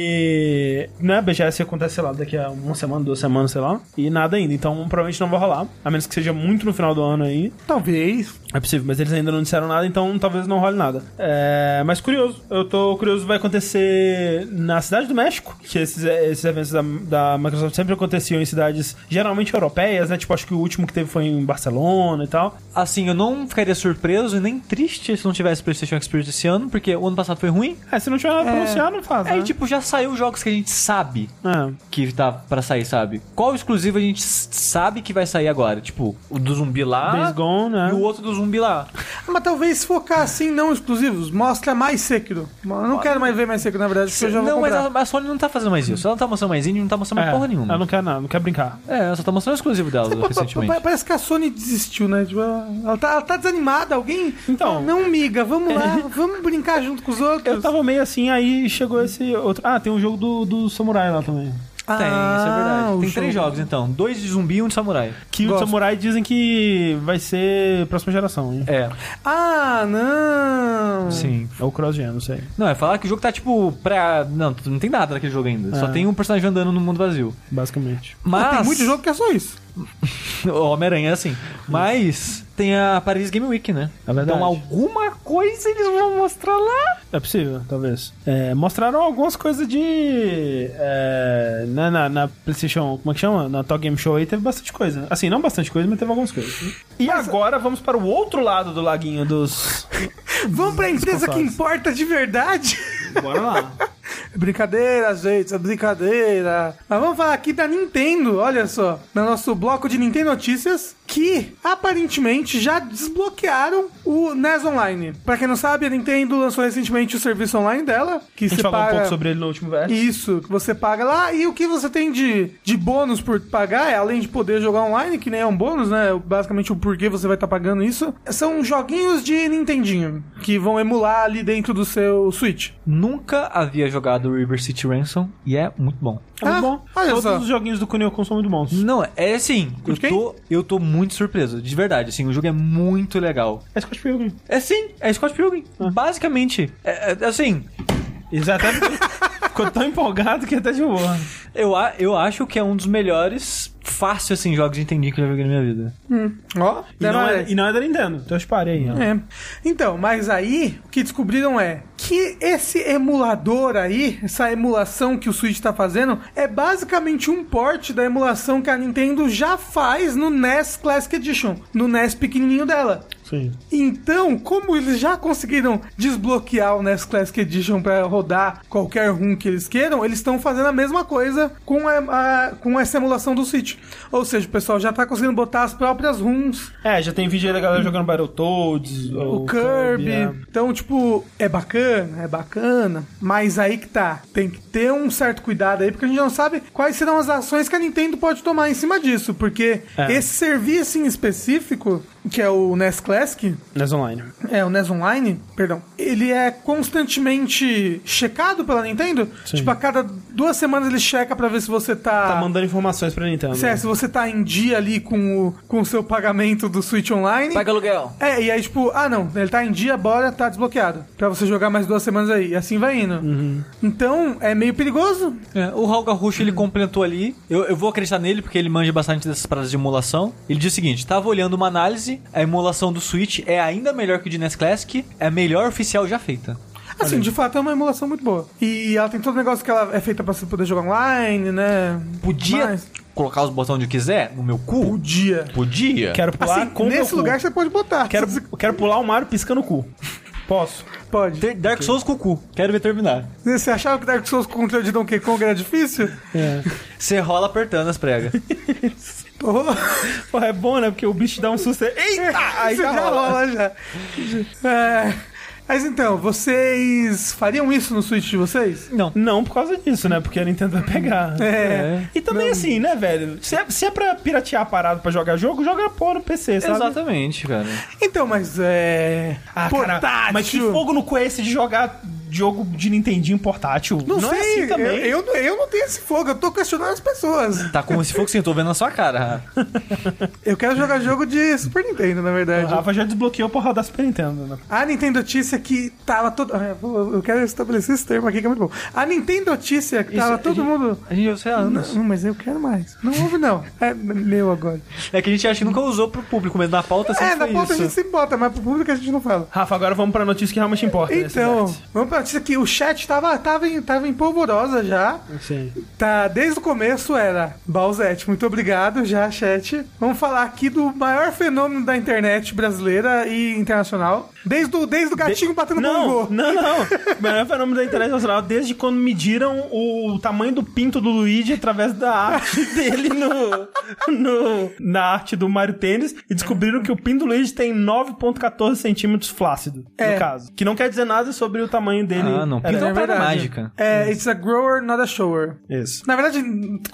S1: E. Né, BGS acontece, sei lá, daqui a uma semana, duas semanas, sei lá. E nada ainda. Então, provavelmente não vai rolar. A menos que seja muito no final do ano aí.
S3: Talvez.
S1: É possível, mas eles ainda não disseram nada, então talvez não role nada. É, mas curioso, eu tô curioso, vai acontecer na Cidade do México, que esses, esses eventos da, da Microsoft sempre aconteciam em cidades geralmente europeias, né? Tipo, acho que o último que teve foi em Barcelona e tal.
S2: Assim, eu não ficaria surpreso e nem triste se não tivesse PlayStation Experience esse ano, porque o ano passado foi ruim.
S1: É, se não tiver nada pra anunciar, não faz, né?
S2: Aí, tipo, já saiu jogos que a gente sabe
S1: É.
S2: que tá pra sair, sabe? Qual exclusivo a gente s- sabe que vai sair agora? Tipo, o do zumbi lá
S1: Days Gone, né?
S2: e o outro do zumbi lá.
S3: Ah, mas talvez focar assim, não exclusivos. Mostra mais Sekiro. Eu não quero mais ver mais Sekiro, na verdade, porque eu já vou
S2: não, mas
S3: comprar.
S2: a, a Sony não tá fazendo mais isso. Ela não tá mostrando mais indie, não tá mostrando mais
S1: É,
S2: porra nenhuma.
S1: Ela não quer nada, não quer brincar.
S2: É, ela só tá mostrando o exclusivo dela
S3: Pa- pa-
S2: recentemente.
S3: pa- Parece que a Sony desistiu, né? Tipo, ela, ela tá, ela tá desanimada. Alguém.
S1: Então.
S3: Não, miga, vamos lá, vamos brincar junto com os outros.
S1: Eu tava meio assim, aí chegou esse outro. Ah, tem um jogo do, do Samurai lá também.
S2: Tem, isso é verdade.
S3: o
S2: Tem
S3: show.
S2: três jogos, então. Dois de zumbi e um de samurai.
S1: Que o
S3: Gosto.
S1: Samurai dizem que vai ser próxima geração, hein?
S2: É,
S3: Ah, não.
S2: sim.
S1: É o cross-gen, não sei.
S2: Não, é falar que o jogo tá tipo pra. Não, não tem nada naquele jogo ainda. Só
S1: É.
S2: tem um personagem andando no mundo vazio.
S1: Basicamente.
S2: Mas.
S3: Tem muito jogo que é só isso.
S2: O Homem-Aranha é assim. Mas tem a Paris Game Week, né?
S1: É verdade.
S2: Então alguma coisa eles vão mostrar lá.
S1: É possível, talvez. É, mostraram algumas coisas de. é, né, na, na PlayStation. Como é que chama? Na Talk Game Show aí teve bastante coisa. Assim, não bastante coisa, mas teve algumas coisas. E
S3: é
S1: agora vamos para o outro lado do laguinho dos.
S3: Vamos pra empresa que
S1: consoles.
S3: importa de verdade.
S1: Bora lá.
S3: Brincadeira, gente, é brincadeira. Mas vamos falar aqui da Nintendo, olha só. No nosso bloco de Nintendo Notícias, que aparentemente já desbloquearam o NES Online. Pra quem não sabe, a Nintendo lançou recentemente o serviço online dela, que
S1: A gente
S3: se
S1: falou um
S3: paga...
S1: pouco sobre ele no último verso.
S3: Isso, que você paga lá. E o que você tem de, de bônus por pagar, é, além de poder jogar online, que nem é um bônus, né? Basicamente o porquê você vai estar pagando isso. São joguinhos de Nintendinho, que vão emular ali dentro do seu Switch.
S2: Nunca havia jogado River City Ransom e é muito bom.
S1: É muito
S3: Ah,
S1: bom.
S3: olha
S1: Todos
S3: só. Uhum.
S1: os joguinhos do Kunio-kun são muito bons.
S2: Não, é assim, eu
S3: quem?
S2: tô, eu tô muito surpreso, de verdade, assim, o jogo é muito legal.
S1: É Scott Pilgrim.
S2: É sim, é Scott Pilgrim,
S3: Ah.
S2: basicamente. É, é, assim,
S1: Eles até ficou tão empolgado que até de boa.
S2: eu, a- eu acho que é um dos melhores, fácil, assim, jogos de Nintendinho que eu já joguei na minha vida.
S3: Ó,
S1: Hum. E não, é, e não é da Nintendo, então eu parei aí. ó.
S3: É. Então, mas aí o que descobriram é que esse emulador aí, essa emulação que o Switch tá fazendo, é basicamente um port da emulação que a Nintendo já faz no NES Classic Edition, no NES pequenininho dela.
S1: Sim.
S3: Então, como eles já conseguiram desbloquear o NES Classic Edition para rodar qualquer ROM que eles queiram, eles estão fazendo a mesma coisa com, a- a- com essa emulação do Switch. Ou seja, o pessoal já tá conseguindo botar as próprias ROMs
S1: É, já tem vídeo aí da galera jogando Battletoads,
S3: o Kirby.
S1: é.
S3: Então, tipo, é bacana, é bacana. Mas aí que tá. Tem que ter um certo cuidado aí, porque a gente não sabe quais serão as ações que a Nintendo pode tomar em cima disso. Porque
S1: É.
S3: esse serviço em específico, que é o NES Classic,
S1: NES Online.
S3: é, o NES Online, perdão, ele é constantemente checado pela Nintendo.
S1: Sim.
S3: Tipo, a cada duas semanas ele checa pra ver se você tá.
S1: Tá mandando informações pra Nintendo. né?
S3: se, é, se você tá em dia ali com o, com o seu pagamento do Switch Online.
S2: aluguel.
S3: É, e aí, tipo, ah não, ele tá em dia, bora, tá desbloqueado. Pra você jogar mais duas semanas aí. E assim vai indo.
S1: Uhum.
S3: Então, é meio perigoso.
S2: É, o Raul Garrucho, ele complementou ali. Eu, eu vou acreditar nele, porque ele manja bastante dessas paradas de emulação. Ele diz o seguinte, tava olhando uma análise, a emulação do Switch é ainda melhor que o de NES Classic, é a melhor oficial já feita.
S3: Assim, de fato, é uma emulação muito boa. E ela tem todo o negócio que ela é feita pra você poder jogar online, né?
S2: Podia
S3: Mas-
S2: colocar os botões onde quiser, no meu cu?
S3: Podia.
S2: Podia.
S1: Quero pular
S3: Assim,
S1: com meu
S3: nesse
S1: cu.
S3: lugar você pode botar.
S1: Quero,
S3: Você
S1: quero pular o Mario piscando o cu. Posso?
S3: Pode.
S2: Ter- Dark Souls com o cu. Quero ver terminar.
S3: Você achava que Dark Souls com o controle de Donkey Kong era difícil?
S1: É.
S2: Você rola apertando as pregas.
S3: Porra.
S1: Porra, é bom, né? Porque o bicho dá um susto. Eita! Aí tá
S3: Isso
S1: já rola.
S3: já. É. Mas então, vocês fariam isso no Switch de vocês?
S2: Não.
S1: Não por causa disso, né? Porque a Nintendo vai pegar.
S2: É.
S1: E também assim, né, velho? Se é, se é pra piratear parado pra jogar jogo, joga pô no PC, sabe?
S2: Exatamente, cara.
S3: Então, mas é.
S1: Ah, cara,
S3: portátil.
S1: mas que fogo no cu é esse de jogar jogo de Nintendinho portátil?
S3: Não, sei,
S1: é assim também.
S3: Eu, eu, eu não tenho esse fogo, eu tô questionando as pessoas.
S2: Tá como se fosse, eu tô vendo na sua cara. Rafa.
S3: Eu quero jogar jogo de Super Nintendo, na
S1: O
S3: verdade.
S1: Rafa já desbloqueou pra rodar Super Nintendo, né?
S3: A Nintendo Notícia que tava todo. ah, Eu eu quero estabelecer esse termo aqui que é muito bom. A Nintendo Notícia que tava
S2: Isso,
S3: todo
S2: a gente-
S3: mundo.
S2: A gente já sei há anos.
S3: Não, mas eu quero mais. Não houve, não. É meu agora.
S2: É que a gente acha que nunca usou pro público, mas na pauta sempre
S3: É, na
S2: foi
S3: pauta a
S2: isso.
S3: gente se bota, mas pro público a gente não fala.
S1: Rafa, agora vamos pra notícia que realmente importa. né,
S3: Então,
S1: cidade?
S3: vamos pra notícia que o chat tava, tava, em, tava em polvorosa já.
S1: Sim.
S3: Tá, desde o começo era Balzete, muito obrigado já, chat. Vamos falar aqui do maior fenômeno da internet brasileira e internacional. Desde o, desde o gatinho batendo
S1: Não,
S3: bongô.
S1: não, não. O melhor fenômeno da internet nacional desde quando mediram o tamanho do pinto do Luigi através da arte dele no, no- na arte do Mario Tênis e descobriram que o pinto do Luigi tem 9,14 centímetros flácido,
S3: É.
S1: no caso. Que não quer dizer nada sobre o tamanho dele.
S2: Ah, não.
S1: Era-
S2: Pinto é uma parada
S3: verdade.
S2: mágica.
S3: É, it's a grower, not a shower.
S1: Isso.
S3: Na verdade,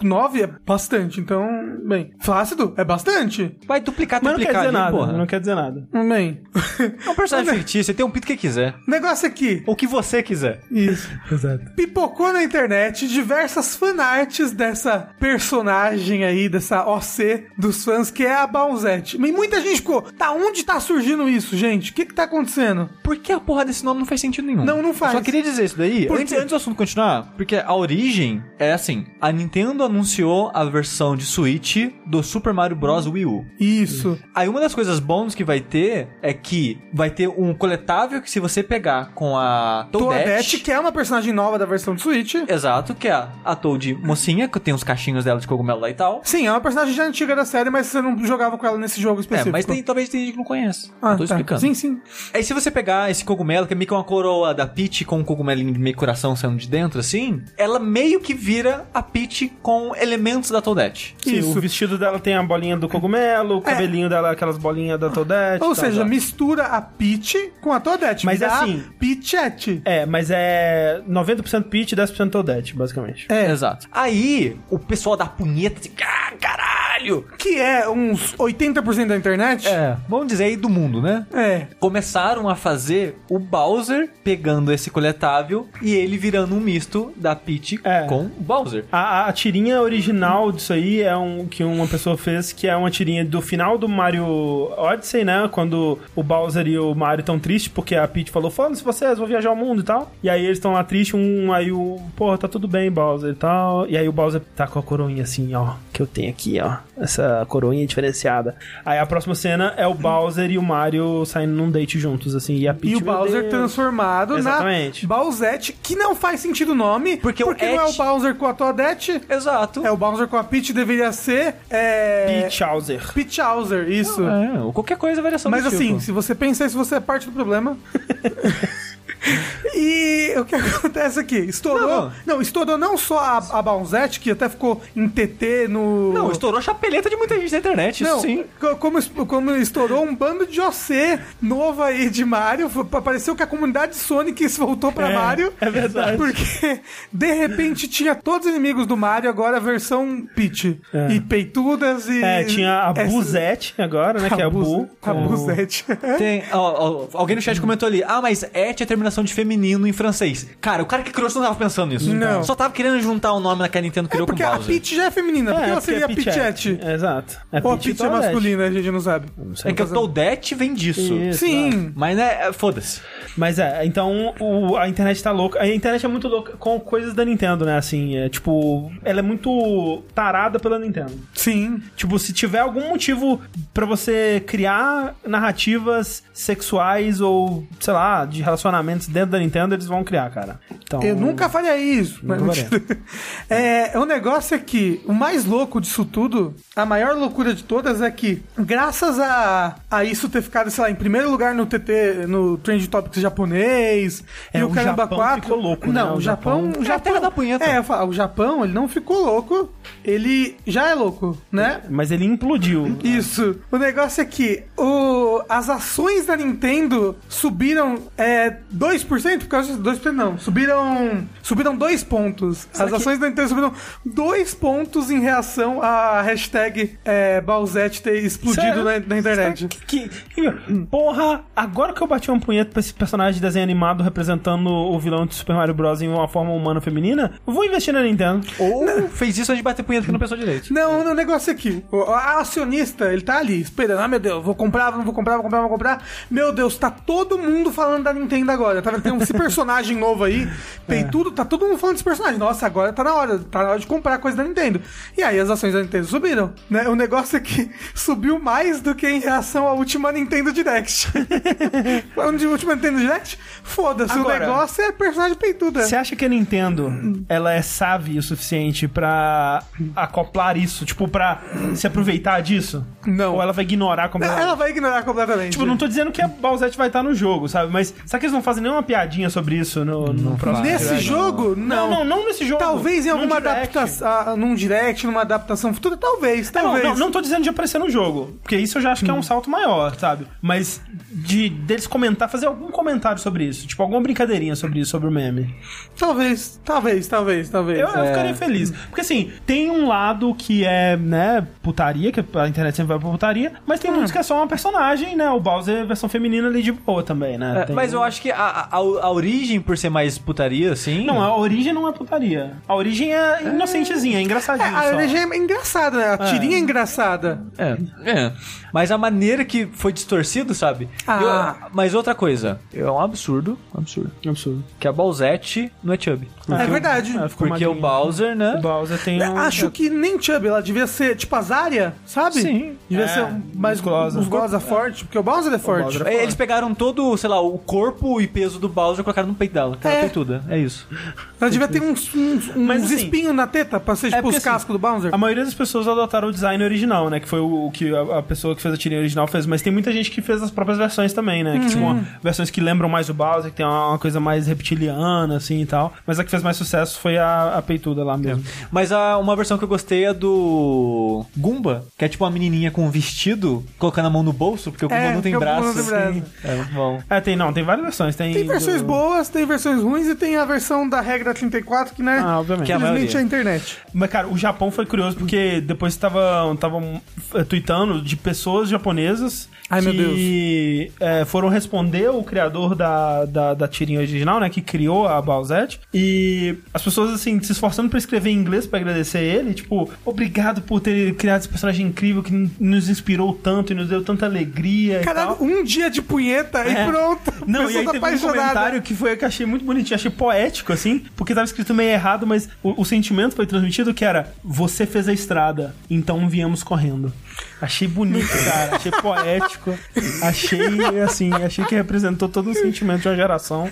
S3: 9 é bastante, então, bem, flácido é bastante.
S2: Vai duplicar,
S1: Mas não quer
S2: triplicar
S1: dizer
S2: ali,
S1: nada,
S2: É porra.
S1: não quer dizer nada.
S3: Bem,
S2: É um personagem fictício, ele tem um pito que quiser.
S3: O negócio aqui.
S2: Ou que você quiser.
S3: Isso.
S1: Exato.
S3: Pipocou na internet diversas fanarts dessa personagem aí, dessa OC dos fãs, que é a Baunzette. E muita gente ficou, tá onde tá surgindo isso, gente? O que que tá acontecendo?
S2: Por que a porra desse nome não faz sentido nenhum?
S3: Não, não faz.
S2: Eu só queria dizer isso daí.
S3: Por
S2: Antes,
S3: quê?
S2: antes do assunto continuar, porque a origem é assim: a Nintendo anunciou a versão de Switch do Super Mario Bros. Wii U.
S3: Isso.
S2: Aí uma das coisas bônus que vai ter é que vai ter um coletável que se você pegar com a
S3: Toadette,
S2: Toadette...
S3: que é uma personagem nova da versão de Switch.
S2: Exato, que é a, a Toad mocinha, que tem uns cachinhos dela de cogumelo lá e tal.
S3: Sim, é uma personagem já antiga da série, mas você não jogava com ela nesse jogo
S2: É,
S3: específico.
S2: mas tem, talvez tem gente que não conhece.
S3: Ah,
S2: Eu tô
S3: tá.
S2: explicando.
S3: Sim, sim.
S2: Aí se você pegar esse cogumelo, que é meio que uma coroa da Peach com um cogumelinho de meio coração saindo de dentro, assim, ela meio que vira a Peach com elementos da Toadette.
S1: Sim,
S3: Isso. É.
S1: o vestido dela tem a bolinha do cogumelo, o cabelinho dela, é aquelas bolinhas da Toadette.
S2: tá
S1: tá,
S3: Ou
S1: tal,
S3: seja,
S1: tal.
S3: mistura a Peach com a Toadette.
S1: Mas
S3: dá
S1: assim-
S3: Peachette.
S1: É, mas é 90% Peach e 10% Toadette, basicamente.
S2: É, exato. Aí, o pessoal da punheta, assim, ah, caralho!
S3: Que é uns 80% da internet.
S2: É, vamos dizer aí do mundo, né?
S3: É.
S2: Começaram a fazer o Bowser pegando esse coletável e ele virando um misto da Peach
S1: É.
S2: com o Bowser.
S1: A, a tirinha original disso aí é um que uma pessoa fez, que é uma tirinha do final do Mario Odyssey, né? Quando o Bowser e o Mario estão tristes, porque a Peach falou, foda-se vocês, vou viajar ao mundo e tal. E aí eles estão lá tristes, um aí o, porra, tá tudo bem, Bowser e tal. E aí o Bowser tá com a coroinha assim, ó, que eu tenho aqui, ó. Essa coroinha diferenciada. Aí a próxima cena é o Bowser e o Mario saindo num date juntos, assim, e a Peach...
S3: E o
S1: "Meu
S3: Bowser
S1: Deus."
S3: transformado
S1: Exatamente.
S3: na Bowsette, que não faz sentido o nome,
S2: Porque o
S3: porque não é o
S2: Et-
S3: Bowser com a Toadette,
S2: Exato.
S3: é o Bowser com a Peach, deveria ser... É...
S1: Peachhauser.
S3: Peachhauser, isso.
S2: É, ou qualquer coisa variação
S3: Mas
S2: do tipo.
S3: assim, se você pensa isso, você é parte do problema. e o que acontece aqui? Estourou.
S2: Não.
S3: Não, estourou não só a, a Baunzette, que até ficou em TT no.
S2: Não, estourou a chapeleta de muita gente na internet, isso
S3: Não,
S2: sim.
S3: co- Como, es- como estourou um bando de OC novo aí de Mario, foi- pareceu que a comunidade Sonic se voltou pra
S1: É,
S3: Mario.
S1: é verdade.
S3: Porque de repente tinha todos os inimigos do Mario agora a versão Peach.
S1: É.
S3: E peitudas e.
S1: É, tinha a
S3: essa-
S1: Buzette agora, né? Que é a Bu.
S3: A
S1: com-
S3: Buzette.
S2: Tem, ó, ó, alguém no chat comentou ali, ah, mas et é terminação de feminino em francês. Cara, o cara que criou isso não tava pensando nisso.
S3: Não.
S2: Só tava querendo juntar o nome naquela Nintendo criou
S3: Porque
S2: com
S3: a
S2: Bowser.
S3: Peach já é feminina, porque ela
S1: porque
S3: seria a
S1: Peach
S3: Peachette.
S1: É, exato. É
S3: Ou a
S1: Peach e
S3: Peach é
S1: Toadette.
S3: masculina, a gente não sabe.
S2: É que o Toadette vem disso.
S1: Isso,
S3: Sim.
S2: Mas, né, é, foda-se.
S1: Mas é, então o- a internet tá louca. A internet é muito louca com coisas da Nintendo, né? Assim, é tipo, ela é muito tarada pela Nintendo.
S3: Sim.
S1: Tipo, se tiver algum motivo pra você criar narrativas sexuais ou, sei lá, de relacionamentos dentro da Nintendo, eles vão criar, cara. Então,
S3: Eu nunca faria isso. Mas
S1: Nunca
S3: mentira. é, o negócio é que o mais louco disso tudo, a maior loucura de todas é que, graças a, a isso ter ficado, sei lá, em primeiro lugar no TT, no Trend Topics japonês,
S1: É,
S3: e o,
S1: o
S3: Caramba
S1: Japão
S3: 4.
S1: ficou louco, né?
S3: não,
S1: O
S3: o
S1: Japão-
S3: Japão. o
S2: É a
S3: Japão
S2: terra da punheta.
S3: É, eu falo, o Japão, ele não ficou louco, ele já é louco, né?
S1: Mas ele implodiu.
S3: Isso. O negócio é que o, as ações da Nintendo subiram é, 2%, por causa disso, 2% não, subiram subiram 2 pontos. as ações da Nintendo subiram 2 pontos em reação à hashtag é, Bowsette ter explodido
S1: Sério?
S3: na, na internet.
S1: Que, que- porra, agora que eu bati um punheta pra esse personagem de desenho animado representando o vilão de Super Mario Bros. em uma forma humana feminina, eu vou investir na Nintendo.
S2: Ou fez isso antes de bater punheta que não pensou direito.
S3: Não, não, o negócio é que o o acionista, ele tá ali esperando. Ah, meu Deus, vou comprar, não vou comprar, vou comprar, vou comprar. Meu Deus, tá todo mundo falando da Nintendo agora. Tá vendo? Tem um esse personagem novo aí,
S1: É.
S3: tem tudo, tá todo mundo falando desse personagem. Nossa, agora tá na hora, tá na hora de comprar coisa da Nintendo. E aí as ações da Nintendo subiram, né? O negócio é que subiu mais do que em reação à última Nintendo Direct. Onde a última Nintendo Direct? Foda-se, o
S1: Agora-
S3: negócio é personagem peituda.
S1: Você acha que a Nintendo ela é sábia o suficiente pra acoplar isso, tipo, pra se aproveitar disso?
S3: Não.
S1: Ou ela é? vai ignorar
S3: Ela
S1: completamente?
S3: ela vai ignorar completamente.
S1: Tipo, não tô dizendo que a Bowsette vai estar no jogo, sabe? Mas será que eles não fazem nenhuma piadinha sobre isso no, no próximo
S2: Claro.
S3: Nesse
S2: Direct,
S3: jogo, não.
S1: Não, não, não nesse jogo.
S3: Talvez em
S1: Num
S3: alguma
S1: direct. É,
S3: adaptação, ah, num direct, numa adaptação futura, talvez,
S1: Não,
S3: talvez.
S1: Não, não tô dizendo de aparecer no jogo, porque isso eu já acho que é um salto maior, sabe? Mas de deles comentar, fazer algum comentário sobre isso, tipo alguma brincadeirinha sobre isso, sobre o meme.
S3: Talvez, talvez, talvez, talvez.
S1: Eu, eu ficaria feliz. Porque assim, tem um lado que é, né, putaria, que a internet sempre vai pra putaria, mas tem muitos que é só uma personagem, né? O Bowser é versão feminina ali de boa também, né?
S2: É,
S1: Tem-
S2: mas eu acho que a, a, a origem, por ser mais putaria, assim.
S1: Não, a origem não é putaria. A origem é inocentezinha, é
S3: É,
S1: engraçadinha.
S3: a
S1: só.
S3: LG é engraçada, né? A tirinha é engraçada.
S2: É. Mas a maneira que foi distorcido, sabe?
S3: Ah.
S2: Eu- mas outra coisa, é um absurdo, um absurdo,
S1: Absurdo.
S2: que a Balzette não é Chubby.
S3: É, verdade.
S1: É, ficou
S2: Porque o
S1: magrinha.
S2: Bowser, né?
S1: O Bowser tem um...
S3: Acho que nem Chubby, ela devia ser tipo a Zarya, sabe?
S2: Sim.
S3: Devia
S1: É,
S3: ser um mais
S1: musculosa.
S3: musculosa, forte, porque o Bowser é forte.
S1: Bowser
S2: É, Eles pegaram todo, sei lá, o corpo e peso do Bowser e colocaram no peito dela. Cara,
S3: É.
S2: peituda. É isso.
S3: Ela devia ter uns, uns,
S1: Mas,
S3: uns
S1: assim,
S3: espinhos na teta pra ser tipo
S1: porque,
S3: os
S1: assim,
S3: cascos do Bowser.
S1: A maioria das pessoas adotaram o design original, né? Que foi o, o que a, a pessoa que fez a tirinha original fez. Mas tem muita gente que fez as próprias versões também, né? Que, tipo, uma- versões que lembram mais o Bowser, que tem uma, uma coisa mais reptiliana, assim e tal. Mas a que fez mais sucesso foi a, a peituda lá mesmo.
S2: Mas a, uma versão que eu gostei é do Goomba, que é tipo uma menininha com um vestido colocando a mão no bolso, porque o Goomba
S3: É,
S2: não tem
S3: porque o Goomba
S2: braço.
S3: não tem braço.
S2: Assim. É muito bom.
S1: É, tem, não, tem várias versões. Tem,
S3: Tem versões
S1: do-
S3: boas, tem versões ruins e tem a versão da regra 34, que né?
S1: Ah, obviamente.
S2: Que é a
S3: Infelizmente
S2: maioria.
S3: é a internet.
S1: Mas, cara, o Japão foi curioso porque depois estavam estavam eh, tweetando de pessoas japonesas
S3: Ai, meu
S1: que eh, foram responder o criador da, da, da tirinha original, né? Que criou a Bowsette. E as pessoas, assim, se esforçando pra escrever em inglês pra agradecer ele. Tipo, obrigado por ter criado esse personagem incrível que n- nos inspirou tanto e nos deu tanta alegria É e
S3: Caralho,
S1: tal.
S3: um dia de punheta
S1: É.
S3: e pronto. A
S1: Não,
S3: pessoa
S1: e aí
S3: tá
S1: teve um comentário que foi que eu achei muito bonitinho, achei poético, assim, porque tava escrito meio errado, mas o, o sentimento foi transmitido que era você fez a estrada, então viemos correndo. Achei bonito, cara, achei poético, achei, assim, achei que representou todo o sentimento de uma geração.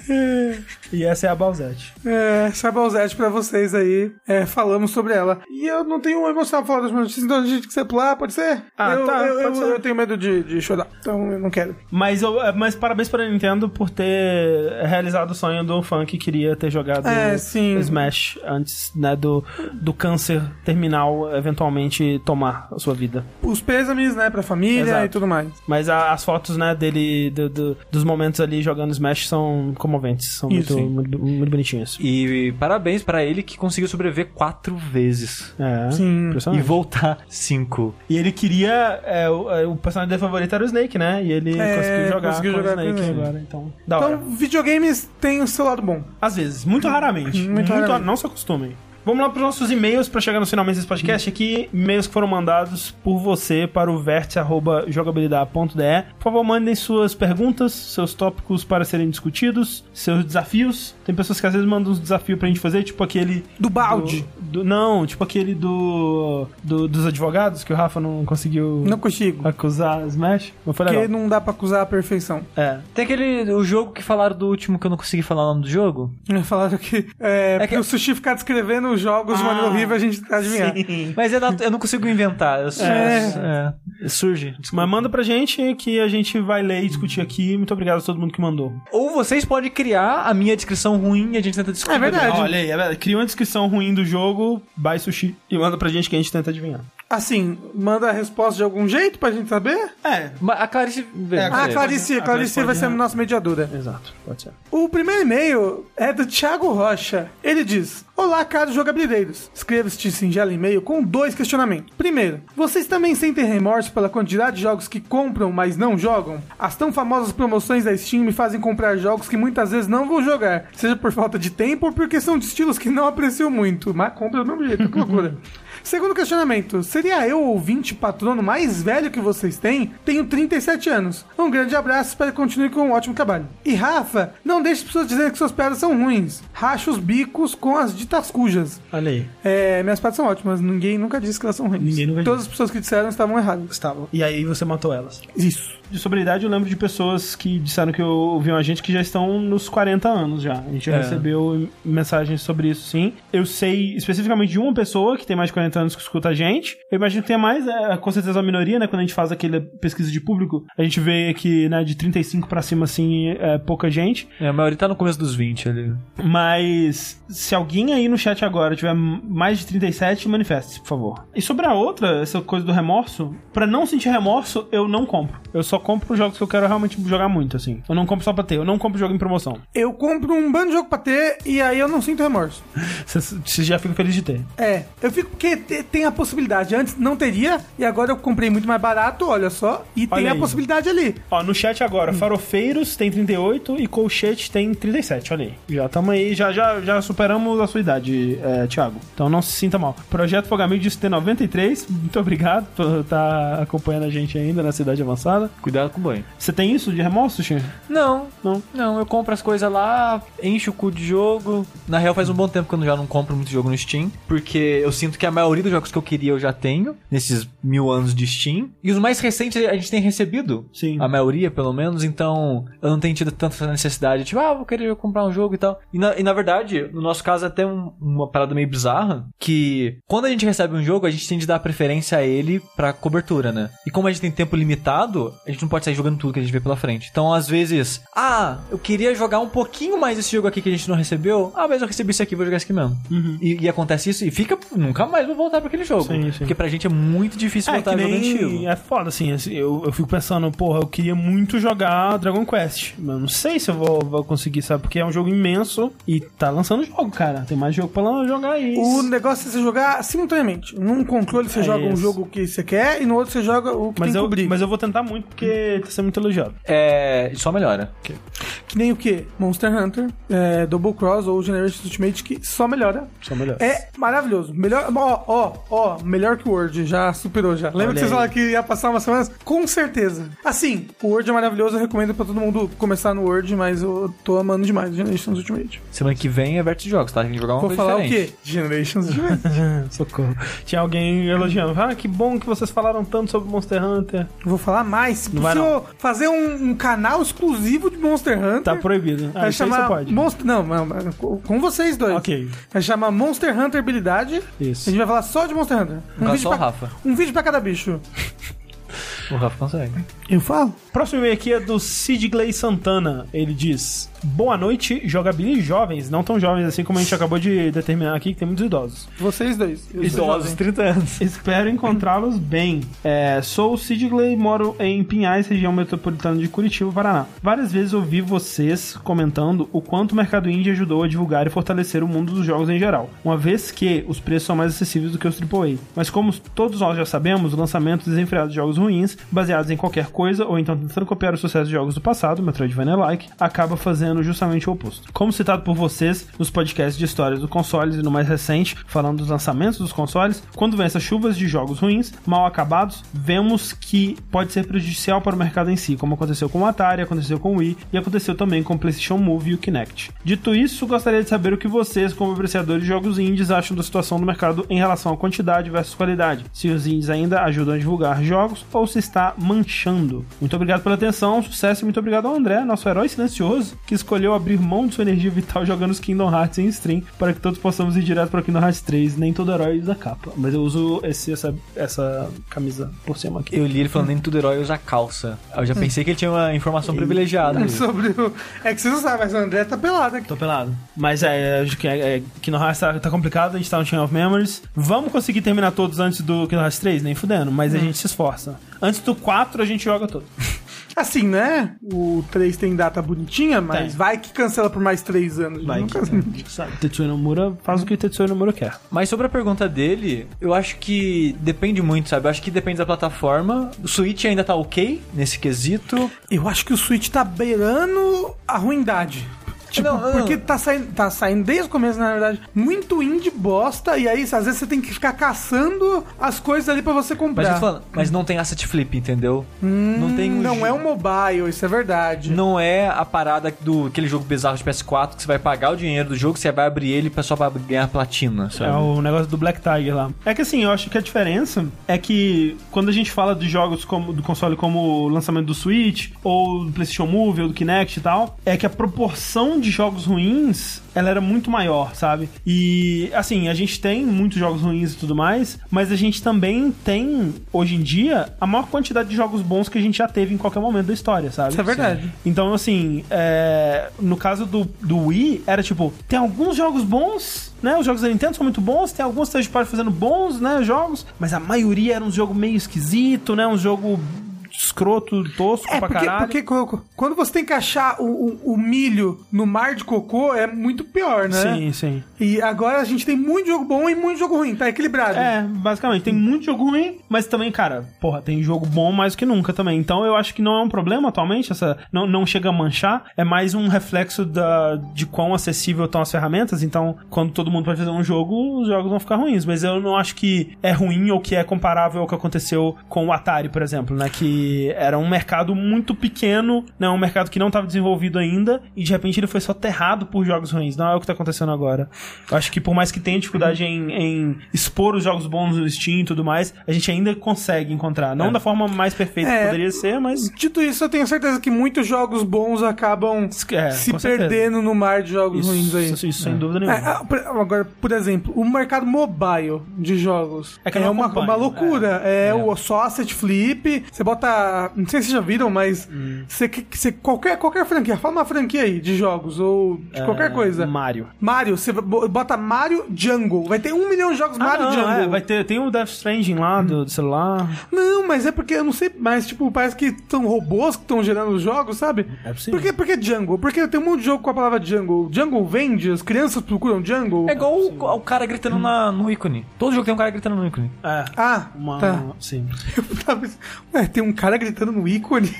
S1: E essa é a Balzete.
S3: É, Sabalzete pra vocês aí. É, falamos sobre ela. E eu não tenho emoção pra falar das minhas notícias, então a gente tem que ser pular, pode ser?
S1: Ah,
S3: eu,
S1: tá,
S3: eu,
S1: pode
S3: eu,
S1: ser.
S3: eu tenho medo de, de chorar, então eu não quero.
S1: Mas, eu, eh, mas parabéns pra Nintendo por ter realizado o sonho do fã que queria ter jogado
S3: É, sim.
S1: Smash antes, né, do, do câncer terminal eventualmente tomar a sua vida.
S3: Os pêsames, né, pra família
S1: Exato.
S3: e tudo mais.
S1: Mas a- as fotos, né, dele, do- do- dos momentos ali jogando Smash são comoventes, são
S3: Isso,
S1: muito, muito, muito bonitinhos.
S2: E parabéns pra ele que conseguiu sobreviver quatro vezes.
S1: É,
S3: Sim.
S2: E
S1: impressionante.
S2: voltar cinco.
S1: E ele queria. é, o, é, o personagem dele favorito era o Snake, né? E ele
S3: É,
S1: conseguiu jogar
S3: conseguiu
S1: com o
S3: jogar com
S1: Snake
S3: ele.
S1: agora. Então, da hora.
S3: Então, videogames tem o seu lado bom.
S1: Às vezes, muito raramente.
S3: Muito
S1: Muito,
S3: raramente.
S1: Não se acostumem. Vamos lá para os nossos e-mails para chegar no finalmente desse
S3: Hum.
S1: podcast aqui. E-mails que foram mandados por você para o vértice.jogabilidade.de. Por favor, mandem suas perguntas, seus tópicos para serem discutidos, seus desafios. Tem pessoas que às vezes mandam uns desafios pra gente fazer, tipo aquele.
S3: Do balde.
S1: Do, do- não, tipo aquele do, do- dos advogados que o Rafa não conseguiu
S3: Não consigo.
S1: acusar Smash. Mas foi
S3: Porque
S1: Ah, legal.
S3: não dá pra acusar a perfeição.
S1: É.
S2: Tem aquele. O jogo que falaram do último que eu não consegui falar o nome do jogo.
S3: Falaram que é,
S2: É que-
S3: que o sushi ficar descrevendo os jogos de maneira
S1: Ah,
S3: horrível, a gente tá adivinhando.
S2: Mas é nat- eu não consigo inventar. Eu,
S3: É.
S2: é. surge. Desculpa.
S1: Mas manda pra gente que a gente vai ler e discutir aqui. Muito obrigado a todo mundo que mandou.
S2: Ou vocês podem criar a minha descrição ruim e a gente tenta descobrir.
S3: É verdade.
S1: Olha aí, é verdade. cria uma descrição ruim do jogo, vai sushi e manda pra gente que a gente tenta adivinhar.
S3: Assim, manda a resposta de algum jeito pra gente saber?
S1: É.
S2: Mas a Clarice. É,
S1: É,
S3: Ah,
S1: Pode- a é-
S3: Clarice, Clarice
S1: Clarice
S3: vai
S1: pode-
S3: ser a nossa mediadora.
S1: Exato, pode ser.
S3: O primeiro e-mail é do Thiago Rocha. Ele diz: Olá, caros jogabilideiros. Escreva este singelo e-mail com dois questionamentos. Primeiro, vocês também sentem remorso pela quantidade de jogos que compram, mas não jogam? As tão famosas promoções da Steam me fazem comprar jogos que muitas vezes não vou jogar, seja por falta de tempo ou porque são de estilos que não aprecio muito, mas compra do mesmo jeito, que loucura. Segundo questionamento, seria eu o ouvinte patrono mais velho que vocês têm? Tenho 37 anos. Um grande abraço, espero que continue com um ótimo trabalho. E Rafa, não deixe as pessoas dizerem que suas piadas são ruins. Racha os bicos com as ditas cujas.
S1: Olha aí.
S3: É, minhas piadas são ótimas, ninguém nunca disse que elas são ruins.
S1: Ninguém nunca
S3: Todas as pessoas que disseram estavam erradas.
S1: Estavam. Tá, E aí você matou elas.
S3: Isso.
S1: De sobriedade, eu lembro de pessoas que disseram que ouviam a gente que já estão nos 40 anos já. A gente já
S2: É.
S1: recebeu mensagens sobre isso, sim. Eu sei especificamente de uma pessoa que tem mais de 40 40 anos que escuta a gente. Eu imagino que tem mais, é, com certeza, uma minoria, né? Quando a gente faz aquele pesquisa de público, a gente vê que, né, de 35 pra cima, assim, é pouca gente.
S2: É, a maioria tá no começo dos 20 ali.
S1: Mas se alguém aí no chat agora tiver mais de 37, manifeste, por favor. E sobre a outra, essa coisa do remorso, pra não sentir remorso, eu não compro. Eu só compro jogos que eu quero realmente jogar muito, assim. Eu não compro só pra ter, eu não compro jogo em promoção.
S3: Eu compro um bando de jogo pra ter e aí eu não sinto remorso.
S1: Você já fica feliz de ter.
S3: É, eu fico porque te- tem a possibilidade. Antes não teria e agora eu comprei muito mais barato, olha só. E tem
S1: Olha
S3: a
S1: aí.
S3: possibilidade ali.
S1: Ó, no chat agora, farofeiros tem 38 e colchete tem 37, olha aí. Já estamos aí, já, já, já superamos a sua idade, é, Thiago. Então não se sinta mal. Projeto Fogamil disse ter 93, muito obrigado por estar acompanhando a gente ainda nessa idade avançada.
S2: Cuidado com o banho.
S1: Você tem isso de remorso, Shin?
S2: Não,
S1: Não.
S2: não, eu compro as coisas lá, encho o cu de jogo. Na real, faz um bom tempo que eu já não compro muito jogo no Steam, porque eu sinto que a maioria dos jogos que eu queria eu já tenho, nesses mil anos de Steam. E os mais recentes a gente tem recebido.
S1: Sim.
S2: A maioria, pelo menos, então eu não tenho tido tanta essa necessidade, tipo, ah, vou querer comprar um jogo e tal. E na, e na verdade, no nosso caso, é até um- uma parada meio bizarra, que quando a gente recebe um jogo, a gente tem de dar preferência a ele pra cobertura, né? E como a gente tem tempo limitado, a gente não pode sair jogando tudo que a gente vê pela frente. Então, às vezes, ah, eu queria jogar um pouquinho mais esse jogo aqui que a gente não recebeu, ah, mas eu recebi isso aqui, vou jogar isso aqui mesmo. E, e acontece isso, e fica, nunca mais vou voltar pra aquele jogo.
S1: Uhum. Sim, sim.
S2: Porque pra gente é muito difícil
S1: É,
S2: voltar
S1: que
S2: a jogar antigo.
S1: nem, é foda, assim, assim, eu, eu fico pensando, porra, eu queria muito jogar Dragon Quest, mas eu não sei se eu vou, vou conseguir, sabe? Porque é um jogo imenso e tá lançando jogo, cara. Tem mais jogo pra lá jogar aí.
S3: O negócio é você jogar simultaneamente. Num controle você
S1: É
S3: joga um
S1: isso.
S3: jogo que você quer e no outro você joga o que
S1: Mas
S3: tem que
S1: eu,
S3: cobrir.
S1: mas eu vou tentar muito porque tá sendo muito elogiado.
S2: É, só melhora.
S3: Que nem o que? Monster Hunter, é, Double Cross ou Generation Ultimate que só melhora.
S1: Só melhor.
S3: É maravilhoso. Melhor, ó, ó, ó, melhor que o Word, já superou já. Lembra
S1: Olha
S3: que vocês
S1: aí.
S3: falaram que ia passar umas semanas? Com certeza. Assim, o Word é maravilhoso, eu recomendo pra todo mundo começar no Word, mas eu tô amando demais o Generations Ultimate.
S2: Semana que vem é Versus Jogos, tá? A gente vai jogar uma
S3: Vou
S2: coisa
S3: falar
S2: diferente.
S3: o quê? Generations Ultimate.
S1: Socorro. Tinha alguém elogiando. Ah, que bom que vocês falaram tanto sobre Monster Hunter.
S3: Vou falar mais. Se
S1: Não vai,
S3: eu fazer um, um canal exclusivo de Monster Hunter...
S1: Tá proibido. Ah,
S3: É. Vai
S1: isso aí você
S3: chamar
S1: pode.
S3: Monster... Não, não, não, com com vocês dois.
S1: Ok.
S3: Vai chamar Monster Hunter Habilidade.
S1: Isso.
S3: A gente vai falar só de Monster Hunter.
S2: caso, só o
S3: pra...
S2: Rafa.
S3: um vídeo pra cada bicho.
S2: O Rafa consegue.
S3: Eu falo.
S1: Próximo e-mail aqui é do Sid Gley Santana. Ele diz: Boa noite, jogabil jovens. Não tão jovens assim como a gente acabou de determinar aqui, que tem muitos idosos.
S3: Vocês dois. Eu sou jovem.
S2: 30 anos.
S1: Espero encontrá-los bem. É, sou o Sid Gley, moro em Pinhais, região metropolitana de Curitiba, Paraná. Várias vezes ouvi vocês comentando o quanto o mercado indie ajudou a divulgar e fortalecer o mundo dos jogos em geral, uma vez que os preços são mais acessíveis do que os AAA. Mas como todos nós já sabemos, o lançamento desenfreado de jogos ruins, baseados em qualquer coisa ou então tentando copiar o sucesso de jogos do passado, Metroidvania-like, acaba fazendo justamente o oposto. Como citado por vocês nos podcasts de histórias do consoles e no mais recente, falando dos lançamentos dos consoles, quando vem essas chuvas de jogos ruins, mal acabados, vemos que pode ser prejudicial para o mercado em si, como aconteceu com o Atari, aconteceu com o Wii e aconteceu também com o PlayStation Move e o Kinect. Dito isso, gostaria de saber o que vocês, como apreciadores de jogos indies, acham da situação do mercado em relação à quantidade versus qualidade, se os indies ainda ajudam a divulgar jogos ou se está manchando. Muito obrigado pela atenção, sucesso e muito obrigado ao André, nosso herói silencioso, que escolheu abrir mão de sua energia vital jogando os Kingdom Hearts em stream para que todos possamos ir direto para o Kingdom Hearts 3. Nem todo herói usa capa, mas eu uso esse- essa, essa camisa por cima aqui.
S2: Eu li ele falando nem todo herói usa calça. Eu
S3: Hum.
S2: já pensei que ele tinha uma informação privilegiada. ali.
S3: Sobre o... É que vocês não sabem, mas o André tá pelado aqui.
S1: Tô pelado. Mas é, acho que, é, é, Kingdom Hearts tá, tá complicado, a gente tá no Chain of Memories. Vamos conseguir terminar todos antes do Kingdom Hearts 3? Nem fudendo, mas a gente se esforça. Antes do 4, a gente joga todo.
S3: Assim, né? O 3 tem data bonitinha, mas
S1: Tem.
S3: vai que cancela por mais 3 anos.
S1: Tá. Vai
S3: Não
S1: que,
S3: cancela.
S1: sabe, Tetsuya Nomura faz o que o Tetsuya Nomura quer.
S2: Mas sobre a pergunta dele, eu acho que depende muito, sabe? Eu acho que depende da plataforma. O Switch ainda tá ok nesse quesito.
S3: Eu acho que o Switch tá beirando a ruindade. Tipo,
S2: Não, não,
S3: porque
S2: não.
S3: tá saindo, tá saindo desde o começo, na verdade, muito indie bosta, e aí às vezes você tem que ficar caçando as coisas ali pra você
S2: Mas, eu tô
S3: comprar.
S2: falando, mas não tem asset flip, entendeu? não tem um
S3: Não
S2: jo-
S3: é um mobile, isso é verdade.
S2: Não é a parada do aquele jogo bizarro de PS4 que você vai pagar o dinheiro do jogo, você vai abrir ele pra- só pra ganhar platina,
S1: É
S3: um
S2: sabe?
S1: o negócio do Black Tiger lá. É que assim, eu acho que a diferença é que quando a gente fala de jogos como, do console como o lançamento do Switch, ou do PlayStation Move, ou do Kinect e tal, é que a proporção de jogos ruins, ela era muito maior, sabe? E, assim, a gente tem muitos jogos ruins e tudo mais, mas a gente também tem, hoje em dia, a maior quantidade de jogos bons que a gente já teve em qualquer momento da história, sabe?
S3: Isso é verdade.
S1: Então, assim, é, no caso do, do Wii, era tipo, tem alguns jogos bons, né? Os jogos da Nintendo são muito bons, tem alguns third party fazendo bons, né? Jogos, mas a maioria era um jogo meio esquisito, né? Um jogo escroto, tosco
S3: É,
S1: pra
S3: porque,
S1: caralho.
S3: porque co- quando você tem que achar o, o- o milho no mar de cocô, é muito pior, né?
S1: Sim, sim.
S3: E agora a gente tem muito jogo bom e muito jogo ruim, tá equilibrado.
S1: É, basicamente, tem muito jogo ruim, mas também, cara, porra, tem jogo bom mais que nunca também. Então eu acho que não é um problema atualmente, essa não, não chega a manchar, é mais um reflexo da, de quão acessível estão as ferramentas. Então, quando todo mundo pode fazer um jogo, os jogos vão ficar ruins. Mas eu não acho que é ruim ou que é comparável ao que aconteceu com o Atari, por exemplo, né? Que era um mercado muito pequeno, né? Um mercado que não estava desenvolvido ainda, e de repente ele foi soterrado por jogos ruins. Não é o que tá acontecendo agora. Eu acho que por mais que tenha dificuldade em, em expor os jogos bons no Steam e tudo mais, a gente ainda consegue encontrar. Não da forma mais perfeita
S3: É.
S1: que poderia ser, mas.
S3: Dito isso, eu tenho certeza que muitos jogos bons acabam
S1: É,
S3: se
S1: com certeza.
S3: perdendo no mar de jogos ruins
S1: Isso,
S3: aí.
S1: isso, isso, sem dúvida
S3: É,
S1: nenhuma.
S3: ah, por- agora, por exemplo, o mercado mobile de
S1: É
S3: jogos
S1: né?
S3: é,
S1: que eu não
S3: uma,
S1: acompanho,
S3: uma loucura. É, o só asset flip, você bota. Não sei se vocês já viram, mas
S1: Hum.
S3: você, que- você- qualquer, qualquer franquia, fala uma franquia aí de jogos ou de
S1: É.
S3: qualquer coisa.
S1: Mario.
S3: Mario, você bo- bota Mario Jungle. Vai ter um milhão de jogos Mario
S1: ah, não,
S3: Jungle.
S1: é, vai ter, tem o Death Stranding lá
S3: Uhum.
S1: do, do celular.
S3: Não, mas é porque eu não sei, mas tipo, parece que são robôs que estão gerando os jogos, sabe?
S1: É possível.
S3: Por que, por que Jungle? Porque tem um monte de jogo com a palavra Jungle. Jungle vende, as crianças procuram Jungle.
S2: É igual o, o cara gritando na- no ícone. Todo jogo tem um cara gritando no ícone.
S1: É.
S3: Ah,
S1: Uma,
S3: tá.
S1: Sim.
S3: Ué, tem um cara gritando no ícone.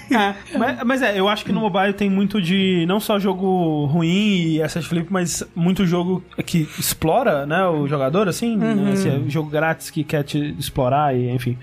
S1: mas, mas é, eu acho que no mobile tem muito de não só jogo ruim e essas flip, mas muito jogo que explora, né, o jogador, assim,
S3: Uhum.
S1: esse é jogo grátis que quer te explorar e enfim.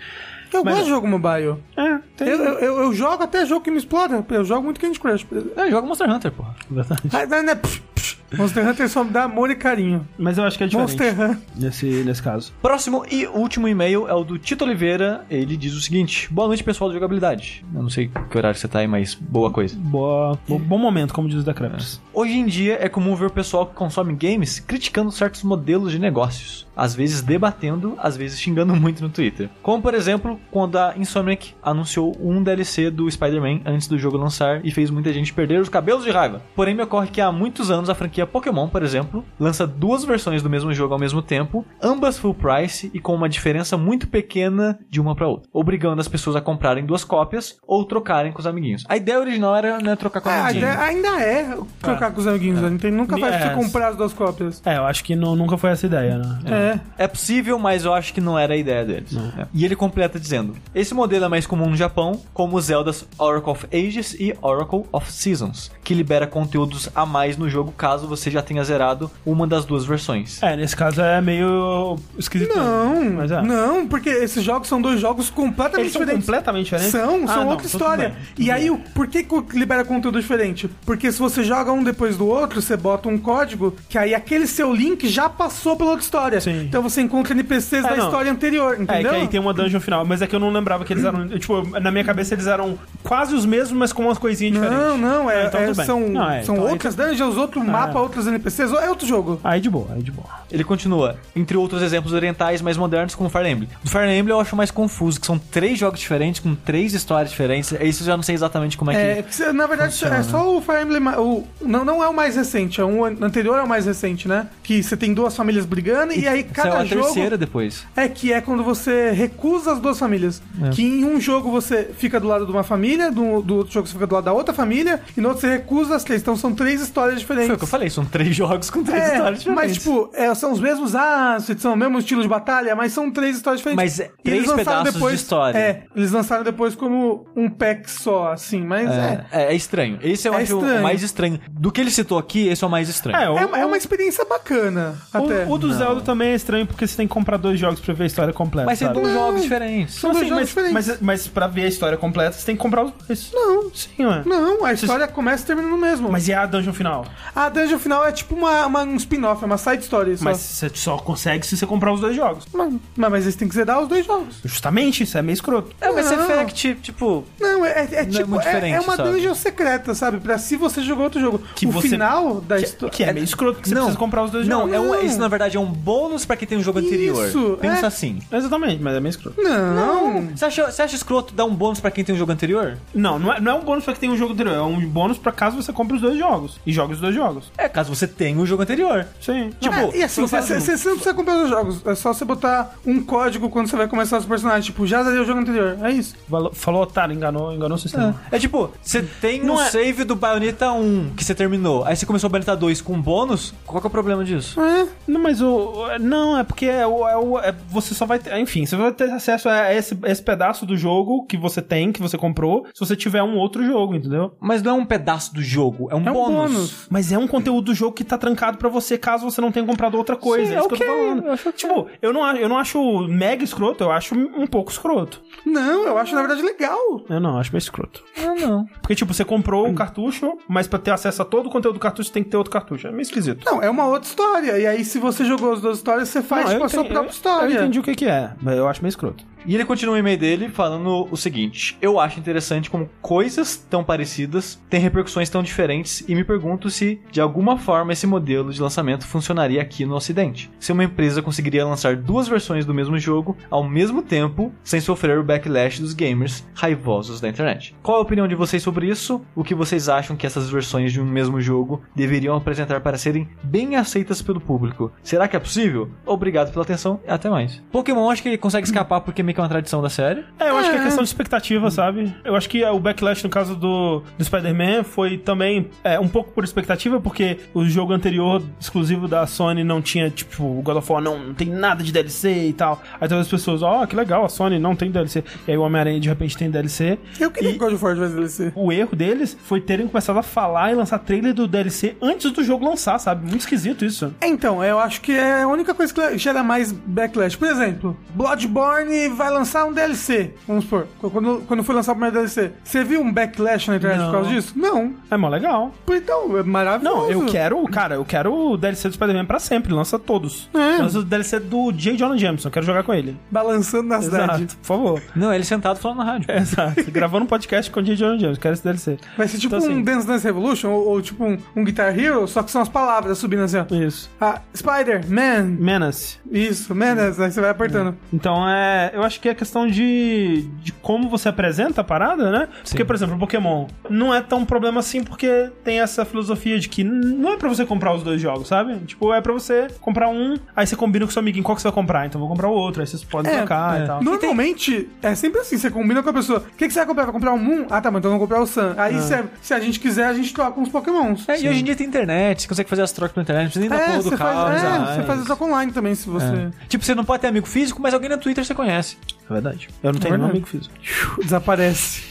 S3: Eu
S1: Mas-
S3: gosto de jogo mobile.
S1: É,
S3: Eu,
S1: tem
S3: eu- eu- eu jogo até jogo que me explora. Eu jogo muito Candy Crush. por exemplo.
S2: É, joga Monster Hunter, porra.
S1: verdade.
S3: Ah, não, não, psh, psh. Monster Hunter só me dá amor e carinho.
S1: Mas eu acho que é diferente
S3: Monster Hunter.
S1: nesse, nesse caso.
S2: Próximo e último e-mail é o do Tito Oliveira. Ele diz o seguinte: Boa noite, pessoal do jogabilidade. Eu não sei que horário você tá aí, mas boa coisa.
S1: Boa, bo- bom momento, como diz o da Krebs.
S2: Hoje em dia é comum ver o pessoal que consome games criticando certos modelos de negócios, às vezes debatendo, às vezes xingando muito no Twitter. Como por exemplo, quando a Insomniac anunciou um DLC do Spider-Man antes do jogo lançar e fez muita gente perder os cabelos de raiva. Porém, me ocorre que há muitos anos a franquia Pokémon, por exemplo, lança duas versões do mesmo jogo ao mesmo tempo, ambas full price e com uma diferença muito pequena de uma pra outra, obrigando as pessoas a comprarem duas cópias ou trocarem com os amiguinhos. A ideia original era, né, trocar com o
S3: Ah,
S2: amiguinho.
S3: ainda, ainda é trocar com os amiguinhos. né? Então, nunca vai
S1: É.
S3: você comprar as duas cópias.
S1: É, eu acho que nu- nunca foi essa ideia, né?
S3: É.
S2: É possível, mas eu acho que não era a ideia deles. É. E ele completa dizendo: Esse modelo é mais comum no Japão, como os Zeldas Oracle of Ages e Oracle of Seasons, que libera conteúdos a mais no jogo caso você já tenha zerado uma das duas versões.
S1: É, nesse caso é meio esquisito.
S3: Não,
S1: mesmo, mas é.
S3: não, porque esses jogos são dois jogos completamente
S1: Eles são
S3: diferentes.
S1: completamente diferentes?
S3: São,
S1: Ah,
S3: são
S1: não, então
S3: outra história.
S1: tudo bem,
S3: e aí, o, por que co- libera conteúdo diferente? Porque se você joga um depois do outro, você bota um código que aí aquele seu link já passou pela outra história.
S1: Sim.
S3: Então você encontra NPCs
S1: É,
S3: da
S1: não.
S3: história anterior,
S1: É, que
S3: entendeu?
S1: aí tem uma dungeon final, mas é que eu não lembrava que eles eram. Tipo, na minha cabeça eles eram quase os mesmos, mas com umas coisinhas diferentes.
S3: Não, não, é,
S1: Então,
S3: é-
S1: tudo bem.
S3: são,
S1: Não, é, então
S3: são
S1: aí tá-
S3: outras dungeons, outro mapa, outros NPCs, é outro jogo.
S1: Aí de boa, aí de boa.
S2: Ele continua, entre outros exemplos orientais mais modernos, como Fire Emblem. Do Fire Emblem eu acho mais confuso, que são três jogos diferentes, com três histórias diferentes. Isso eu já não sei exatamente como é,
S3: É,
S2: que.
S3: que cê- na verdade, é só o Fire Emblem. ma- O, não, não é o mais recente, é um an- anterior ao mais recente, né? Que você tem duas famílias brigando e, aí
S1: é
S2: Saiu
S3: cada
S2: a
S3: jogo.
S2: terceira depois.
S3: É que é quando você recusa as duas famílias.
S2: É.
S3: Que em um jogo você fica do lado de uma família, do, do outro jogo você fica do lado da outra família, e no outro você recusa as três. Então são três histórias diferentes.
S2: Foi o que eu falei, são três jogos com três
S3: É,
S2: histórias diferentes.
S3: mas tipo, é, são os mesmos assets, são o mesmo estilo de batalha, mas são três histórias diferentes.
S2: Mas é,
S3: E
S2: três
S3: eles lançaram
S2: pedaços de
S3: depois,
S2: história.
S3: É, eles lançaram depois como um pack só, assim, mas é.
S2: É, é estranho. Esse eu
S3: É
S2: acho o
S3: estranho.
S2: mais estranho. Do que ele citou aqui, esse é o mais estranho.
S1: É, o,
S3: É, uma- é uma experiência bacana, até.
S1: o, o do Zelda também é estranho porque você tem que comprar dois jogos pra ver a história completa.
S2: Mas são
S1: sabe?
S2: dois
S3: Não.
S2: jogos diferentes.
S3: São dois
S1: Sim,
S3: jogos
S1: mas,
S3: diferentes.
S1: Mas, mas pra ver a história completa, você tem que comprar os dois.
S3: Não.
S1: Sim, ué.
S3: Não, a história começa e termina no mesmo.
S1: Mas e a dungeon final?
S3: A dungeon Dimension Final é tipo uma, uma- um spin-off, é uma side story. Só.
S1: Mas você
S3: Mas...
S1: só consegue se você comprar os dois jogos.
S3: Mas, mas eles têm que zerar os dois jogos.
S1: Justamente, isso é meio escroto.
S2: É, mas
S3: Não.
S2: Effect, tipo,
S3: Não, é, é- é
S2: Não é
S3: tipo.
S2: muito
S3: É,
S2: diferente,
S3: é uma
S2: sabe?
S3: dungeon secreta, sabe? Pra se você jogou outro jogo.
S1: Que
S3: o
S1: você-
S3: final da
S1: Que,
S3: história.
S1: que é meio escroto, porque você
S2: Não.
S1: precisa comprar os dois
S2: Não,
S1: jogos.
S2: é um-
S3: não.
S2: isso na verdade é um bônus pra quem tem um jogo anterior.
S3: Isso,
S2: Pensa
S3: é.
S2: assim.
S1: Exatamente, mas é meio escroto.
S3: Não.
S2: Você acha, você acha escroto dar um bônus pra quem tem um jogo anterior?
S1: Não, não é, não é um bônus pra que tem um jogo anterior, é um bônus pra caso você compre os dois jogos. E jogue os dois jogos.
S2: É, caso você tenha o jogo anterior.
S1: Sim.
S2: Tipo,
S3: É, e assim,
S2: não faz-
S3: você você- você não precisa comprar os jogos. É só você botar um código quando você vai começar os personagens. Tipo, já zerei o jogo anterior. É isso.
S1: Falou, falou otário, enganou, enganou o sistema.
S2: É tipo, você tem
S1: Não
S2: um
S1: é-
S2: save do Bayonetta 1 que você terminou, aí você começou o Bayonetta 2 com um bônus, qual que é o problema disso?
S3: É.
S1: Não, mas o. o- Não, é porque é, o- é, o- é- você só vai ter. Enfim, você vai ter acesso a esse, esse pedaço do jogo que você tem, que você comprou, se você tiver um outro jogo, entendeu?
S2: Mas não é um pedaço do jogo, é um,
S1: É um
S2: bônus.
S1: bônus. Mas é um conteúdo do jogo que tá trancado pra você caso você não tenha comprado outra coisa.
S2: Sim,
S1: é isso que eu tô
S2: ok,
S1: falando.
S2: eu acho que-
S1: tipo, eu não, a- eu não acho mega escroto, eu acho um pouco escroto.
S3: Não, eu acho na verdade legal.
S1: Eu não, acho meio escroto.
S2: Ah, não.
S1: Porque, tipo, você comprou
S3: Hum.
S1: um cartucho, mas pra ter acesso a todo o conteúdo do cartucho, você tem que ter outro cartucho. É meio esquisito.
S3: Não, é uma outra história. E aí, se você jogou as duas histórias, você faz
S1: Não,
S3: tipo,
S1: eu
S3: a sua
S1: entendi-
S3: própria
S1: eu-
S3: história.
S1: Eu entendi o que que é, mas eu acho meio escroto.
S2: E ele continua o e-mail dele falando o seguinte: Eu acho interessante como coisas tão parecidas têm repercussões tão diferentes e me pergunto se, de alguma forma, esse modelo de lançamento funcionaria aqui no Ocidente. Se uma empresa conseguiria lançar duas versões do mesmo jogo ao mesmo tempo sem sofrer o backlash dos gamers raivosos da internet. Qual a opinião de vocês sobre isso? O que vocês acham que essas versões de um mesmo jogo deveriam apresentar para serem bem aceitas pelo público? Será que é possível? Obrigado pela atenção e até mais. Pokémon acho que consegue escapar porque meio que é uma tradição da série.
S1: É, eu acho que é
S3: É.
S1: questão de expectativa, sabe? Eu acho que é, o backlash no caso do, do Spider-Man foi também é, um pouco por expectativa, porque o jogo anterior exclusivo da Sony não tinha, tipo, o God of War não, não tem nada de DLC e tal. Aí talvez as pessoas, ó, que legal, a Sony não tem DLC. E aí o Homem-Aranha de repente tem DLC.
S3: Eu queria que God of War tivesse DLC.
S1: O erro deles foi terem começado a falar e lançar trailer do DLC antes do jogo lançar, sabe? Muito esquisito isso.
S3: É, Então, eu acho que é a única coisa que gera mais backlash. Por exemplo, Bloodborne vai lançar um DLC. Vamos supor, quando, quando foi lançar o primeiro DLC, você viu um backlash na internet
S1: Não.
S3: por causa disso? Não.
S1: É mó legal.
S3: Então, é maravilhoso.
S1: Não, eu quero, cara, eu quero o DLC do Spider-Man pra sempre, lança todos.
S3: É.
S1: Lança o DLC do J. Jonah Jameson, quero jogar com ele.
S3: Balançando na cidade.
S1: Exato, por favor.
S2: Não, ele sentado falando na rádio.
S1: Exato. Gravando um podcast com o J. Jonah Jameson, quero esse DLC.
S3: Vai ser tipo
S1: Então, assim-
S3: um Dance Dance Revolution ou, ou tipo um, um Guitar Hero, só que são as palavras subindo assim, ó.
S1: Isso.
S3: Ah, Spider-Man.
S1: Menace.
S3: Isso, Menace. Aí você vai apertando.
S1: Então é. Eu acho que é questão de, de como você apresenta a parada, né? Porque, por exemplo, o Pokémon não é tão problema assim porque tem essa filosofia de que n- não é pra você comprar os dois jogos, sabe? Tipo, é pra você comprar um, aí você combina com seu amiguinho qual que você vai comprar, então vou comprar o outro, aí vocês podem
S3: É,
S1: trocar e tal.
S3: Normalmente, é sempre assim, você combina com a pessoa. O que, que você vai comprar? Vai comprar um Moon? Ah, tá, mas então eu vou comprar o Sun. Aí,
S1: Ah.
S3: se, a- se a gente quiser, a gente troca uns pokémons.
S2: É, e hoje em dia tem internet, você consegue fazer as trocas pela internet, não precisa
S1: Tá
S2: nem da porra do
S3: É, você
S2: carro.
S3: faz, é,
S2: jamais.
S3: você faz isso online também, se você...
S2: Tipo, você não pode ter amigo físico, mas alguém no Twitter você conhece.
S1: É verdade. Eu não tenho nenhum
S3: Verdade.
S1: amigo físico.
S3: Desaparece.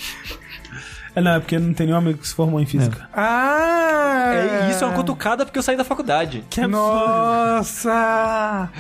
S1: É, não, é porque não tem nenhum amigo que se formou em física.
S3: Ah!
S2: É, e isso é uma cutucada porque eu saí da faculdade.
S1: Que um absurdo.
S3: Nossa!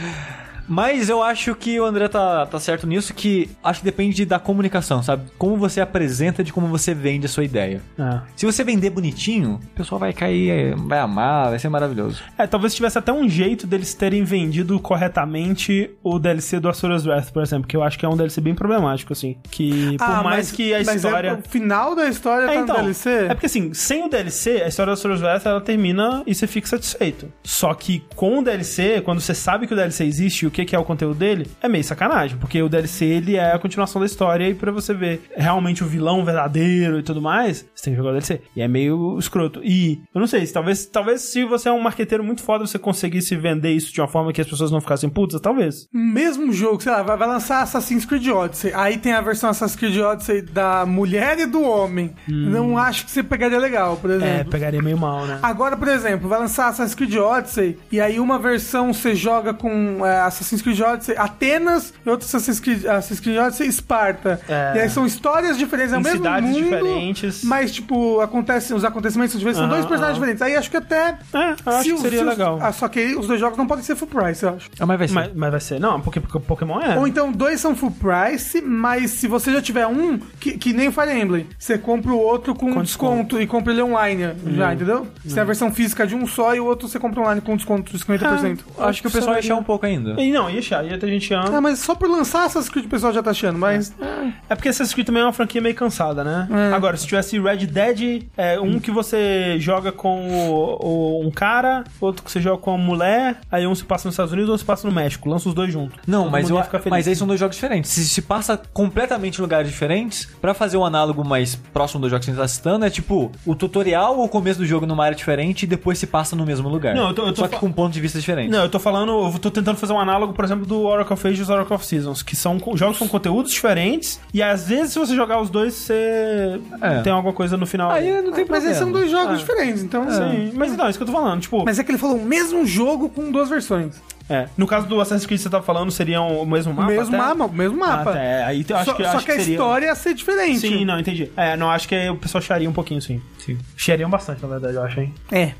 S2: Mas eu acho que o André tá, tá certo nisso, que acho que depende da comunicação, sabe? Como você apresenta de como você vende a sua ideia.
S1: É.
S2: Se você vender bonitinho, o pessoal vai cair, é, vai amar, vai ser maravilhoso.
S1: É, talvez tivesse até um jeito deles terem vendido corretamente o DLC do Asura's Wrath, por exemplo, que eu acho que é um DLC bem problemático, assim. Que por
S3: Ah,
S1: mais
S3: mas-
S1: que a
S3: mas é-
S1: história.
S3: o final da história tá no DLC?
S1: É porque assim, sem o DLC, a história do Asura's Wrath ela termina e você fica satisfeito. Só que com o DLC, quando você sabe que o DLC existe e o que que é o conteúdo dele, é meio sacanagem, porque o DLC ele é a continuação da história e pra você ver realmente o vilão verdadeiro e tudo mais, você tem que jogar o DLC. E é meio escroto. E eu não sei, se talvez, talvez se você é um marqueteiro muito foda, você conseguisse vender isso de uma forma que as pessoas não ficassem putas, talvez.
S3: mesmo jogo, sei lá, vai vai lançar Assassin's Creed Odyssey. Aí tem a versão Assassin's Creed Odyssey da mulher e do homem. Não acho que você pegaria legal, por
S1: Hum. É,
S3: exemplo.
S1: pegaria meio mal, né?
S3: Agora, por exemplo, vai lançar Assassin's Creed Odyssey e aí uma versão você joga com é, Assassin's Creed Odyssey Atenas e outro Assassin's Creed, Assassin's Creed Odyssey Esparta.
S1: É.
S3: E aí são histórias diferentes, é o
S1: Em
S3: mesmo
S1: cidades
S3: mundo,
S1: diferentes.
S3: mas, tipo, acontece, os acontecimentos são diferentes, são
S1: Aham,
S3: dois personagens
S1: aham.
S3: diferentes. Aí acho que até...
S1: É, eu acho que
S3: os-
S1: seria
S3: os-
S1: legal.
S3: ah, só que aí os dois jogos não podem ser full price, eu acho.
S2: Ah, mas vai ser.
S1: Mas, mas vai ser. Não, porque porque Pokémon é.
S3: Ou então dois são full price, mas se você já tiver um, que, que nem o Fire Emblem, você compra o outro com,
S1: Com Uhum.
S3: desconto, e compra ele online já, entendeu? Você tem a versão física de um só e o outro você compra online com desconto de 50%.
S1: Ah,
S2: Acho que o pessoal vai achar um pouco ainda.
S1: E não, ia achar, ia ter gente ama.
S3: Ah, mas só por lançar essas Creed o pessoal já tá achando, mas.
S1: É porque Assassin's Creed também é uma franquia meio cansada, né?
S2: É.
S1: Agora, se tivesse Red Dead, é, um que você joga com o- o- um cara, outro que você joga com uma mulher, aí um se passa nos Estados Unidos, outro se passa no México. Lança os dois juntos.
S2: Não,
S1: Todo
S2: mas,
S1: mundo
S2: eu,
S1: ia ficar feliz.
S2: mas aí são dois jogos diferentes. Se, se passa completamente em lugares diferentes, pra fazer um análogo mais próximo dos jogos que a gente tá citando, é tipo o tutorial ou o começo do jogo numa área diferente e depois se passa no mesmo lugar.
S1: Não, eu tô- eu tô
S2: Só que
S1: fa-
S2: com um ponto de vista diferente.
S1: Não, eu tô falando, eu tô tentando fazer um análogo, por exemplo, do Oracle of Ages e Oracle of Seasons, que são co- jogos com conteúdos diferentes, e às vezes se você jogar os dois, você
S2: É.
S1: tem alguma coisa no final.
S2: Aí é não tem problema.
S3: Mas esses são dois jogos diferentes, então.
S1: Sim, mas então, é isso que eu tô falando, tipo...
S3: Mas é que ele falou o mesmo jogo com duas versões.
S1: É. No caso do Assassin's Creed que você tá falando, seria o mesmo
S3: O
S1: mapa?
S3: mesmo
S1: até?
S3: mapa, o mesmo mapa.
S1: Ah, tá, é. Aí eu acho
S3: só
S1: que,
S3: só
S1: acho
S3: que a
S1: seria- um-
S3: história ia ser diferente.
S1: Sim, não, entendi. É, não, acho que o pessoal chiaria um pouquinho, sim.
S2: Sim.
S1: Chiariam bastante, na verdade, eu acho, hein?
S3: É.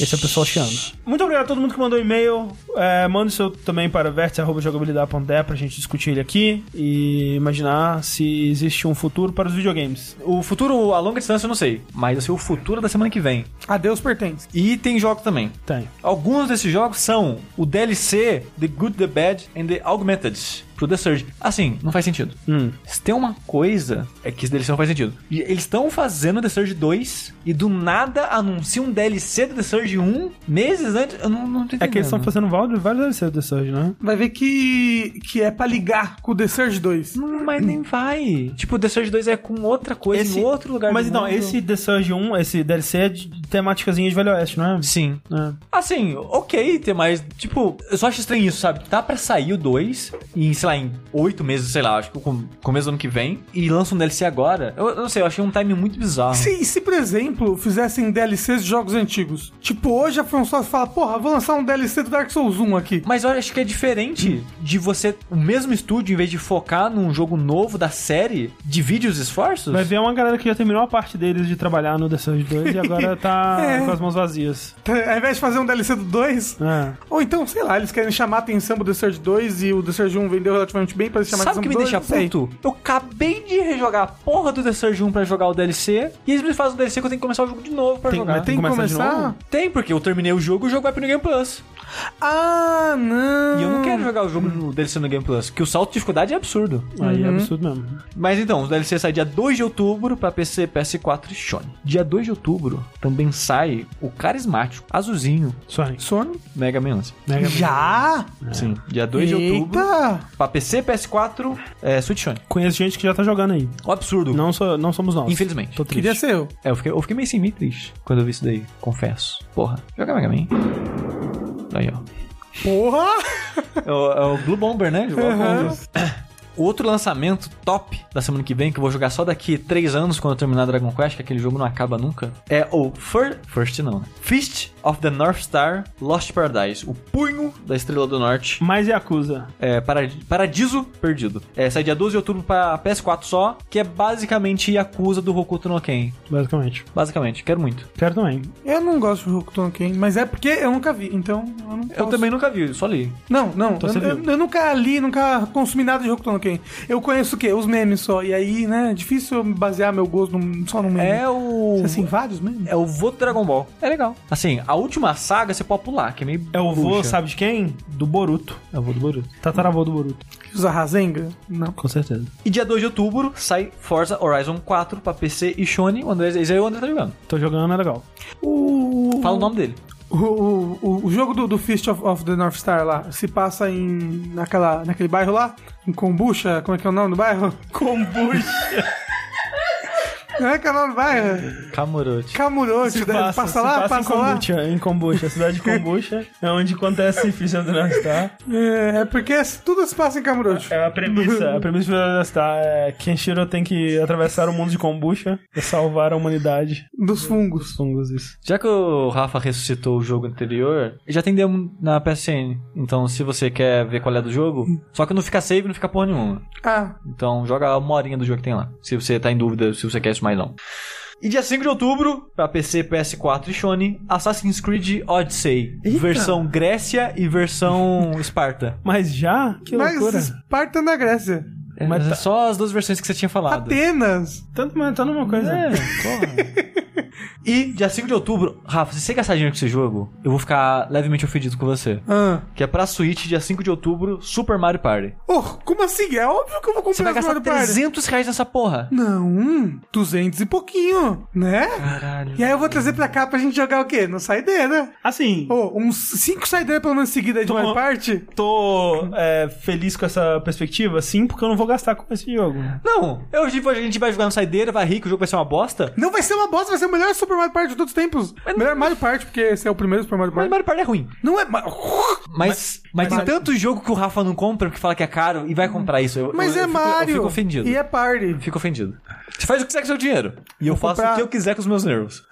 S1: Esse é o pessoal chiando. Muito obrigado a todo mundo que mandou e-mail. É, manda o seu também para vértice.jogabilidade.de pra gente discutir ele aqui e imaginar se existe um futuro para os videogames.
S2: O futuro a longa distância eu não sei, mas eu sei o futuro da semana que vem.
S3: A Deus pertence.
S2: E tem jogo também.
S1: Tem.
S2: Alguns desses jogos são o DLC The Good, The Bad and The Augmented pro The Surge. Assim, não faz sentido.
S1: Hum.
S2: Se tem uma coisa, é que esse DLC não faz sentido. E eles estão fazendo The Surge 2 e do nada anunciam um DLC do The Surge 1 meses antes. Eu não, não tô
S1: É que eles estão
S2: entendendo.
S1: fazendo vários vários DLCs do Surge, né?
S3: Vai ver que, que é pra ligar com o The Surge 2.
S2: Não, mas nem vai. Tipo, The Surge 2 é com outra coisa, em outro lugar
S1: Mas
S2: do
S1: então,
S2: mundo.
S1: esse The Surge 1, esse DLC é de temáticazinha de Velho Oeste, não é?
S2: Sim.
S1: É.
S2: Assim, ok ter mais. Tipo, eu só acho estranho isso, sabe? Tá pra sair o 2 em, sei lá, em 8 meses, sei lá, acho que com começo do ano que vem. E lança um DLC agora. Eu, eu não sei, eu achei um timing muito bizarro.
S3: Se, e se, por exemplo, fizessem DLCs de jogos antigos? Tipo, hoje a From Software fala, porra, vou lançar um DLC do Dark Souls 1 aqui.
S2: Mas eu acho que é diferente de você, o mesmo estúdio, em vez de focar num jogo novo da série, divide os esforços.
S1: Vai ver uma galera que já terminou a parte deles de trabalhar no The Surge 2 e agora tá
S3: É.
S1: com as mãos vazias.
S3: Tá, Ao invés de fazer um DLC do 2...
S1: É.
S3: Ou então, sei lá, eles querem chamar a atenção pro The Surge 2 e o The Surge 1 vendeu relativamente bem pra eles chamarem
S2: Sabe
S3: a
S2: o que me
S3: atenção
S2: deixa
S3: pro 2, não sei.
S2: puto? Eu acabei de rejogar a porra do The Surge 1 pra jogar o DLC, e eles me fazem o DLC que eu tenho que começar o jogo de novo pra
S1: Tem-
S2: jogar.
S1: mas
S3: Tem que
S1: Começa de
S3: começar?
S1: novo?
S2: Tem, porque eu terminei o jogo e o jogo vai pro New Game Plus.
S3: Ah, não.
S2: E eu não quero
S1: Ah.
S2: jogar o jogo no DLC no Game Plus, que o salto de dificuldade é absurdo.
S1: Aí é absurdo mesmo.
S2: Mas então, o DLC sai dia 2 de outubro pra PC, PS4 e Sony. Dia 2 de outubro também sai o carismático, azulzinho,
S1: Sonic.
S3: Sony?
S2: Mega Man 11.
S1: Mega Man.
S3: Já?
S1: É.
S2: Sim, dia 2 É, de outubro
S3: Eita.
S2: pra PC, PS4, é, Switch e Sony.
S1: Conheço gente que já tá jogando aí.
S2: Um absurdo.
S1: Não, so- não somos nós.
S2: Infelizmente.
S1: Tô triste.
S3: Queria ser eu.
S2: É, eu fiquei, eu fiquei meio sem mim triste quando eu vi isso daí, confesso. Porra, joga Mega Man. Aí, ó.
S3: Porra!
S2: É o, é o Blue Bomber, né? O O outro lançamento top da semana que vem, que eu vou jogar só daqui 3 anos quando eu terminar Dragon Quest, que aquele jogo não acaba nunca, é o First. First não, né? Fist of the North Star Lost Paradise. O punho da Estrela do Norte.
S1: Mas Yakuza.
S2: É, para- Paradiso Perdido. É, sai dia 12 de outubro pra PS4 só, que é basicamente Yakuza do Hokuto no Ken.
S1: Basicamente.
S2: Basicamente, quero muito.
S1: Quero também.
S3: Eu não gosto de Hokuto no Ken, mas é porque eu nunca vi, então eu não
S2: Eu
S3: posso-
S2: também nunca vi, só li.
S3: Não, não,
S1: Então
S3: eu,
S1: você
S3: eu-
S1: viu.
S3: eu nunca li, nunca consumi nada de Hokuto no Ken. Eu conheço o quê? Os memes só, e aí, né, é difícil eu basear meu gosto num- só num meme.
S2: É o.
S3: Assim, vários memes?
S2: É o vô do Dragon Ball. É legal. Assim, a última saga você pode pular, que é meio.
S1: É o vô,
S2: bucha.
S1: sabe de quem? Do Boruto.
S2: É o vô do Boruto.
S1: Tataravô do Boruto.
S3: Os Arrasenga? Não.
S1: Com certeza.
S2: E dia 2 de outubro sai Forza Horizon 4 pra PC e Sony. O André, esse aí o André tá jogando.
S1: Tô jogando, é legal.
S3: O...
S2: Fala o nome dele.
S3: O, o, o- o jogo do, do Fist of, of the North Star lá, se passa em... Naquela, naquele bairro lá? Em Kombucha? Como é que é o nome do bairro?
S1: Kombucha.
S3: Não é canal do bairro?
S2: Camurote.
S3: Camurote, deve
S1: Passa,
S3: passa
S1: se
S3: lá,
S1: passa em
S3: passa lá.
S1: Kombucha, em Kombucha. A cidade de Kombucha é onde acontece tá? Fishing Star.
S3: É, é porque tudo se passa em Camurote.
S1: É a premissa. A premissa de Fishing Star é Kenshiro tem que atravessar o mundo de Kombucha e salvar a humanidade.
S3: Dos fungos.
S1: Os fungos, isso.
S2: Já que o Rafa ressuscitou o jogo anterior, já tem demo na PSN. Então, se você quer ver qual é do jogo, só que não fica save, não fica porra nenhuma.
S3: Ah,
S2: Então joga uma horinha do jogo que tem lá. Se você tá em dúvida se você quer isso mais não. E dia 5 de outubro, pra PC, PS4 e Sony, Assassin's Creed Odyssey.
S1: Eita.
S2: Versão Grécia e versão Esparta.
S1: Mas já? Que
S3: mas
S1: loucura.
S3: Esparta da Grécia.
S2: É,
S1: Mas
S2: Mas
S1: tá-
S2: é só as duas versões que você tinha falado.
S3: Atenas.
S1: Tanto, mas tá numa coisa.
S2: É, porra. E dia 5 de outubro, Rafa, se você gastar dinheiro com esse jogo, eu vou ficar levemente ofendido com você.
S3: Ah.
S2: Que é pra Switch, dia 5 de outubro, Super Mario Party.
S3: Oh, como assim? É óbvio que eu vou
S2: Você
S3: comprar
S2: vai
S3: as
S2: gastar
S3: Mario Party.
S2: 300 reais nessa porra.
S3: Não, hum, 200 e pouquinho, né?
S2: Caralho.
S3: E aí eu vou trazer pra cá pra gente jogar o quê? No saideira.
S1: Assim,
S3: Ô, uns 5 saideira pelo menos seguida aí de
S1: Tô-
S3: Mario Party.
S1: tô é, feliz com essa perspectiva? Sim, porque eu não vou gastar com esse jogo.
S2: Não, eu, tipo, a gente vai jogar no saideira, vai rir que o jogo vai ser uma bosta.
S3: Não vai ser uma bosta, vai ser o melhor Super Mario Party de todos os tempos. melhor Mario Party, porque esse é o primeiro Super Mario
S2: Mas
S3: Party.
S2: Mario Party é ruim.
S3: Não é... Mas,
S2: Mas, mas, tem tanto jogo que o Rafa não compra porque fala que é caro e vai comprar isso. Eu-
S3: mas
S2: eu-
S3: é
S2: eu fico-
S3: Mario.
S2: Eu fico ofendido.
S3: E é Party.
S2: Fico ofendido. Você faz o que quiser com o seu dinheiro. E eu
S3: Vou
S2: faço
S3: comprar-
S2: o que eu quiser com os meus nervos.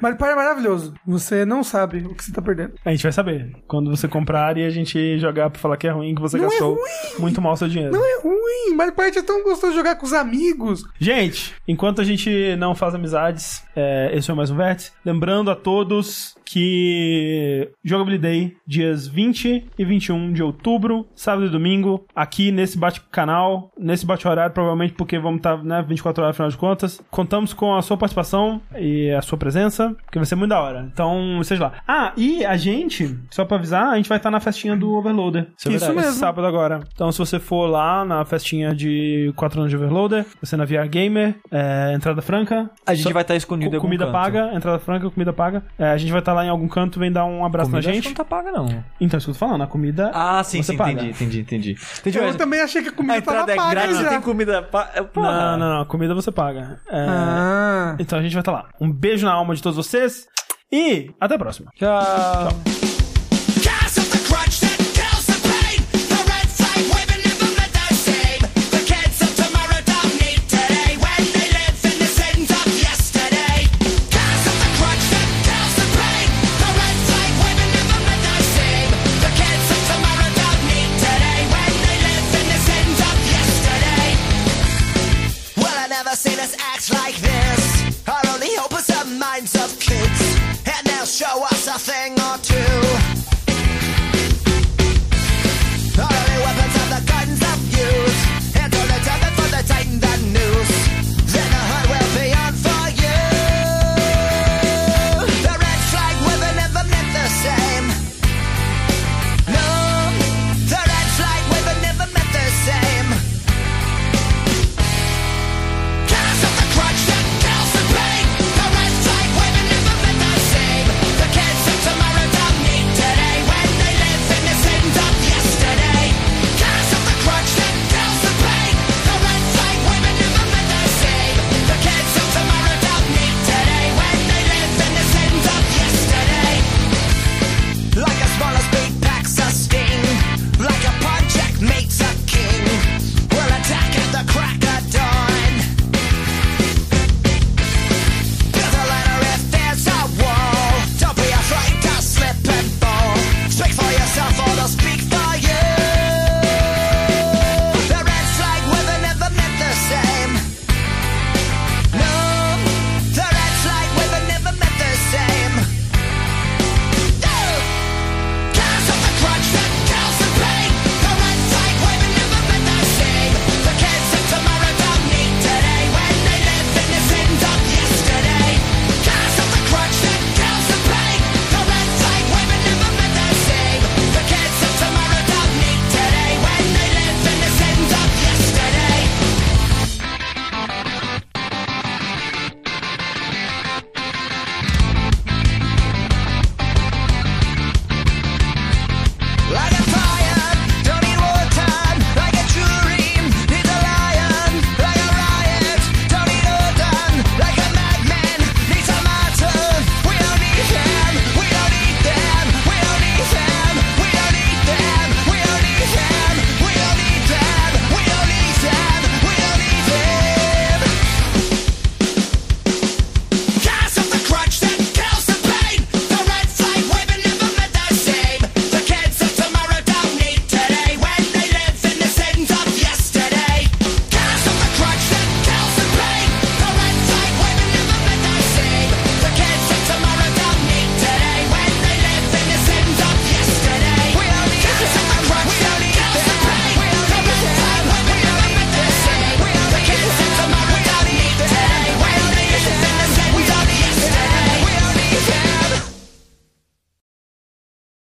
S3: Mario Party é maravilhoso. Você não sabe o que você tá perdendo.
S1: A gente vai saber. Quando você comprar e a gente jogar pra falar que é ruim, que você
S3: Não é
S1: gastou
S3: ruim!
S1: muito mal seu dinheiro.
S3: Não é ruim. Mario Party é tão gostoso de jogar com os amigos.
S1: Gente, enquanto a gente não faz amizades, é, esse foi mais um Vértice. Lembrando a todos que Jogabilidade, dias 20 e 21 de outubro, sábado e domingo, aqui nesse bate-canal, nesse bate-horário, provavelmente porque vamos estar né, 24 horas, afinal de contas. Contamos com a sua participação e a sua presença, porque vai ser muito da hora. Então, seja lá. Ah, e a gente, só pra avisar, a gente vai estar na festinha do Overloader.
S2: Isso é verdade.
S1: mesmo esse sábado agora. Então, se você for lá na festinha de 4 anos de Overloader, você na VR Gamer, é, entrada franca.
S2: A gente
S1: só-
S2: vai estar escondido em
S1: co-
S2: algum
S1: comida
S2: canto.
S1: paga, entrada franca, comida paga. É, a gente vai estar lá em algum canto, vem dar um abraço
S2: Comida
S1: na
S2: acho que
S1: gente.
S2: não tá paga, não.
S1: Então, isso que eu tô falando, a comida.
S2: Ah, sim,
S1: Você
S2: sim,
S1: paga.
S2: entendi, entendi, entendi. Entendi,
S3: Eu
S2: mas
S3: também achei que a comida
S2: a
S3: tava
S2: entrada é
S3: paga
S2: grátis,
S3: já.
S2: tem comida paga.
S1: Não, não, não, a comida você paga. É,
S3: Ah.
S1: tá Então a gente vai estar lá. Um beijo na alma de todos vocês e até a próxima.
S2: Tchau.